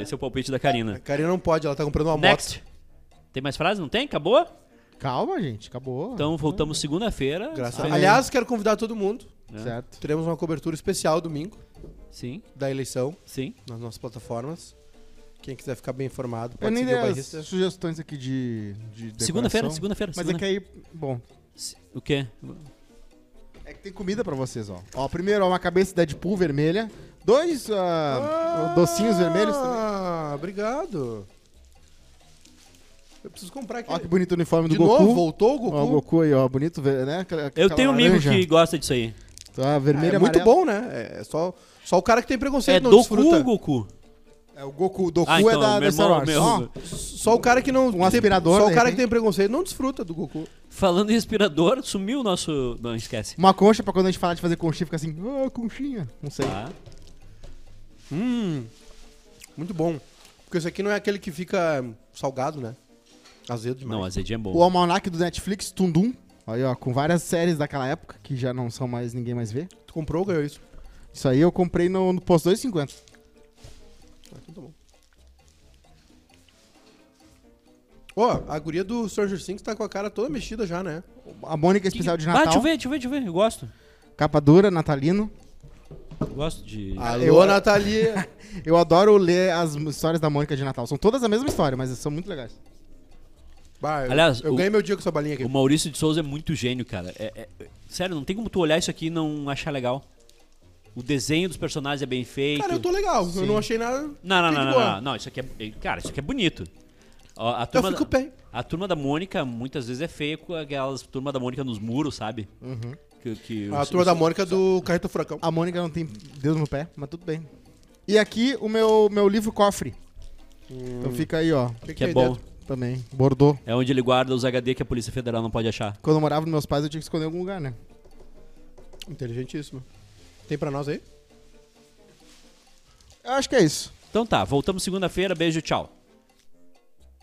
[SPEAKER 3] Esse é o palpite da
[SPEAKER 2] A
[SPEAKER 3] Karina.
[SPEAKER 2] Karina não pode, ela tá comprando uma moto.
[SPEAKER 3] Next. Tem mais frases? Não tem? Acabou?
[SPEAKER 1] Calma, gente, acabou.
[SPEAKER 3] Então voltamos segunda-feira.
[SPEAKER 2] Graças a
[SPEAKER 1] Amém.
[SPEAKER 2] Deus. Aliás, quero convidar todo mundo.
[SPEAKER 1] Tá
[SPEAKER 3] né?
[SPEAKER 1] certo.
[SPEAKER 2] Teremos uma cobertura especial domingo
[SPEAKER 3] Sim,
[SPEAKER 2] da eleição
[SPEAKER 3] sim.
[SPEAKER 2] nas nossas plformas. Quem quiser ficar bem informado,
[SPEAKER 1] Eu
[SPEAKER 2] pode
[SPEAKER 1] nem
[SPEAKER 2] seguir
[SPEAKER 1] dei
[SPEAKER 2] o
[SPEAKER 1] as
[SPEAKER 2] Bairrista.
[SPEAKER 1] sugestões aqui de. de
[SPEAKER 3] Segunda-feira,
[SPEAKER 1] decoração.
[SPEAKER 3] segunda-feira,
[SPEAKER 1] Mas
[SPEAKER 3] segunda.
[SPEAKER 1] é que aí, bom,
[SPEAKER 3] Se- O quê?
[SPEAKER 1] É que tem comida pra vocês, ó. Ó, primeiro, ó, uma cabeça Deadpool vermelha. Dois ah, docinhos vermelhos também.
[SPEAKER 2] Ah, obrigado. Eu preciso comprar aqui.
[SPEAKER 1] Ó, que bonito o uniforme do
[SPEAKER 2] De
[SPEAKER 1] Goku.
[SPEAKER 2] novo, voltou o Goku.
[SPEAKER 1] Ó, o Goku aí, ó, bonito, ve- né? Aquela-
[SPEAKER 3] Eu
[SPEAKER 1] aquela
[SPEAKER 3] tenho um amigo
[SPEAKER 1] laranja.
[SPEAKER 3] que gosta disso aí.
[SPEAKER 1] Tá, vermelho
[SPEAKER 2] é
[SPEAKER 1] e
[SPEAKER 2] muito
[SPEAKER 1] amarelo.
[SPEAKER 2] bom, né? É só, só o cara que tem
[SPEAKER 3] É
[SPEAKER 2] preconceito não
[SPEAKER 3] do
[SPEAKER 2] desfruta.
[SPEAKER 3] cu, Goku.
[SPEAKER 1] É, o Goku, o Doku
[SPEAKER 3] Ah, então,
[SPEAKER 1] é da,
[SPEAKER 3] meu
[SPEAKER 1] da Star
[SPEAKER 3] irmão,
[SPEAKER 1] Wars.
[SPEAKER 3] meu-
[SPEAKER 1] Ó,
[SPEAKER 2] Só o cara que não.
[SPEAKER 1] Um aspirador,
[SPEAKER 2] Só o
[SPEAKER 1] de
[SPEAKER 2] cara que
[SPEAKER 1] repente.
[SPEAKER 2] tem preconceito não desfruta do Goku.
[SPEAKER 3] Falando em respirador, sumiu o nosso. Não, esquece.
[SPEAKER 1] uma concha pra quando a gente falar de fazer conchinha, fica assim, ah, conchinha. Não sei.
[SPEAKER 3] Tá?
[SPEAKER 2] Hum. Muito bom. Porque esse aqui não é aquele que fica salgado, né? Azedo demais.
[SPEAKER 3] Não, azedinho é
[SPEAKER 1] O
[SPEAKER 3] bom.
[SPEAKER 1] almanac do Netflix, Tundum. Aí, ó, com várias séries daquela época, que já não são mais, ninguém mais vê.
[SPEAKER 2] Tu comprou ou ganhou isso?
[SPEAKER 1] Isso aí eu comprei no, no Post 250.
[SPEAKER 2] Ah, então tá bom. Ó, a guria do Stranger Things tá com a cara toda mexida já, né?
[SPEAKER 1] A Mônica Especial de
[SPEAKER 3] Ah, deixa
[SPEAKER 1] Natal.
[SPEAKER 3] eu ver, deixa eu ver, deixa eu ver. Eu gosto.
[SPEAKER 1] capa dura, natalino.
[SPEAKER 3] Eu gosto de.
[SPEAKER 2] Alô,
[SPEAKER 1] eu-
[SPEAKER 2] Natalia.
[SPEAKER 1] Eu adoro ler as m- histórias da Mônica de Natal. São todas a mesma história, mas são muito legais.
[SPEAKER 2] Bah, eu-
[SPEAKER 3] Aliás,
[SPEAKER 2] eu
[SPEAKER 3] o-
[SPEAKER 2] ganhei meu dia com essa balinha aqui.
[SPEAKER 3] O Maurício de Souza é muito gênio, cara. É- é- é- Sério, não tem como tu olhar isso aqui e não achar legal. O desenho dos personagens é bem feito.
[SPEAKER 2] Cara, eu tô legal. Eu não achei nada.
[SPEAKER 3] Não, não,
[SPEAKER 2] Fiquei
[SPEAKER 3] não,
[SPEAKER 2] de
[SPEAKER 3] não,
[SPEAKER 2] boa.
[SPEAKER 3] não, não. Isso aqui é. Cara, isso aqui é bonito. Ó, a
[SPEAKER 2] Eu
[SPEAKER 3] turma
[SPEAKER 2] fico
[SPEAKER 3] da-
[SPEAKER 2] bem.
[SPEAKER 3] A turma da Mônica muitas vezes é feia com aquelas turma da Mônica nos muros, sabe? Que, que
[SPEAKER 2] Uhum. A
[SPEAKER 3] os-
[SPEAKER 2] turma
[SPEAKER 3] os-
[SPEAKER 2] da Mônica do Carreto Furacão.
[SPEAKER 1] A Mônica não tem Deus no pé, mas tudo bem. E aqui o meu, meu livro cofre. Então fica aí, ó.
[SPEAKER 2] O
[SPEAKER 3] que é
[SPEAKER 2] tem
[SPEAKER 3] bom.
[SPEAKER 2] dentro?
[SPEAKER 1] Também. Bordô.
[SPEAKER 3] É onde ele guarda os HD que a Polícia Federal não pode achar.
[SPEAKER 1] Quando eu morava nos meus pais, eu tinha que esconder em algum lugar, né?
[SPEAKER 2] Inteligentíssimo. Tem pra nós aí?
[SPEAKER 1] Eu acho é que é isso.
[SPEAKER 3] Então tá, voltamos segunda-feira. Beijo, tchau.